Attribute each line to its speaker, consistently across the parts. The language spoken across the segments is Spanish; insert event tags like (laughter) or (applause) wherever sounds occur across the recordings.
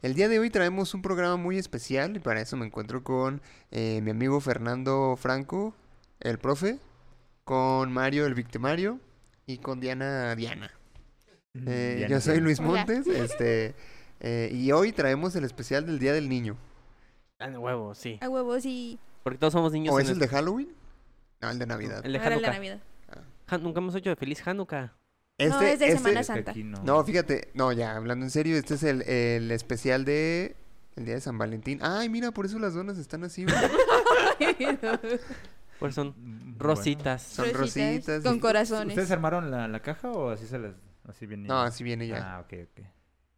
Speaker 1: El día de hoy traemos un programa muy especial y para eso me encuentro con eh, mi amigo Fernando Franco, el profe, con Mario el victimario y con Diana Diana. Eh,
Speaker 2: Mm, Diana,
Speaker 1: yo soy
Speaker 2: Diana.
Speaker 1: Luis
Speaker 3: Hola.
Speaker 1: Montes este, eh, y hoy traemos el especial del Día del Niño.
Speaker 2: Ah, no, huevo, sí.
Speaker 3: A huevos y
Speaker 2: Porque todos somos niños.
Speaker 1: ¿O
Speaker 2: en
Speaker 1: es el de Halloween? No, el de Navidad.
Speaker 2: el de
Speaker 3: ahora la
Speaker 2: Hanukkah.
Speaker 3: Navidad.
Speaker 2: Han- Nunca hemos hecho de feliz Hanukkah.
Speaker 1: Este
Speaker 3: No, es de Semana
Speaker 2: Es que
Speaker 3: Santa.
Speaker 2: aquí no.
Speaker 1: No, fíjate, no, ya, hablando en serio, este es el, el especial de el día de San Valentín. Ay, mira, por eso las donas están así,
Speaker 4: (laughs)
Speaker 1: güey.
Speaker 2: Pues son
Speaker 5: Mm,
Speaker 2: rositas.
Speaker 1: Son
Speaker 3: Rositas
Speaker 1: rositas.
Speaker 3: Con
Speaker 5: bueno.
Speaker 3: corazones.
Speaker 5: ¿Ustedes armaron la, la caja o así se las así viene?
Speaker 1: No, así viene ya.
Speaker 5: Ah, ok, ok.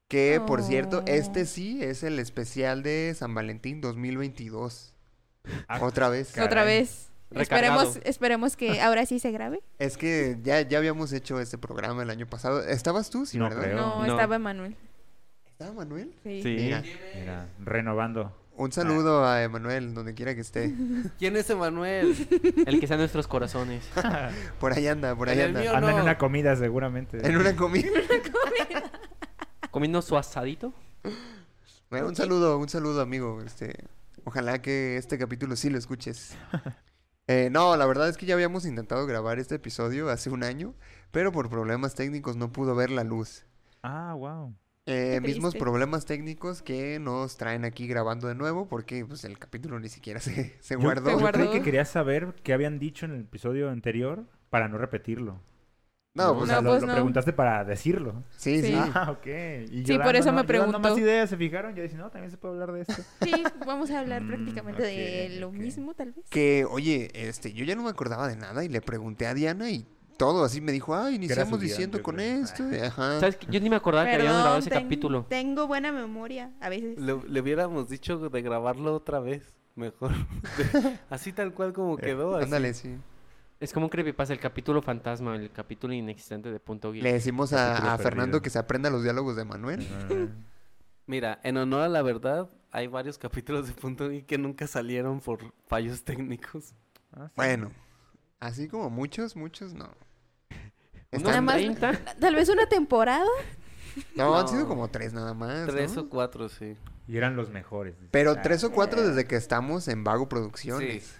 Speaker 1: Que,
Speaker 4: Ah.
Speaker 1: por cierto, este
Speaker 3: Oh.
Speaker 1: sí es el especial de San Valentín 2022.
Speaker 5: Ah,
Speaker 1: Otra vez.
Speaker 5: ca-
Speaker 3: Otra
Speaker 5: Caray.
Speaker 3: vez.
Speaker 2: Recargado.
Speaker 3: Esperemos, esperemos que ahora sí se
Speaker 2: (laughs)
Speaker 3: grabe.
Speaker 1: Es que ya, ya habíamos hecho este programa el año pasado. ¿Estabas tú? Sí,
Speaker 5: No
Speaker 1: ¿verdad?
Speaker 5: creo.
Speaker 3: No,
Speaker 2: No.
Speaker 3: estaba Emanuel.
Speaker 1: ¿Estaba Manuel?
Speaker 3: Sí.
Speaker 2: Sí.
Speaker 1: Mira,
Speaker 5: Mira, renovando.
Speaker 1: un saludo a Emanuel, donde quiera que esté.
Speaker 4: ¿Quién es Emanuel?
Speaker 2: (laughs) El que sea en nuestros corazones.
Speaker 1: Por ahí anda, por ahí
Speaker 4: En el
Speaker 1: anda.
Speaker 4: mío- Yo
Speaker 5: Andan en
Speaker 4: no.
Speaker 5: una comida seguramente.
Speaker 1: En una comida.
Speaker 2: Comiendo su asadito.
Speaker 1: Bueno, un saludo, un saludo, amigo. Este, ojalá que este capítulo sí lo escuches. Eh, no, la verdad es que ya habíamos intentado grabar este episodio hace un año, pero por problemas técnicos no pudo ver la luz.
Speaker 5: Ah, wow.
Speaker 1: Eh,
Speaker 3: Qué
Speaker 1: mismos
Speaker 3: triste.
Speaker 1: problemas técnicos que nos traen aquí grabando de nuevo porque pues, el capítulo ni siquiera (laughs) se, se
Speaker 5: Yo,
Speaker 1: guardó.
Speaker 5: yo
Speaker 3: guardó.
Speaker 5: creí que quería saber qué habían dicho en el episodio anterior para no repetirlo.
Speaker 1: No,
Speaker 5: o
Speaker 1: pues
Speaker 5: sea,
Speaker 3: No,
Speaker 5: lo,
Speaker 3: pues
Speaker 5: lo
Speaker 3: no.
Speaker 5: preguntaste para decirlo. (laughs)
Speaker 1: sí, sí.
Speaker 3: sí.
Speaker 5: Ah, ok. Y
Speaker 3: Sí, por
Speaker 5: dando-
Speaker 3: eso me
Speaker 5: yo dando más
Speaker 3: preguntó.
Speaker 5: ideas, ¿se fijaron? Yo dije, no, también se puede hablar
Speaker 1: (laughs)
Speaker 5: de esto.
Speaker 3: (laughs) Sí, vamos a hablar
Speaker 5: Mm,
Speaker 3: prácticamente de
Speaker 5: ok,
Speaker 3: lo
Speaker 5: ok.
Speaker 3: mismo, tal vez.
Speaker 1: Que, oye, este, yo ya no me acordaba de nada y le pregunté a Diana y todo así me dijo, ah, iniciamos
Speaker 5: guión,
Speaker 1: diciendo
Speaker 5: yo
Speaker 1: con
Speaker 5: creo". Ah.
Speaker 1: esto. y Ajá.
Speaker 2: ¿Sabes? qué? Yo ni me acordaba que habíamos grabado ese
Speaker 3: ten-
Speaker 2: capítulo.
Speaker 3: tengo buena memoria a veces.
Speaker 4: Le, le hubiéramos dicho de grabarlo otra vez, mejor. (laughs) De- así tal cual como quedó. así.
Speaker 1: Eh, Ándale, sí.
Speaker 2: Es como un creepypasta, el capítulo fantasma, el capítulo inexistente de Punto Geek.
Speaker 1: Le decimos a,
Speaker 5: Capítulo
Speaker 1: a Fernando
Speaker 5: perdido.
Speaker 1: que se aprenda los diálogos de Manuel.
Speaker 5: Ah,
Speaker 4: Mira, en honor a la verdad, hay varios capítulos de Punto y que nunca salieron por fallos técnicos.
Speaker 5: Ah, sí.
Speaker 1: Bueno, así como muchos, muchos no.
Speaker 2: Unos
Speaker 1: Están-
Speaker 3: Nada más-
Speaker 2: 30.
Speaker 3: Tal vez una temporada.
Speaker 1: no, han
Speaker 4: No.
Speaker 1: sido como tres nada más.
Speaker 4: Tres
Speaker 1: ¿no?
Speaker 4: o cuatro, sí.
Speaker 5: Y eran los mejores.
Speaker 1: Pero
Speaker 5: Ah,
Speaker 1: tres o cuatro desde que estamos en Vago Producciones.
Speaker 4: Sí.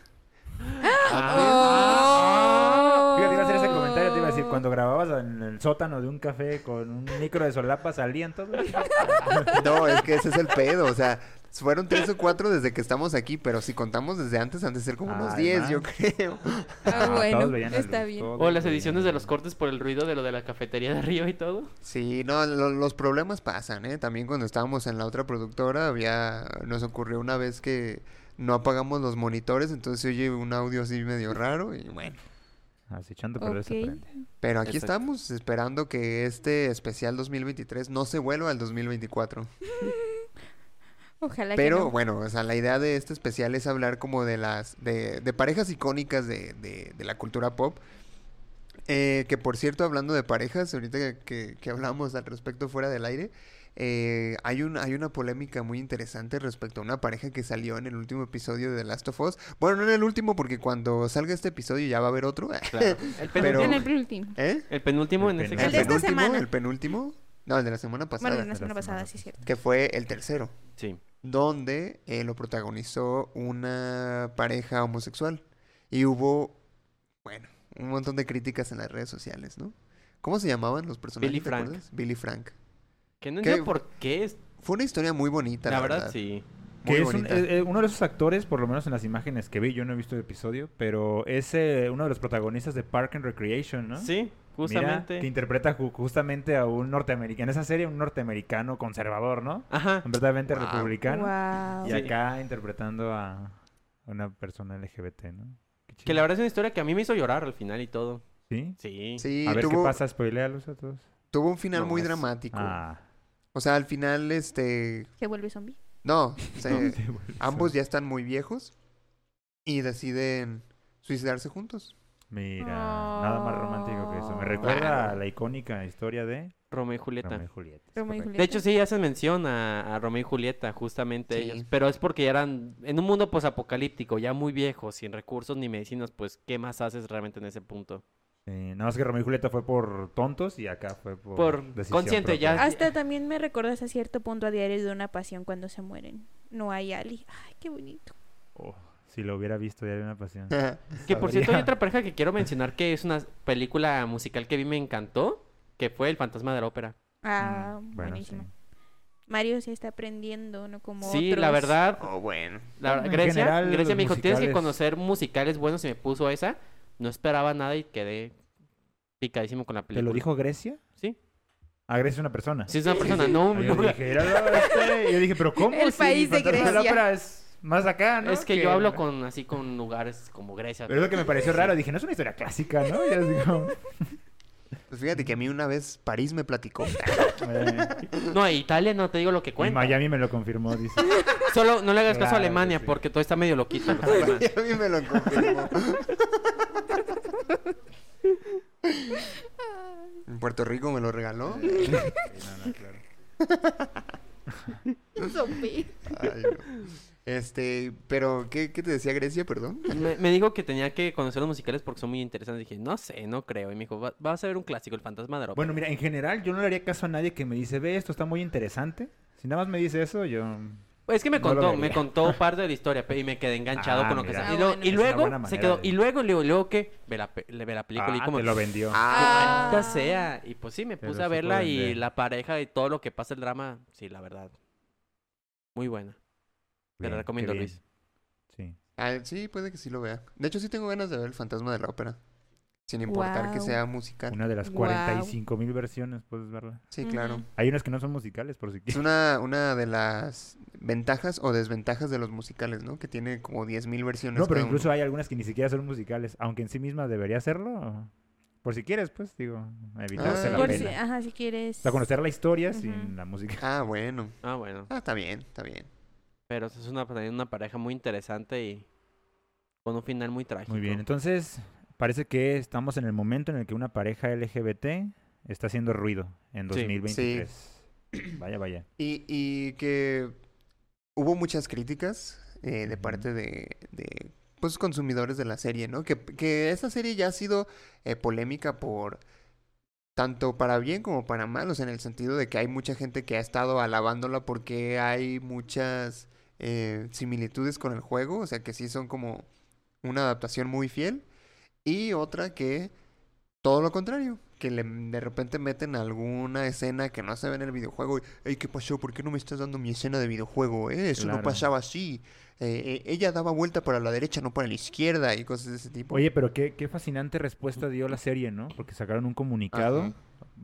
Speaker 5: Ah.
Speaker 3: Oh.
Speaker 5: Fíjate, iba a hacer ese comentario, te iba a decir, cuando grababas en el sótano de un café con un micro de solapa, salían todos.
Speaker 1: (laughs)
Speaker 3: Ah,
Speaker 1: No, es que ese es el pedo. O sea, fueron tres o cuatro desde que estamos aquí, pero si contamos desde antes, antes de ser como unos
Speaker 5: Ay,
Speaker 1: diez,
Speaker 5: man.
Speaker 1: yo creo.
Speaker 3: Ah,
Speaker 5: todos
Speaker 3: bueno,
Speaker 5: veían la
Speaker 3: está
Speaker 5: luz,
Speaker 3: bien.
Speaker 5: todos
Speaker 2: O las
Speaker 5: veían
Speaker 2: ediciones
Speaker 5: la
Speaker 2: de
Speaker 5: luz.
Speaker 2: los cortes por el ruido de lo de la cafetería de arriba y todo.
Speaker 1: Sí, no, lo- los problemas pasan, ¿eh? También cuando estábamos en la otra productora, había, nos ocurrió una vez que no apagamos los monitores, entonces se oye un audio así medio raro y bueno.
Speaker 5: Así Ah, echando por
Speaker 3: Ok.
Speaker 1: Pero aquí
Speaker 4: Exacto.
Speaker 1: estamos esperando que este especial 2023 no se vuelva al 2024.
Speaker 3: Ojalá
Speaker 1: Pero
Speaker 3: que no.
Speaker 1: bueno, o sea, la idea de este especial es hablar como de las de, de parejas icónicas de, de- de la cultura pop. Eh, que por cierto, hablando de parejas, ahorita que, que- que hablamos al respecto fuera del aire, eh, hay, un, hay una polémica muy interesante respecto a una pareja que salió en el último episodio de The Last of Us. Bueno, no en el último, porque cuando salga este episodio ya va a haber otro. (laughs)
Speaker 4: Claro.
Speaker 2: El
Speaker 1: Pero-
Speaker 2: penúltimo.
Speaker 3: En el preúltimo.
Speaker 1: ¿Eh?
Speaker 2: El penúltimo
Speaker 5: El
Speaker 2: en ese
Speaker 5: penúltimo.
Speaker 1: ¿El
Speaker 3: de
Speaker 2: caso.
Speaker 3: esta
Speaker 1: penúltimo?
Speaker 3: semana.
Speaker 1: ¿El penúltimo? No, el de la semana pasada.
Speaker 3: Bueno, la semana
Speaker 5: la semana
Speaker 3: pasada, sí, es cierto.
Speaker 1: que fue el tercero,
Speaker 2: Sí.
Speaker 1: donde eh, lo protagonizó una pareja homosexual. Y hubo, bueno, un montón de críticas en las redes sociales, ¿no? ¿Cómo se llamaban los personajes?
Speaker 2: Billy
Speaker 1: te
Speaker 2: Frank.
Speaker 1: acuerdas? Billy Frank.
Speaker 2: Que no
Speaker 1: ¿Qué?
Speaker 2: entiendo por qué. es-
Speaker 1: Fue una historia muy bonita, la,
Speaker 2: La verdad, sí.
Speaker 1: Muy
Speaker 5: Que es un-
Speaker 1: bonita.
Speaker 5: eh, eh, uno de esos actores, por lo menos en las imágenes que vi, yo no he visto el episodio, pero es eh, uno de los protagonistas de Park and Recreation, ¿no?
Speaker 2: Sí,
Speaker 5: Mira,
Speaker 2: justamente.
Speaker 5: que interpreta ju- justamente a un norteamericano, en esa serie un norteamericano conservador, ¿no?
Speaker 2: Ajá.
Speaker 5: Completamente
Speaker 1: Wow.
Speaker 5: republicano.
Speaker 3: Wow.
Speaker 5: Y
Speaker 2: Sí.
Speaker 5: acá interpretando a una persona LGBT, ¿no? Qué
Speaker 2: Que
Speaker 5: chido.
Speaker 2: la verdad es una historia que a mí me hizo llorar al final y todo.
Speaker 5: ¿Sí?
Speaker 2: Sí.
Speaker 1: Sí,
Speaker 5: eh, A ver
Speaker 1: tuvo,
Speaker 5: qué pasa, spoilealos a todos.
Speaker 1: tuvo un final
Speaker 4: No,
Speaker 1: muy
Speaker 4: es-
Speaker 1: dramático.
Speaker 5: Ah,
Speaker 1: O sea, al final, este,
Speaker 3: Se vuelve zombie.
Speaker 5: (laughs)
Speaker 1: No, se-
Speaker 5: Te vuelves
Speaker 1: (laughs) ambos
Speaker 5: a-
Speaker 1: ya están muy viejos y deciden suicidarse juntos. (laughs)
Speaker 5: Mira, nada más romántico que eso. Me recuerda
Speaker 1: Claro.
Speaker 5: a la icónica historia de
Speaker 2: Romeo y Ah. Julieta.
Speaker 5: Romeo y Julieta. es
Speaker 3: Romeo y
Speaker 5: correcto.
Speaker 2: De hecho, sí hacen mención a, a Romeo y Julieta, justamente
Speaker 1: Sí.
Speaker 2: ellos. Pero es porque ya eran en un mundo posapocalíptico, ya muy viejos, sin recursos ni medicinas, pues, ¿qué más haces realmente en ese punto?
Speaker 5: Eh, nada más que Romeo y Julieta fue por tontos y acá fue por,
Speaker 2: Por
Speaker 5: decisión
Speaker 2: consciente,
Speaker 5: propia.
Speaker 2: ya-
Speaker 3: Hasta también me recuerdas a cierto punto a diarios de una pasión cuando se mueren. No hay Ali. Ay, qué bonito.
Speaker 5: Oh, si lo hubiera visto, ya era una pasión.
Speaker 2: Que
Speaker 5: Sabría.
Speaker 2: por cierto, hay otra pareja que quiero mencionar que es una película musical que vi me encantó, que fue El Fantasma de la Ópera.
Speaker 3: Ah,
Speaker 5: Mm, bueno,
Speaker 3: buenísimo.
Speaker 5: sí.
Speaker 3: Mario se está aprendiendo, ¿no? Como
Speaker 2: sí, la
Speaker 3: otros. (laughs)
Speaker 2: verdad,
Speaker 1: oh, bueno.
Speaker 2: la-
Speaker 5: En
Speaker 2: Grecia,
Speaker 5: general,
Speaker 2: Grecia me dijo,
Speaker 5: los
Speaker 2: tienes que
Speaker 5: musicales-
Speaker 2: conocer musicales buenos y me puso esa. No esperaba nada y quedé picadísimo con la
Speaker 5: ¿Te
Speaker 2: película.
Speaker 5: lo dijo Grecia?
Speaker 2: Sí.
Speaker 5: Ah, Grecia es una persona.
Speaker 2: Sí, es una persona, no,
Speaker 5: Ah, Yo
Speaker 2: no,
Speaker 5: dije, "Era lo este". yo dije, pero ¿cómo?
Speaker 3: El
Speaker 5: Si
Speaker 3: país de
Speaker 5: Fantasma la
Speaker 3: Grecia.
Speaker 5: Ópera es más acá, ¿no?
Speaker 2: (laughs) Es que yo hablo con así con lugares como Grecia.
Speaker 5: Pero es lo que me pareció raro. Dije, no es una historia clásica, ¿no? Y es como, (laughs)
Speaker 1: Pues fíjate que a mí una vez París me
Speaker 3: (laughs)
Speaker 1: platicó. (laughs)
Speaker 5: eh,
Speaker 2: No, Italia no te digo lo que
Speaker 5: y
Speaker 2: cuenta.
Speaker 5: Miami me lo confirmó, dice. (laughs)
Speaker 2: Solo no le hagas caso a
Speaker 5: Claro que
Speaker 2: Alemania
Speaker 5: sí.
Speaker 2: porque todo está medio loquito. los
Speaker 1: Y
Speaker 2: alemanes.
Speaker 1: a mí me lo
Speaker 3: (laughs)
Speaker 1: confirmó. En Puerto Rico me lo regaló.
Speaker 5: no, no, claro.
Speaker 3: Sopi.
Speaker 1: Ay, no. Este, pero, ¿qué, qué te decía Grecia, perdón?
Speaker 2: me, me dijo que tenía que conocer los musicales porque son muy interesantes. Dije, no sé, no creo. Y me dijo, "Va- vas a ver un clásico, El Fantasma de la Ópera".
Speaker 5: Bueno, mira, en general yo no le haría caso a nadie que me dice, ve, esto está muy interesante. Si nada más me dice eso, yo...
Speaker 2: es que me
Speaker 5: no lo
Speaker 2: contó,
Speaker 5: vería.
Speaker 2: me contó parte de la historia pe- y me quedé enganchado
Speaker 5: Ah,
Speaker 2: con lo que
Speaker 5: mira.
Speaker 2: sa-
Speaker 3: Ah,
Speaker 2: Y, luego-
Speaker 3: bueno.
Speaker 2: y
Speaker 5: Es una buena
Speaker 2: luego se
Speaker 5: manera
Speaker 2: quedó.
Speaker 5: de-
Speaker 2: Y luego le digo, luego que ve la, pe- le ve la película y
Speaker 5: Ah,
Speaker 2: como.
Speaker 5: te lo vendió.
Speaker 3: Ah.
Speaker 2: "Maldita sea. Y pues sí, me
Speaker 5: Te
Speaker 2: puse
Speaker 5: lo
Speaker 2: a
Speaker 5: supo
Speaker 2: verla y
Speaker 5: vender.
Speaker 2: la pareja y todo lo que pasa el drama. Sí, la verdad. Muy buena. Te
Speaker 5: Bien,
Speaker 2: la
Speaker 5: qué
Speaker 2: recomiendo,
Speaker 5: bien.
Speaker 2: Luis.
Speaker 5: Sí.
Speaker 1: Ah, sí, puede que sí lo vea. De hecho, sí tengo ganas de ver El Fantasma de la Ópera. Sin importar que
Speaker 3: Guau.
Speaker 1: sea musical.
Speaker 5: Una de las
Speaker 3: Guau.
Speaker 5: 45 mil versiones, puedes verla.
Speaker 1: Sí, claro.
Speaker 3: Ujú.
Speaker 5: Hay unas que no son musicales, por si
Speaker 1: Es
Speaker 2: (laughs)
Speaker 5: quieres.
Speaker 1: una, una de las ventajas o desventajas de los musicales, ¿no? Que tiene como 10.000 versiones.
Speaker 5: No, pero
Speaker 1: cada uno.
Speaker 5: incluso hay algunas que ni siquiera son musicales, aunque en sí misma debería serlo. Por si quieres, pues, digo, evitarse
Speaker 1: Ah,
Speaker 5: la
Speaker 3: Por
Speaker 5: pena.
Speaker 3: si, ajá, si quieres.
Speaker 5: O sea, conocer la historia
Speaker 3: Ujú.
Speaker 5: sin la música.
Speaker 1: Ah, bueno.
Speaker 2: Ah, bueno.
Speaker 1: Ah, está bien, está bien.
Speaker 2: Pero es una, también una pareja muy interesante y con un final muy trágico.
Speaker 5: Muy bien, entonces parece que estamos en el momento en el que una pareja LGBT está haciendo ruido en
Speaker 2: Sí.
Speaker 5: 2023. (clears throat) Vaya, vaya.
Speaker 1: Y, y que hubo muchas críticas eh, de
Speaker 5: Ujú.
Speaker 1: parte de, de, pues, consumidores de la serie, ¿no? Que, que esta serie ya ha sido eh, polémica por tanto para bien como para mal, o sea, en el sentido de que hay mucha gente que ha estado alabándola porque hay muchas eh, similitudes con el juego, o sea, que sí son como una adaptación muy fiel, y otra que todo lo contrario, que le, de repente meten alguna escena que no se ve en el videojuego y, hey, ¿qué pasó? ¿Por qué no me estás dando mi escena de videojuego? eh? Eso no
Speaker 5: Claro.
Speaker 1: pasaba así. Eh, eh, ella daba vuelta para la derecha, no para la izquierda y cosas de ese tipo.
Speaker 5: Oye, pero qué, qué fascinante respuesta dio la serie, ¿no? Porque sacaron un comunicado
Speaker 1: Ajá.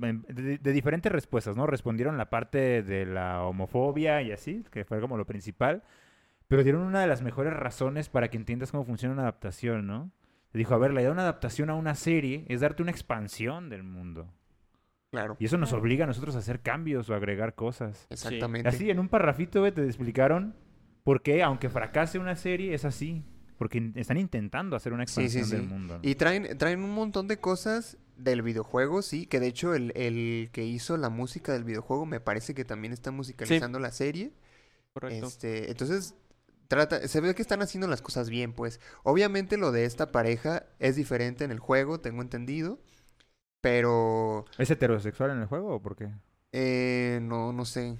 Speaker 5: em, de, de diferentes respuestas, ¿no? Respondieron la parte de la homofobia y así, que fue como lo principal, pero dieron una de las mejores razones para que entiendas cómo funciona una adaptación, ¿no? Dijo, a ver, la idea de una adaptación a una serie es darte una expansión del mundo.
Speaker 1: Claro,
Speaker 5: Y eso nos
Speaker 3: Claro.
Speaker 5: obliga a nosotros a hacer cambios o a agregar cosas.
Speaker 1: exactamente.
Speaker 5: Así, en un parrafito güey, te explicaron por qué, aunque fracase una serie, es así. Porque in- están intentando hacer una
Speaker 1: Sí, sí,
Speaker 5: expansión del
Speaker 1: sí.
Speaker 5: mundo. ¿no?
Speaker 1: Y traen, traen un montón de cosas del videojuego, sí, que de hecho el, el que hizo la música del videojuego me parece que también está musicalizando la serie.
Speaker 2: Correcto.
Speaker 1: Este, entonces, trata, se ve que están haciendo las cosas bien, pues. Obviamente lo de esta pareja es diferente en el juego, tengo entendido. Pero
Speaker 5: ¿Es heterosexual en el juego o por qué?
Speaker 1: eh, no, no sé.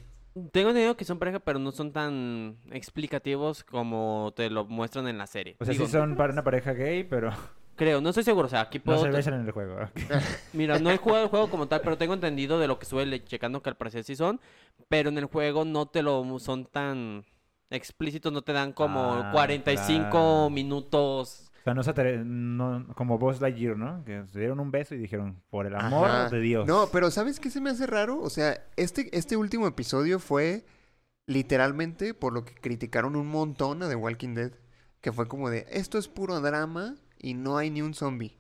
Speaker 2: Tengo entendido que son pareja, pero no son tan explicativos como te lo muestran en la serie.
Speaker 5: O sea,
Speaker 2: Digo,
Speaker 5: sí son para una pareja gay, pero (laughs)
Speaker 2: Creo, no estoy seguro. O sea, aquí
Speaker 5: no
Speaker 2: puedo.
Speaker 5: se besan en el juego. ok.
Speaker 2: Mira, no he jugado el juego como tal,
Speaker 5: (laughs)
Speaker 2: pero tengo entendido de lo que suele checando que al parecer sí son. Pero en el juego no te lo son tan explícitos, no te dan como
Speaker 5: Ah,
Speaker 2: 45
Speaker 5: claro.
Speaker 2: minutos.
Speaker 5: O sea, no se atre- no- como Buzz Lightyear, ¿no? Que se dieron un beso y dijeron, por el amor
Speaker 1: Ajá.
Speaker 5: de Dios.
Speaker 1: No, pero ¿sabes qué se me hace raro? O sea, este, este último episodio fue literalmente por lo que criticaron un montón a The Walking Dead. Que fue como de, esto es puro drama y no hay ni un zombie.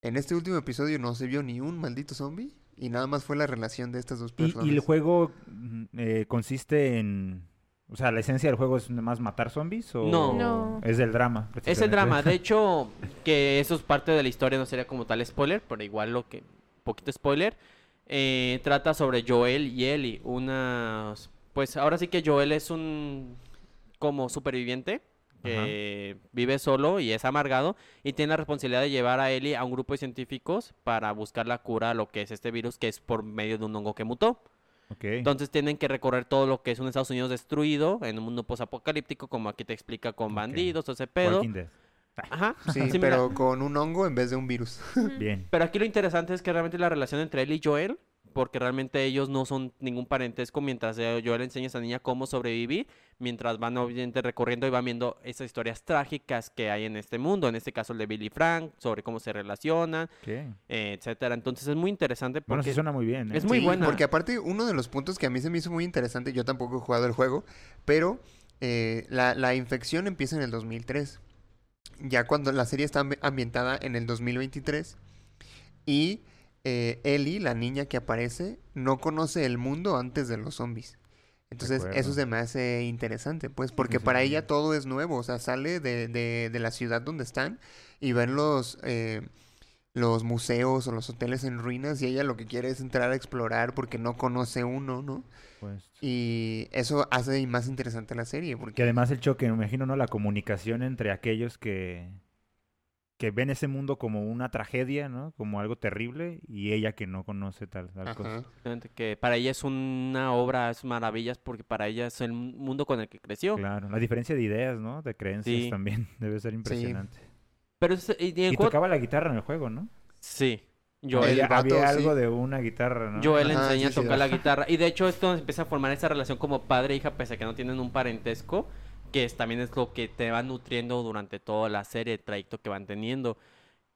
Speaker 1: En este último episodio no se vio ni un maldito zombie y nada más fue la relación de estas dos
Speaker 5: Y,
Speaker 1: personas.
Speaker 5: y el juego mm, eh, consiste en... O sea, la esencia del juego es más matar zombies o
Speaker 2: No.
Speaker 3: No.
Speaker 5: es del drama.
Speaker 2: Es el drama,
Speaker 5: (laughs)
Speaker 2: de
Speaker 5: precisamente?
Speaker 2: hecho, que eso es parte de la historia, no sería como tal spoiler, pero igual lo que, poquito spoiler, eh, trata sobre Joel y Ellie, unas, pues ahora sí que Joel es un como superviviente, que vive solo y es amargado, y tiene la responsabilidad de llevar a Ellie a un grupo de científicos para buscar la cura a lo que es este virus, que es por medio de un hongo que mutó.
Speaker 5: Ok.
Speaker 2: Entonces tienen que recorrer todo lo que es un Estados Unidos destruido, en un mundo posapocalíptico, como aquí te explica con
Speaker 5: Ok.
Speaker 2: bandidos, todo ese pedo.
Speaker 5: Walking Dead.
Speaker 2: Ajá,
Speaker 1: Sí,
Speaker 2: similar.
Speaker 1: pero con un hongo en vez de un virus.
Speaker 5: Bien.
Speaker 2: Pero aquí lo interesante es que realmente la relación entre él y Joel, porque realmente ellos no son ningún parentesco mientras eh, Joel enseña a esa niña cómo sobrevivir, mientras van obviamente recorriendo y van viendo esas historias trágicas que hay en este mundo, en este caso el de Billy y Frank, sobre cómo se relacionan,
Speaker 5: ok.
Speaker 2: eh, etcétera. Entonces es muy interesante porque
Speaker 5: Bueno, sí suena muy bien. ¿eh?
Speaker 2: es muy
Speaker 1: Sí,
Speaker 2: buena.
Speaker 1: Porque aparte, uno de los puntos que a mí se me hizo muy interesante, yo tampoco he jugado el juego, pero eh, la, la infección empieza en el 2003. Ya cuando la serie está ambi- ambientada en el 2023. Y eh, Ellie, la niña que aparece, no conoce el mundo antes de los zombies. Entonces,
Speaker 5: acuerdo.
Speaker 1: eso se me hace interesante, pues, porque
Speaker 5: sí,
Speaker 1: para
Speaker 5: sí.
Speaker 1: ella todo es nuevo. O sea, sale de, de- de la ciudad donde están y ven los... eh, los museos o los hoteles en ruinas y ella lo que quiere es entrar a explorar porque no conoce uno, ¿no?
Speaker 5: Pues,
Speaker 1: Y eso hace más interesante la serie
Speaker 5: Que
Speaker 1: porque
Speaker 5: además el choque, me imagino, ¿no? La comunicación entre aquellos que, que ven ese mundo como una tragedia, ¿no? Como algo terrible y ella que no conoce tal, tal cosa.
Speaker 1: Ajá.
Speaker 2: Exactamente, que para ella es una obra, es maravillas, porque para ella es el mundo con el que creció.
Speaker 5: Claro, la diferencia de ideas, ¿no? De creencias
Speaker 2: Sí.
Speaker 5: también (laughs) debe ser impresionante.
Speaker 2: Pero es- y- y el
Speaker 5: Y Ah,
Speaker 2: juego-
Speaker 5: tocaba la guitarra en el juego, ¿no?
Speaker 2: Sí,
Speaker 1: El
Speaker 2: Joel.
Speaker 5: Había-
Speaker 1: vato,
Speaker 5: había
Speaker 1: sí.
Speaker 5: algo de una guitarra, ¿no?
Speaker 2: Joel
Speaker 1: Ajá,
Speaker 5: Ah,
Speaker 2: enseña a
Speaker 1: sí, sí,
Speaker 2: tocar
Speaker 5: (laughs)
Speaker 2: la
Speaker 1: sí.
Speaker 2: guitarra. Y de hecho esto empieza a formar esa relación como padre e hija, pese a que no tienen un parentesco, que es- también es lo que te va nutriendo durante toda la serie, el trayecto que van teniendo.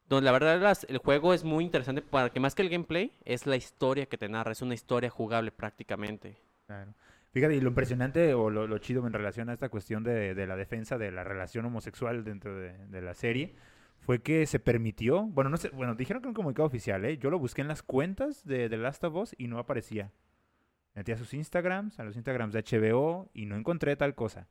Speaker 2: Entonces, la verdad, las- el juego es muy interesante, para que más que el gameplay, es la historia que te narra, es una historia jugable prácticamente.
Speaker 5: Claro. Fíjate, y lo impresionante o lo, lo chido en relación a esta cuestión de, de la defensa de la relación homosexual dentro de, de la serie fue que se permitió, bueno, no sé, bueno, dijeron que en un comunicado oficial, ¿eh? Yo lo busqué en las cuentas de The Last of Us y no aparecía. Metí a sus Instagrams, a los Instagrams de HBO y no encontré tal cosa.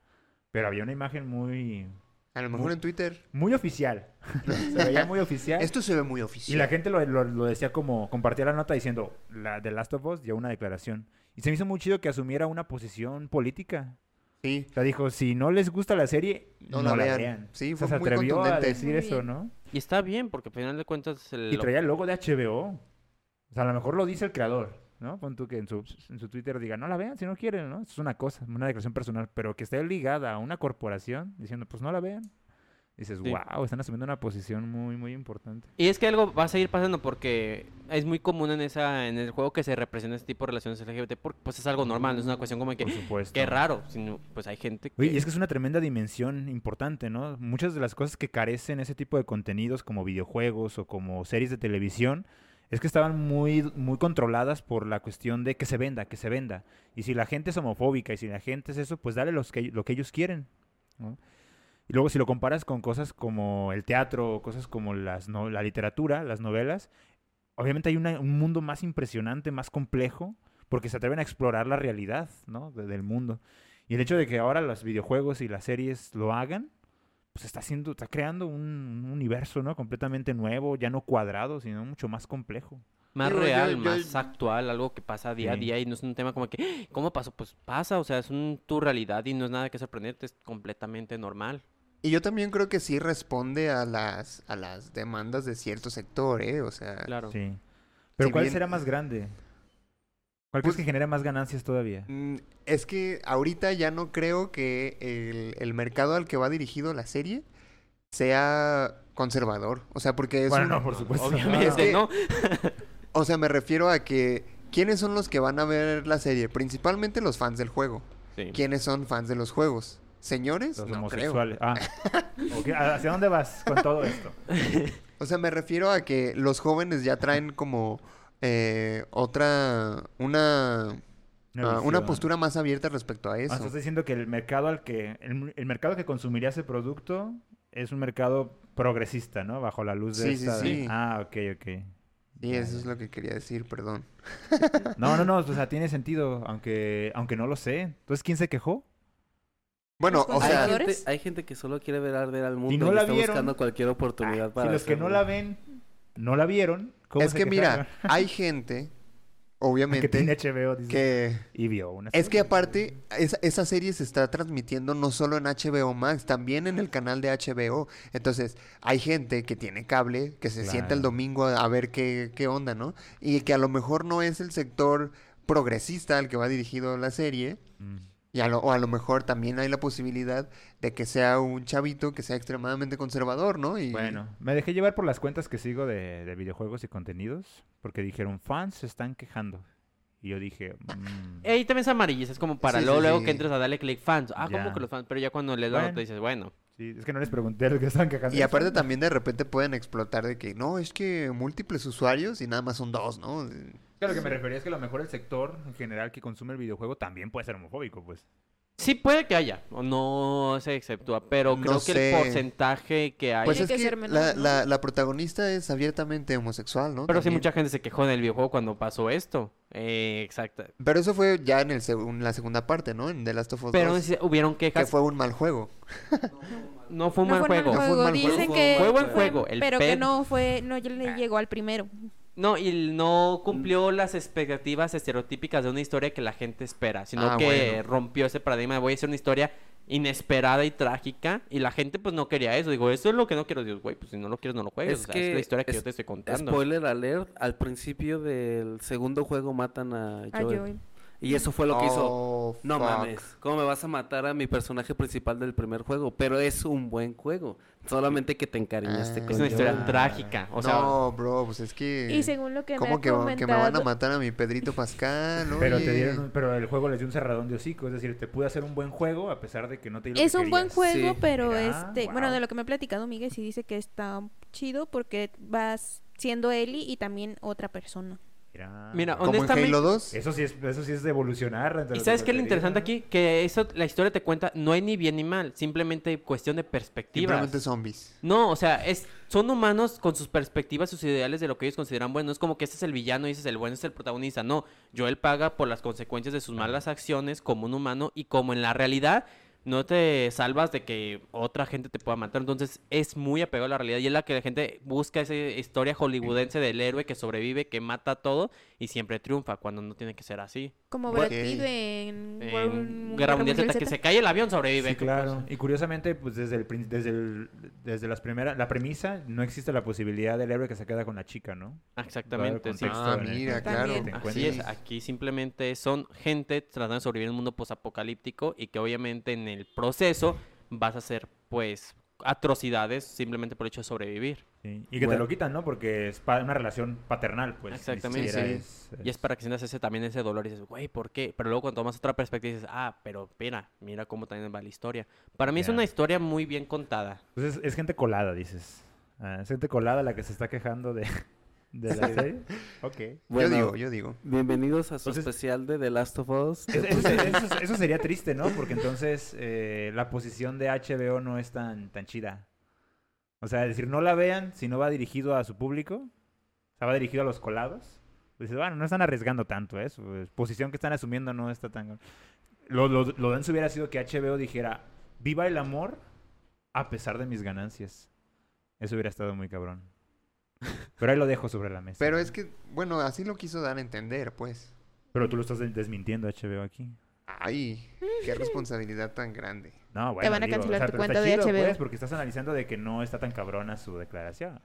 Speaker 5: Pero había una imagen muy,
Speaker 1: a lo mejor
Speaker 5: Mu-
Speaker 1: en Twitter
Speaker 5: muy oficial. (laughs) se veía
Speaker 1: (laughs)
Speaker 5: muy oficial.
Speaker 1: esto se ve muy
Speaker 5: Y la
Speaker 1: oficial.
Speaker 5: gente lo, lo- lo decía como, compartía la nota diciendo, la de Last of Us dio una declaración. Y se me hizo muy chido que asumiera una posición política.
Speaker 1: Sí,
Speaker 5: O sea, dijo, si no les gusta la serie, no, la, vean.
Speaker 1: Sí,
Speaker 5: O sea,
Speaker 1: fue
Speaker 5: se
Speaker 1: muy
Speaker 5: atrevió a
Speaker 1: contundente.
Speaker 5: decir
Speaker 3: Muy
Speaker 5: eso,
Speaker 3: bien.
Speaker 5: ¿no?
Speaker 2: Y está bien, porque al final de cuentas... el-
Speaker 5: Y traía el logo de HBO. O sea, a lo mejor lo dice el creador, ¿no? Pon tú que en su, en su Twitter diga, no la vean si no quieren, ¿no? Es una cosa, una declaración personal. Pero que esté ligada a una corporación diciendo, pues no la vean. Dices,
Speaker 2: Sí.
Speaker 5: wow, están asumiendo una posición muy, muy importante.
Speaker 2: Y es que algo va a seguir pasando porque es muy común en esa en el juego que se representa este tipo de relaciones LGBT, porque pues es algo normal, no es una cuestión como que
Speaker 5: Por supuesto.
Speaker 2: qué raro, sino pues hay gente que
Speaker 5: Oye, y es que es una tremenda dimensión importante, ¿no? Muchas de las cosas que carecen ese tipo de contenidos como videojuegos o como series de televisión es que estaban muy, muy controladas por la cuestión de que se venda, que se venda. Y si la gente es homofóbica y si la gente es eso, pues dale los que, lo que ellos quieren. ¿no? Y luego si lo comparas con cosas como el teatro, o cosas como las no- la literatura, las novelas, obviamente hay una- un mundo más impresionante, más complejo, porque se atreven a explorar la realidad ¿no? de- del mundo. Y el hecho de que ahora los videojuegos y las series lo hagan, pues está haciendo, está creando un, un universo ¿no? completamente nuevo, ya no cuadrado, sino mucho más complejo.
Speaker 2: más
Speaker 1: Digo, yo-
Speaker 2: real,
Speaker 1: yo-
Speaker 2: más actual, algo que pasa día
Speaker 5: Sí.
Speaker 2: a día y no es un tema como que "Ah, ¿cómo pasó? Pues pasa, o sea, es un- tu realidad y no es nada que sorprenderte, es completamente normal.
Speaker 1: Y yo también creo que sí responde a las a las demandas de cierto sector, ¿eh? O sea,
Speaker 2: Claro.
Speaker 5: Sí. Pero
Speaker 1: Si
Speaker 5: ¿cuál
Speaker 1: bien-
Speaker 5: será más grande? ¿Cuál
Speaker 1: Pues-
Speaker 5: crees que genera más ganancias todavía?
Speaker 1: Mm, Es que ahorita ya no creo que el, el mercado al que va dirigido la serie sea conservador. O sea, porque es
Speaker 5: bueno,
Speaker 1: un-
Speaker 5: no, por supuesto.
Speaker 2: Obviamente,
Speaker 5: no, no.
Speaker 1: que-
Speaker 2: ¿no?
Speaker 1: O sea, me refiero a que ¿quiénes son los que van a ver la serie? Principalmente los fans del juego.
Speaker 2: Sí.
Speaker 1: ¿Quiénes son fans de los juegos? ¿Señores?
Speaker 5: Los
Speaker 1: no creo.
Speaker 5: homosexuales.
Speaker 1: (laughs)
Speaker 5: Ah. Ok, ¿a- ¿Hacia dónde vas con todo esto?
Speaker 1: O sea, me refiero a que los jóvenes ya traen como eh, otra una ah, una
Speaker 5: visión.
Speaker 1: postura más abierta respecto a
Speaker 5: Ah,
Speaker 1: eso.
Speaker 5: estás diciendo que el mercado al que el, el mercado que consumiría ese producto es un mercado progresista, ¿no? Bajo la luz de
Speaker 1: Sí, sí,
Speaker 5: esta-
Speaker 1: sí.
Speaker 5: Ah, ok, ok.
Speaker 1: Y
Speaker 5: Ya,
Speaker 1: eso
Speaker 5: ya.
Speaker 1: es lo que quería decir, perdón.
Speaker 5: No, no, no, o sea, tiene sentido, aunque, aunque no lo sé. Entonces, ¿quién se quejó?
Speaker 1: Bueno, o
Speaker 4: Hay
Speaker 1: sea,
Speaker 3: conservadores.
Speaker 4: gente, hay gente que solo quiere ver arder al mundo y,
Speaker 5: no la
Speaker 4: está
Speaker 5: vieron.
Speaker 4: buscando cualquier oportunidad para
Speaker 5: Ah, si los que no
Speaker 4: hacerlo.
Speaker 5: la ven, no la vieron. ¿cómo
Speaker 1: es
Speaker 5: se
Speaker 1: que mira,
Speaker 5: quejaron? (laughs)
Speaker 1: hay gente,
Speaker 5: que tiene
Speaker 1: obviamente,
Speaker 5: HBO, dice.
Speaker 1: que...
Speaker 5: Y vio una
Speaker 1: Es que
Speaker 5: serie.
Speaker 1: aparte, esa, esa serie se está transmitiendo no solo en HBO Max, también en el canal de HBO. Entonces, hay gente que tiene cable, que se sienta el
Speaker 5: Claro.
Speaker 1: domingo a, a ver qué, qué onda, ¿no? Y que a lo mejor no es el sector progresista al que va dirigido la serie.
Speaker 5: Mm.
Speaker 1: Y a lo- o a lo mejor también hay la posibilidad de que sea un chavito que sea extremadamente conservador, ¿no? Y,
Speaker 5: Bueno, me dejé llevar por las cuentas que sigo de, de videojuegos y contenidos, porque dijeron, fans se están quejando. Y yo dije, mm,
Speaker 2: Ahí también es amarillista, es como para
Speaker 1: Sí,
Speaker 2: luego,
Speaker 1: sí,
Speaker 2: luego
Speaker 1: sí.
Speaker 2: que entres a darle click fans. Ah,
Speaker 5: Ya.
Speaker 2: como que los fans, pero ya cuando le das
Speaker 5: Bueno.
Speaker 2: te dices, bueno,
Speaker 5: sí, es que no les pregunté a los que están quejando.
Speaker 3: (laughs)
Speaker 1: Y aparte también de repente pueden explotar de que no, es que múltiples usuarios y nada más son dos, ¿no?
Speaker 5: Es que a lo que me refería es que a lo mejor el sector en general que consume el videojuego también puede ser homofóbico, pues.
Speaker 2: sí puede que haya, o no se exceptúa, pero
Speaker 1: No
Speaker 2: creo que
Speaker 1: sé.
Speaker 2: el porcentaje que hay.
Speaker 1: Pues
Speaker 3: Tiene
Speaker 1: es
Speaker 3: que
Speaker 1: que,
Speaker 3: ser menor,
Speaker 1: la,
Speaker 3: ¿no?
Speaker 1: la- la protagonista es abiertamente homosexual, ¿no?
Speaker 2: pero sí,
Speaker 1: También.
Speaker 2: mucha gente se quejó en el videojuego cuando pasó esto. Eh, exacto.
Speaker 1: Pero eso fue ya en, el seg- en la segunda parte, ¿no? En The Last of Us
Speaker 2: Pero
Speaker 1: 2,
Speaker 2: sí hubieron
Speaker 1: que
Speaker 2: quejas.
Speaker 1: fue un mal juego.
Speaker 2: No fue un
Speaker 3: No
Speaker 2: mal
Speaker 3: fue un
Speaker 2: juego.
Speaker 1: No fue un mal juego.
Speaker 3: Dicen
Speaker 4: Fue
Speaker 3: que
Speaker 2: un buen juego. El E
Speaker 3: pero que
Speaker 2: pedo.
Speaker 3: no fue, no
Speaker 2: Ah.
Speaker 3: le llegó al primero.
Speaker 2: No, y l- no cumplió las expectativas estereotípicas de una historia que la gente espera, sino
Speaker 1: Ah,
Speaker 2: que
Speaker 1: bueno.
Speaker 2: rompió ese paradigma de voy a hacer una historia inesperada y trágica y la gente pues no quería eso. Digo, eso es lo que no quiero. Digo, güey, pues si no lo quieres no lo
Speaker 4: Es
Speaker 2: juegues. o sea, es
Speaker 4: que
Speaker 2: la historia que
Speaker 4: es-
Speaker 2: yo te estoy contando.
Speaker 4: Spoiler alert, al principio del segundo juego matan a
Speaker 3: A
Speaker 4: Joel.
Speaker 3: Joel.
Speaker 4: Y eso fue lo que hizo.
Speaker 1: Oh,
Speaker 4: No
Speaker 1: fuck.
Speaker 4: mames, ¿cómo me vas a matar a mi personaje principal del primer juego? Pero es un buen juego. Solamente que te encariñaste
Speaker 1: Ah.
Speaker 4: con
Speaker 2: Es una
Speaker 4: Joel.
Speaker 2: historia
Speaker 5: Ah.
Speaker 2: trágica. O sea,
Speaker 1: no, bro, pues es que...
Speaker 3: Y según lo que me
Speaker 1: ¿Cómo
Speaker 3: ha
Speaker 1: que, va- que me van a
Speaker 3: comentado-
Speaker 1: matar a mi Pedrito
Speaker 3: (laughs)
Speaker 1: Pascal?
Speaker 5: Pero, te
Speaker 1: Oye.
Speaker 5: dieron un- pero el juego les dio un cerradón de hocico, es decir, te pude hacer un buen juego a pesar de que no te dio lo
Speaker 3: Es
Speaker 5: que
Speaker 3: un buen
Speaker 5: querías.
Speaker 3: juego,
Speaker 4: Sí.
Speaker 3: pero
Speaker 5: Mira,
Speaker 3: este, bueno,
Speaker 5: guau.
Speaker 3: de lo que me ha platicado Miguel sí dice que está chido porque vas siendo Eli y también otra persona.
Speaker 5: Mira,
Speaker 2: Mira,
Speaker 5: bueno.
Speaker 1: Como en
Speaker 2: Honestamente-
Speaker 1: Halo 2.
Speaker 5: Eso sí, es, eso sí es de evolucionar. entre
Speaker 2: ¿Y
Speaker 5: los
Speaker 2: sabes qué es lo
Speaker 5: anteriores,
Speaker 2: interesante
Speaker 5: ¿no?
Speaker 2: aquí? Que eso, la historia te cuenta, no hay ni bien ni mal, simplemente cuestión de perspectivas.
Speaker 1: Simplemente zombies.
Speaker 2: No, o sea, es, son humanos con sus perspectivas, sus ideales de lo que ellos consideran bueno. No es como que este es el villano y ese es el bueno, este es el protagonista. No, Joel paga por las consecuencias de sus malas acciones como un humano y como en la realidad no te salvas de que otra gente te pueda matar. Entonces es muy apegado a la realidad y es la que la gente busca esa historia hollywoodense del héroe que sobrevive, que mata todo y siempre triunfa cuando no tiene que ser así.
Speaker 3: Como
Speaker 1: Bueno.
Speaker 3: Brad Pitt
Speaker 1: Ok.
Speaker 3: en
Speaker 2: En
Speaker 3: World-
Speaker 2: Guerra Mundial Z, que se cae el avión, sobrevive.
Speaker 5: Sí,
Speaker 2: ¿qué
Speaker 5: claro.
Speaker 2: pasa?
Speaker 5: Y curiosamente, pues desde el, prin- desde el- desde las primeras, la premisa, no existe la posibilidad del héroe que se queda con la chica, ¿no?
Speaker 2: Ah, Exactamente. sí.
Speaker 1: contexto. Ah,
Speaker 5: en el
Speaker 1: mira,
Speaker 5: que
Speaker 3: claro.
Speaker 5: te
Speaker 2: Así
Speaker 5: encuentras.
Speaker 2: es, aquí simplemente son gente tratando de sobrevivir en un mundo posapocalíptico y que obviamente en el proceso vas a hacer pues atrocidades simplemente por el hecho de sobrevivir.
Speaker 5: Sí, Y que te
Speaker 4: Bueno.
Speaker 5: lo quitan, ¿no? Porque es pa- una relación paternal, pues. ni
Speaker 2: Exactamente.
Speaker 5: siquiera
Speaker 1: Sí.
Speaker 5: es- eh,
Speaker 2: Y es para que sientas ese también ese dolor y dices, güey, ¿por qué? Pero luego cuando tomas otra perspectiva dices, ah, pero mira, mira cómo también va la historia. Para mí es
Speaker 5: Ya.
Speaker 2: una historia muy bien contada.
Speaker 5: pues es, es gente colada, dices. Ah, es gente colada la que se está quejando de, (laughs) de la serie. ok.
Speaker 4: Bueno,
Speaker 1: Yo digo, yo digo.
Speaker 4: Bienvenidos a su
Speaker 5: Entonces-
Speaker 4: especial de The Last of Us.
Speaker 5: Pues Es- es- eso, eso sería triste, ¿no? Porque entonces eh, la posición de HBO no es tan, tan chida. O sea, decir, no la vean si no va dirigido a su público. O sea, va dirigido a los colados. Dices, bueno, no están arriesgando tanto, ¿eh? Su eh, posición que están asumiendo no está tan... Lo, lo, lo denso hubiera sido que HBO dijera, viva el amor a pesar de mis ganancias. Eso hubiera estado muy cabrón. Pero ahí lo dejo sobre la mesa.
Speaker 1: Pero es que, bueno, así lo quiso dar a entender, pues.
Speaker 5: Pero tú lo estás de- desmintiendo, HBO, aquí.
Speaker 1: Ay, qué responsabilidad tan grande.
Speaker 5: No, bueno,
Speaker 3: van a
Speaker 5: digo,
Speaker 3: cancelar tu
Speaker 5: pero está
Speaker 3: cuenta de
Speaker 5: chido,
Speaker 3: HBO.
Speaker 5: pues, porque estás analizando de que no está tan cabrona su declaración.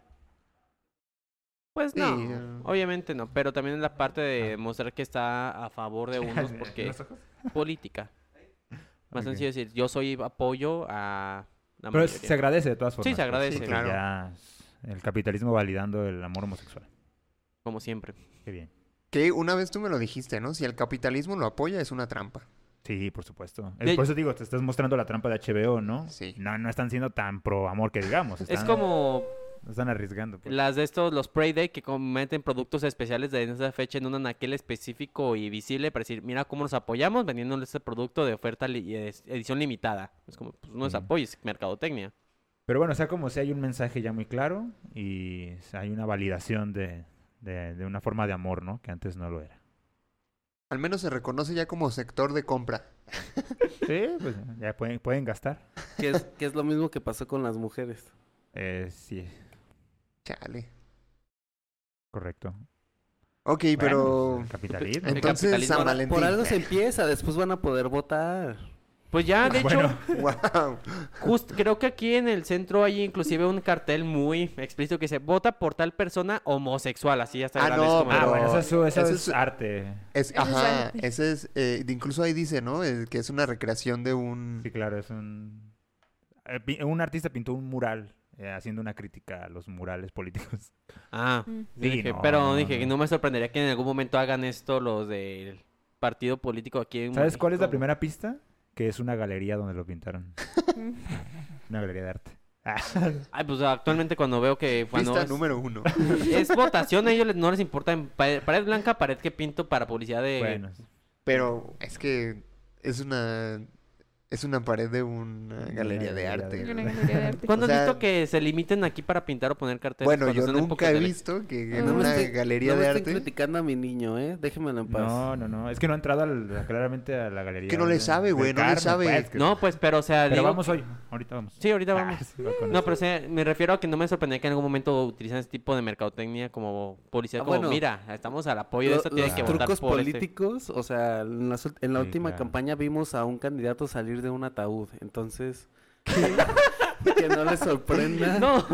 Speaker 2: Pues no,
Speaker 1: Sí, eh.
Speaker 2: obviamente no, pero también es la parte
Speaker 5: Ah.
Speaker 2: de mostrar que está a favor
Speaker 5: (laughs)
Speaker 2: de unos porque
Speaker 5: ¿Los ojos?
Speaker 2: política. Más
Speaker 5: Ok.
Speaker 2: sencillo decir, yo soy apoyo a la
Speaker 5: Pero es-
Speaker 2: mayoría.
Speaker 5: se agradece de todas formas.
Speaker 2: se agradece.
Speaker 5: porque
Speaker 1: Claro.
Speaker 5: ya es el capitalismo validando el amor homosexual.
Speaker 2: Como siempre.
Speaker 5: Qué bien.
Speaker 1: Que una vez tú me lo dijiste, ¿no? Si el capitalismo lo apoya, es una trampa.
Speaker 5: Sí, por supuesto. Es-
Speaker 2: De-
Speaker 5: Por eso digo, te estás mostrando la trampa de HBO, ¿no?
Speaker 1: Sí.
Speaker 5: No, no están siendo tan pro amor que digamos.
Speaker 2: Es
Speaker 5: están-
Speaker 2: como
Speaker 5: no están arriesgando. pues.
Speaker 2: las de estos, los Prey Day, que cometen productos especiales de esa fecha en un anaquel específico y visible para decir, mira cómo nos apoyamos vendiéndole este producto de oferta li- y es- edición limitada. Es como, pues no es
Speaker 5: Sí.
Speaker 2: apoyo, es mercadotecnia.
Speaker 5: Pero bueno, sea como sea, hay un mensaje ya muy claro y hay una validación de, de, de una forma de amor, ¿no? Que antes no lo era.
Speaker 1: Al menos se reconoce ya como sector de compra.
Speaker 5: Sí, pues ya pueden, pueden gastar.
Speaker 4: Que es, que es lo mismo que pasó con
Speaker 5: (laughs)
Speaker 4: las mujeres.
Speaker 5: Eh, sí,
Speaker 1: Chale.
Speaker 5: correcto.
Speaker 1: Ok,
Speaker 5: Bueno,
Speaker 1: pero...
Speaker 5: pues, el capitalismo.
Speaker 2: El
Speaker 1: Entonces,
Speaker 2: capitalismo
Speaker 1: San
Speaker 2: ahora-
Speaker 1: Valentín. (laughs)
Speaker 4: Por algo se empieza, después van a poder votar.
Speaker 2: Pues ya, de hecho,
Speaker 5: (laughs) Bueno.
Speaker 1: Wow.
Speaker 2: Just- creo que aquí en el centro hay inclusive un cartel muy explícito que dice vota por tal persona homosexual, así ya está.
Speaker 1: Ah,
Speaker 2: grande,
Speaker 1: no,
Speaker 2: como-
Speaker 5: Ah,
Speaker 1: pero-
Speaker 5: bueno, eso es, su- eso
Speaker 1: ese
Speaker 5: es
Speaker 1: es-
Speaker 5: arte.
Speaker 1: Es,
Speaker 3: es
Speaker 1: ajá,
Speaker 3: arte.
Speaker 1: ese es... eh, de- incluso ahí dice, ¿no? Eh, que es una recreación de un...
Speaker 5: Sí, claro, es un... eh, pi- Un artista pintó un mural eh, haciendo una crítica a los murales
Speaker 1: (laughs)
Speaker 5: políticos.
Speaker 2: Ah,
Speaker 3: Mm.
Speaker 2: yo
Speaker 5: Sí,
Speaker 2: dije,
Speaker 5: no,
Speaker 2: pero
Speaker 5: no,
Speaker 2: dije que
Speaker 5: no.
Speaker 2: no me sorprendería que en algún momento hagan esto los del partido político aquí en
Speaker 5: ¿Sabes cuál es la
Speaker 2: México.
Speaker 5: primera pista? Que es una galería donde lo
Speaker 1: (laughs)
Speaker 5: pintaron.
Speaker 3: Mm.
Speaker 5: Una galería de arte. (laughs) Ah,
Speaker 2: Ay, pues actualmente cuando veo que cuando
Speaker 1: Pista
Speaker 2: es,
Speaker 1: número uno.
Speaker 2: (laughs) es votación a ellos les- no les importa en pared, pared blanca, pared que pinto para publicidad de
Speaker 5: Bueno,
Speaker 1: Pero es que es una... Es una pared de una galería de
Speaker 5: galería de
Speaker 1: arte.
Speaker 5: (laughs) arte.
Speaker 3: Una galería de arte.
Speaker 2: ¿Cuándo
Speaker 1: O sea-
Speaker 2: has visto que se limiten aquí para pintar o poner carteles?
Speaker 1: Bueno,
Speaker 2: cuando
Speaker 1: yo
Speaker 2: son épocas
Speaker 1: nunca he
Speaker 2: de ele-
Speaker 1: visto que en
Speaker 3: No me
Speaker 1: una
Speaker 4: estoy-
Speaker 1: galería
Speaker 4: no
Speaker 1: de
Speaker 4: me estén
Speaker 1: arte...
Speaker 4: criticando a mi niño, ¿eh? Déjenmelo en paz.
Speaker 5: No, no, no. Es que no ha entrado al- a- claramente a la galería.
Speaker 1: Que no le
Speaker 5: de-
Speaker 1: sabe,
Speaker 5: del
Speaker 1: güey, no le
Speaker 5: Carmen,
Speaker 1: sabe.
Speaker 5: pues, que-
Speaker 2: No, pues, pero o sea,
Speaker 5: Pero
Speaker 2: digo-
Speaker 5: vamos hoy. Ahorita vamos.
Speaker 2: Sí, ahorita
Speaker 5: Ah,
Speaker 2: vamos.
Speaker 5: sí, va con
Speaker 2: No,
Speaker 5: eso.
Speaker 2: pero o sea, me refiero a que no me sorprendería que en algún momento utilizan este tipo de mercadotecnia como policía,
Speaker 4: Ah,
Speaker 2: como
Speaker 4: bueno.
Speaker 2: mira, estamos al apoyo de
Speaker 4: Lo-
Speaker 2: esto, tienen
Speaker 4: los
Speaker 2: que votar
Speaker 4: trucos
Speaker 2: por este".
Speaker 4: políticos, o sea, en, las ult- en la
Speaker 5: Sí,
Speaker 4: última
Speaker 5: claro.
Speaker 4: campaña vimos a un candidato salir de un ataúd, entonces (laughs) que no les sorprenda.
Speaker 2: (laughs) No,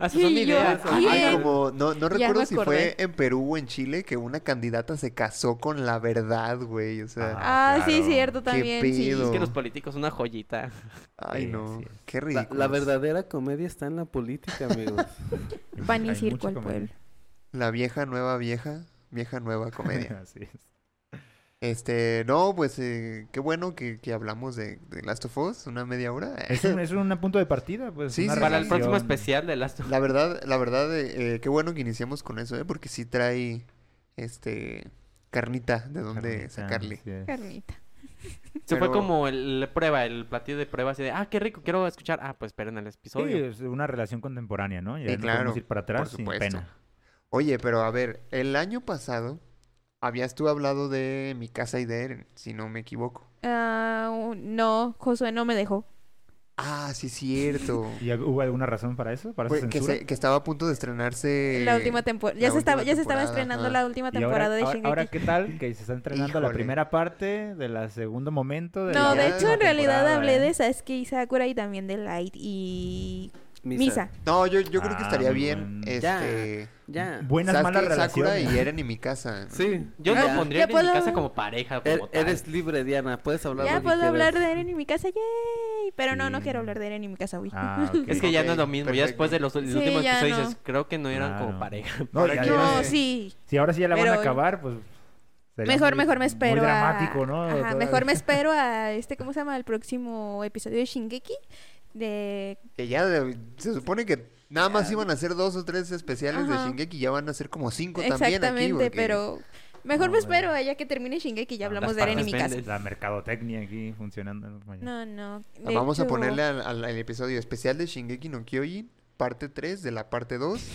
Speaker 2: así son
Speaker 3: Sí, yo-
Speaker 2: ideas.
Speaker 3: Sí.
Speaker 1: Ay, como, Ah, no, no
Speaker 3: Ya
Speaker 1: recuerdo
Speaker 3: me
Speaker 1: si
Speaker 3: acordé.
Speaker 1: fue en Perú o en Chile que una candidata se casó con la verdad, güey. O sea,
Speaker 3: Ah, sí,
Speaker 5: claro.
Speaker 3: cierto,
Speaker 1: Qué
Speaker 3: también. sí.
Speaker 1: pedo.
Speaker 2: Es que los políticos son una joyita.
Speaker 1: ay
Speaker 5: Ah, Sí,
Speaker 1: no,
Speaker 5: así es.
Speaker 1: qué
Speaker 4: La,
Speaker 1: ridículo.
Speaker 4: la verdadera comedia está en la política,
Speaker 1: (laughs)
Speaker 4: amigos.
Speaker 3: Pan y
Speaker 5: Hay
Speaker 3: circo
Speaker 5: mucha
Speaker 3: al
Speaker 5: comedia.
Speaker 1: La vieja nueva vieja, vieja nueva comedia.
Speaker 5: (laughs) (laughs) Así es.
Speaker 1: este, no, pues eh, qué bueno que, que hablamos de, de Last of Us, una media hora.
Speaker 5: Es un, es un punto de partida, pues.
Speaker 1: Sí,
Speaker 5: una
Speaker 1: sí,
Speaker 2: Para el
Speaker 1: sí.
Speaker 2: próximo
Speaker 5: relación.
Speaker 2: especial de Last
Speaker 1: (laughs)
Speaker 2: of
Speaker 1: La verdad, la verdad, eh, eh, qué bueno que iniciamos con eso, eh, porque sí trae, este, carnita de dónde
Speaker 5: Carnita,
Speaker 1: sacarle.
Speaker 5: así es.
Speaker 3: Carnita.
Speaker 2: Se fue
Speaker 1: pero-
Speaker 2: como el, la prueba, el platillo de prueba, así de, ah, qué rico, quiero escuchar. Ah, pues esperen el
Speaker 5: Sí,
Speaker 2: episodio.
Speaker 5: es una relación contemporánea, ¿no? Ya
Speaker 1: Sí,
Speaker 5: no
Speaker 1: claro,
Speaker 5: podemos ir para atrás sin
Speaker 1: supuesto.
Speaker 5: pena.
Speaker 1: Oye, pero a ver, el año pasado habías tú hablado de mi casa y de Eren, si no me equivoco.
Speaker 3: Ah, un- no, Josué no me dejó.
Speaker 1: Ah, sí, es cierto.
Speaker 5: ¿Y hab- hubo alguna razón para eso? (laughs) ¿Para esa
Speaker 1: Fue- Pues, que,
Speaker 5: censura?
Speaker 1: se- que estaba a punto de estrenarse.
Speaker 3: la última temporada. Ya,
Speaker 1: la
Speaker 3: se estaba,
Speaker 1: última
Speaker 3: ya se estaba
Speaker 1: temporada,
Speaker 3: estrenando
Speaker 1: ajá.
Speaker 3: la
Speaker 5: Y
Speaker 3: última
Speaker 5: ahora,
Speaker 3: temporada de
Speaker 5: ahora-
Speaker 3: Shingeki.
Speaker 5: ahora qué tal que se está entrenando la
Speaker 1: Híjole.
Speaker 5: primera parte de la segundo momento de la
Speaker 3: No, de
Speaker 1: Ya.
Speaker 3: hecho,
Speaker 5: última
Speaker 3: en realidad
Speaker 5: temporada,
Speaker 3: hablé
Speaker 5: ¿eh?
Speaker 3: de Sasuke y Sakura y también de Light y Misa.
Speaker 1: No, yo, yo creo que
Speaker 5: Ah,
Speaker 1: estaría
Speaker 5: muy
Speaker 1: bien.
Speaker 5: bueno.
Speaker 4: Ya.
Speaker 1: Este.
Speaker 4: Ya.
Speaker 5: buenas
Speaker 1: Sasuke,
Speaker 5: malas
Speaker 1: Sakura
Speaker 5: relaciones
Speaker 1: y Eren y mi casa.
Speaker 4: Sí.
Speaker 2: Yo
Speaker 4: ya.
Speaker 2: lo pondría
Speaker 3: Ya
Speaker 2: en mi
Speaker 3: puedo-
Speaker 2: casa como pareja, como
Speaker 4: Er-
Speaker 2: tal.
Speaker 4: eres libre, Diana, puedes hablar
Speaker 3: Ya
Speaker 4: lo que
Speaker 3: puedo hablar
Speaker 4: (laughs) quieras.
Speaker 3: de Eren y mi casa, yay. Pero no, no
Speaker 5: Sí.
Speaker 3: quiero hablar de Eren y mi casa, güey.
Speaker 5: Ah,
Speaker 3: (laughs)
Speaker 5: ok.
Speaker 2: Es que ya no es
Speaker 1: Ok,
Speaker 2: lo mismo, ya después de los, los
Speaker 3: Sí,
Speaker 2: últimos
Speaker 3: ya
Speaker 2: episodios,
Speaker 3: no.
Speaker 2: dices, creo que no eran como
Speaker 5: Claro. (laughs)
Speaker 2: pareja.
Speaker 5: No,
Speaker 1: Ahora
Speaker 5: ya-
Speaker 1: que-
Speaker 3: No,
Speaker 1: Eh,
Speaker 3: sí.
Speaker 5: Si ahora sí ya la van a
Speaker 3: Pero-
Speaker 5: acabar, pues. sería
Speaker 3: Mejor,
Speaker 5: muy-
Speaker 3: mejor me espero.
Speaker 5: Muy
Speaker 3: a-
Speaker 5: dramático, ¿no?
Speaker 3: Ajá,
Speaker 5: Todavía.
Speaker 3: mejor me espero a este, ¿cómo se llama? El próximo episodio de Shingeki. De...
Speaker 1: Que ya de- se supone que nada más iban a hacer dos o tres especiales de
Speaker 3: Ajá.
Speaker 1: Shingeki. Ya van a ser como cinco también aquí.
Speaker 3: Exactamente,
Speaker 1: porque-
Speaker 3: pero
Speaker 5: No, eh.
Speaker 3: mejor me
Speaker 5: bueno.
Speaker 3: espero a ya que termine Shingeki. Ya
Speaker 5: Ah, Las
Speaker 3: hablamos de Eren y
Speaker 2: partes
Speaker 3: mi casa.
Speaker 2: venden.
Speaker 5: La mercadotecnia aquí funcionando. Mañana.
Speaker 3: No, no.
Speaker 5: Ah,
Speaker 3: de
Speaker 1: Vamos a
Speaker 3: hecho-
Speaker 1: ponerle al, al- al episodio especial de Shingeki no Kyojin, parte 3 de la parte 2.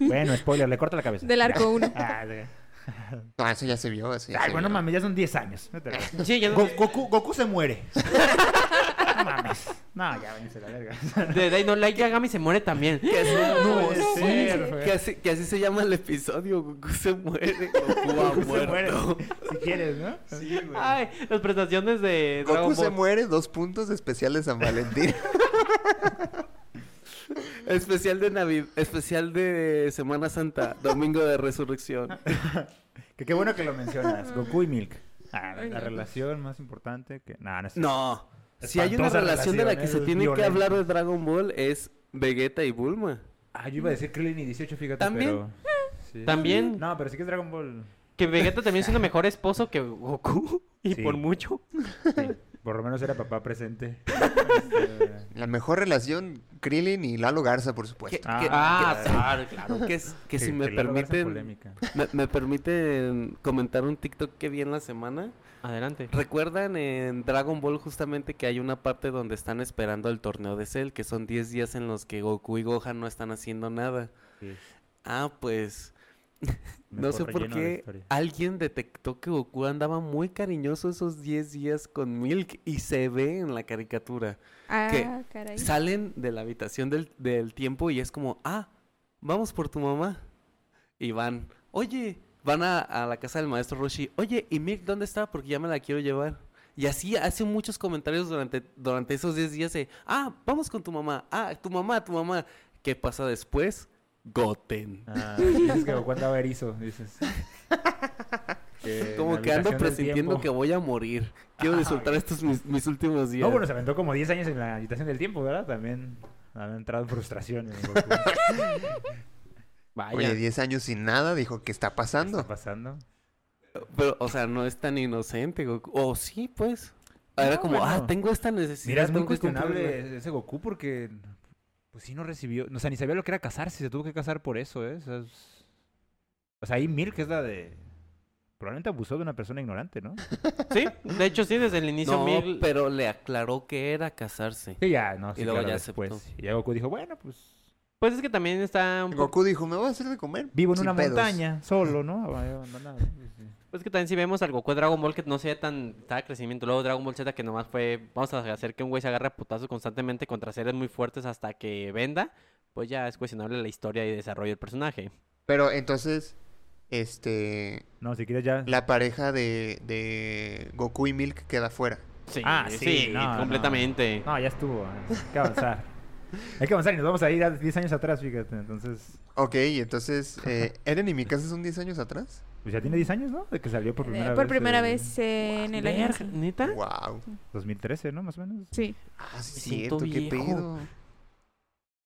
Speaker 5: Bueno, spoiler, le corta la cabeza.
Speaker 3: Del arco uno.
Speaker 5: (laughs) Ah, de-
Speaker 1: No, Ah, eso ya se vio. Eso ya
Speaker 5: Ay,
Speaker 1: se
Speaker 5: bueno,
Speaker 1: vio.
Speaker 5: mames, ya son 10 años. Vete a la-
Speaker 2: Sí, ya no-
Speaker 5: (laughs) Go- Goku, Goku se muere. No mames. No, ya váyanse a la verga.
Speaker 2: De Day No Light Yagami se muere también.
Speaker 4: Que
Speaker 2: (laughs)
Speaker 4: así,
Speaker 5: No
Speaker 4: no,
Speaker 5: puede
Speaker 4: sí,
Speaker 5: ser, güey.
Speaker 4: que así- que así se llama el episodio, Goku se muere, (laughs) Goku
Speaker 2: (laughs)
Speaker 4: ha
Speaker 5: Goku se muere.
Speaker 4: muerto.
Speaker 5: Si quieres, ¿no?
Speaker 2: Ay, las prestaciones de Dragon
Speaker 1: Goku se
Speaker 2: Ball.
Speaker 1: muere, dos puntos especiales San Valentín. (laughs)
Speaker 4: Especial de Navidad, especial de Semana Santa, Domingo de Resurrección.
Speaker 5: Que qué bueno que lo mencionas. Goku y Milk. Ah,
Speaker 3: Ay,
Speaker 5: la
Speaker 3: no.
Speaker 5: relación más importante que. Nah, no, es cierto.
Speaker 4: No, si hay una
Speaker 5: Espantosa
Speaker 4: relación de la que se
Speaker 5: relación,
Speaker 4: tiene
Speaker 5: es
Speaker 4: que hablar
Speaker 5: violenta.
Speaker 4: de Dragon Ball es Vegeta y Bulma.
Speaker 5: Ah, yo iba a decir Krillin y 18, fíjate.
Speaker 4: También.
Speaker 5: Pero... Sí.
Speaker 2: También.
Speaker 5: No, pero sí que es Dragon
Speaker 4: (laughs)
Speaker 5: Ball.
Speaker 2: Que Vegeta también es un mejor esposo que Goku. Y
Speaker 5: Sí.
Speaker 2: por mucho.
Speaker 5: Sí, Por lo menos era papá presente. Este,
Speaker 1: La mejor relación, Krillin y Lalo Garza, por
Speaker 4: Que,
Speaker 1: supuesto.
Speaker 5: Ah,
Speaker 4: que-
Speaker 2: Ah, claro, claro.
Speaker 4: pues, que- que s- que si
Speaker 5: que-
Speaker 4: me
Speaker 5: que luego verse
Speaker 4: permiten,
Speaker 5: polémica.
Speaker 4: me, me permiten comentar un TikTok que vi en la semana.
Speaker 2: Adelante.
Speaker 4: ¿Recuerdan en Dragon Ball justamente que hay una parte donde están esperando el torneo de Cell, que son 10 días en los que Goku y Gohan no están haciendo nada?
Speaker 5: Sí.
Speaker 4: Ah, pues (laughs) No sé
Speaker 5: Mejor
Speaker 4: por
Speaker 5: relleno de la
Speaker 4: qué
Speaker 5: historia.
Speaker 4: alguien detectó que Goku andaba muy cariñoso esos 10 días con Milk y se ve en la caricatura.
Speaker 3: Ah,
Speaker 4: ¿Qué?
Speaker 3: caray.
Speaker 4: Salen de la habitación del, del tiempo y es como, ah, vamos por tu mamá. Y van, oye, van a, a la casa del maestro Roshi, oye, ¿y Milk dónde está? Porque ya me la quiero llevar. Y así hace muchos comentarios durante, durante esos 10 días de, ah, vamos con tu mamá, ah, tu mamá, tu mamá. ¿Qué pasa después? Goten.
Speaker 5: Ah, dices que Goku andaba erizo,
Speaker 4: (laughs)
Speaker 5: dices.
Speaker 4: Como que ando presintiendo que voy a morir. Quiero disfrutar estos mis, mis últimos días.
Speaker 5: No, bueno, se aventó como 10 años en la habitación del tiempo, ¿verdad? También han entrado en frustración. en
Speaker 4: (laughs)
Speaker 5: Goku.
Speaker 2: Vaya.
Speaker 1: Oye, 10 años sin nada, dijo, ¿qué está
Speaker 5: ¿Qué Ah, está
Speaker 1: pasando?
Speaker 5: pasando?
Speaker 4: Pero, o sea, no es tan inocente, Goku. O sí, pues. Era
Speaker 5: No,
Speaker 4: como, ah,
Speaker 5: bueno.
Speaker 4: tengo esta necesidad.
Speaker 5: Mira, es muy
Speaker 4: tengo este que cumplirla".
Speaker 5: cuestionable ese Goku porque pues sí no recibió, o sea, ni sabía lo que era casarse, se tuvo que casar por eso, ¿eh? O sea, es- o sea, ahí Milk es la de probablemente abusó de una persona ignorante,
Speaker 4: (laughs)
Speaker 5: ¿no?
Speaker 2: Sí, de hecho sí, desde el inicio
Speaker 4: No,
Speaker 2: Mil-
Speaker 4: pero le aclaró que era casarse.
Speaker 5: Sí, ya, no, sí,
Speaker 4: luego
Speaker 5: claro,
Speaker 4: ya
Speaker 5: después.
Speaker 4: aceptó.
Speaker 5: Y ya Goku dijo, bueno, pues
Speaker 2: Pues es que también está un poco...
Speaker 1: Goku dijo, me voy a hacer de comer.
Speaker 5: vivo en
Speaker 1: sin
Speaker 5: una
Speaker 1: pedos".
Speaker 5: montaña solo,
Speaker 4: (laughs)
Speaker 5: ¿no? Abandonado.
Speaker 2: Pues es que también si vemos al Goku de Dragon Ball que no sea tan... Está crecimiento. Luego Dragon Ball Z que nomás fue... Vamos a hacer que un güey se agarre a putazos constantemente contra seres muy fuertes hasta que venda. Pues ya es cuestionable la historia y desarrollo del personaje.
Speaker 1: Pero entonces, este,
Speaker 5: No, si quieres ya
Speaker 1: la pareja de, de Goku y Milk queda fuera.
Speaker 2: Sí,
Speaker 5: Ah,
Speaker 2: sí,
Speaker 5: sí, no, no.
Speaker 2: completamente.
Speaker 5: No, ya estuvo. Hay
Speaker 1: (laughs)
Speaker 5: que avanzar. Hay que avanzar y nos vamos a ir a 10 años atrás, fíjate. Entonces,
Speaker 1: Ok, y
Speaker 5: (laughs)
Speaker 1: entonces, eh, ¿Eren y mi casa son 10 años atrás?
Speaker 5: pues ya tiene 10 años, ¿no? De que salió por primera
Speaker 3: Eh,
Speaker 5: vez.
Speaker 3: Por primera
Speaker 5: el
Speaker 3: vez eh, en el año.
Speaker 2: Verga,
Speaker 3: sí.
Speaker 2: ¿Neta?
Speaker 1: Wow.
Speaker 5: 2013, ¿no? Más o menos.
Speaker 3: Sí,
Speaker 1: Ah, sí,
Speaker 2: Me
Speaker 1: es
Speaker 2: siento
Speaker 1: cierto, qué
Speaker 2: viejo.
Speaker 1: pedo.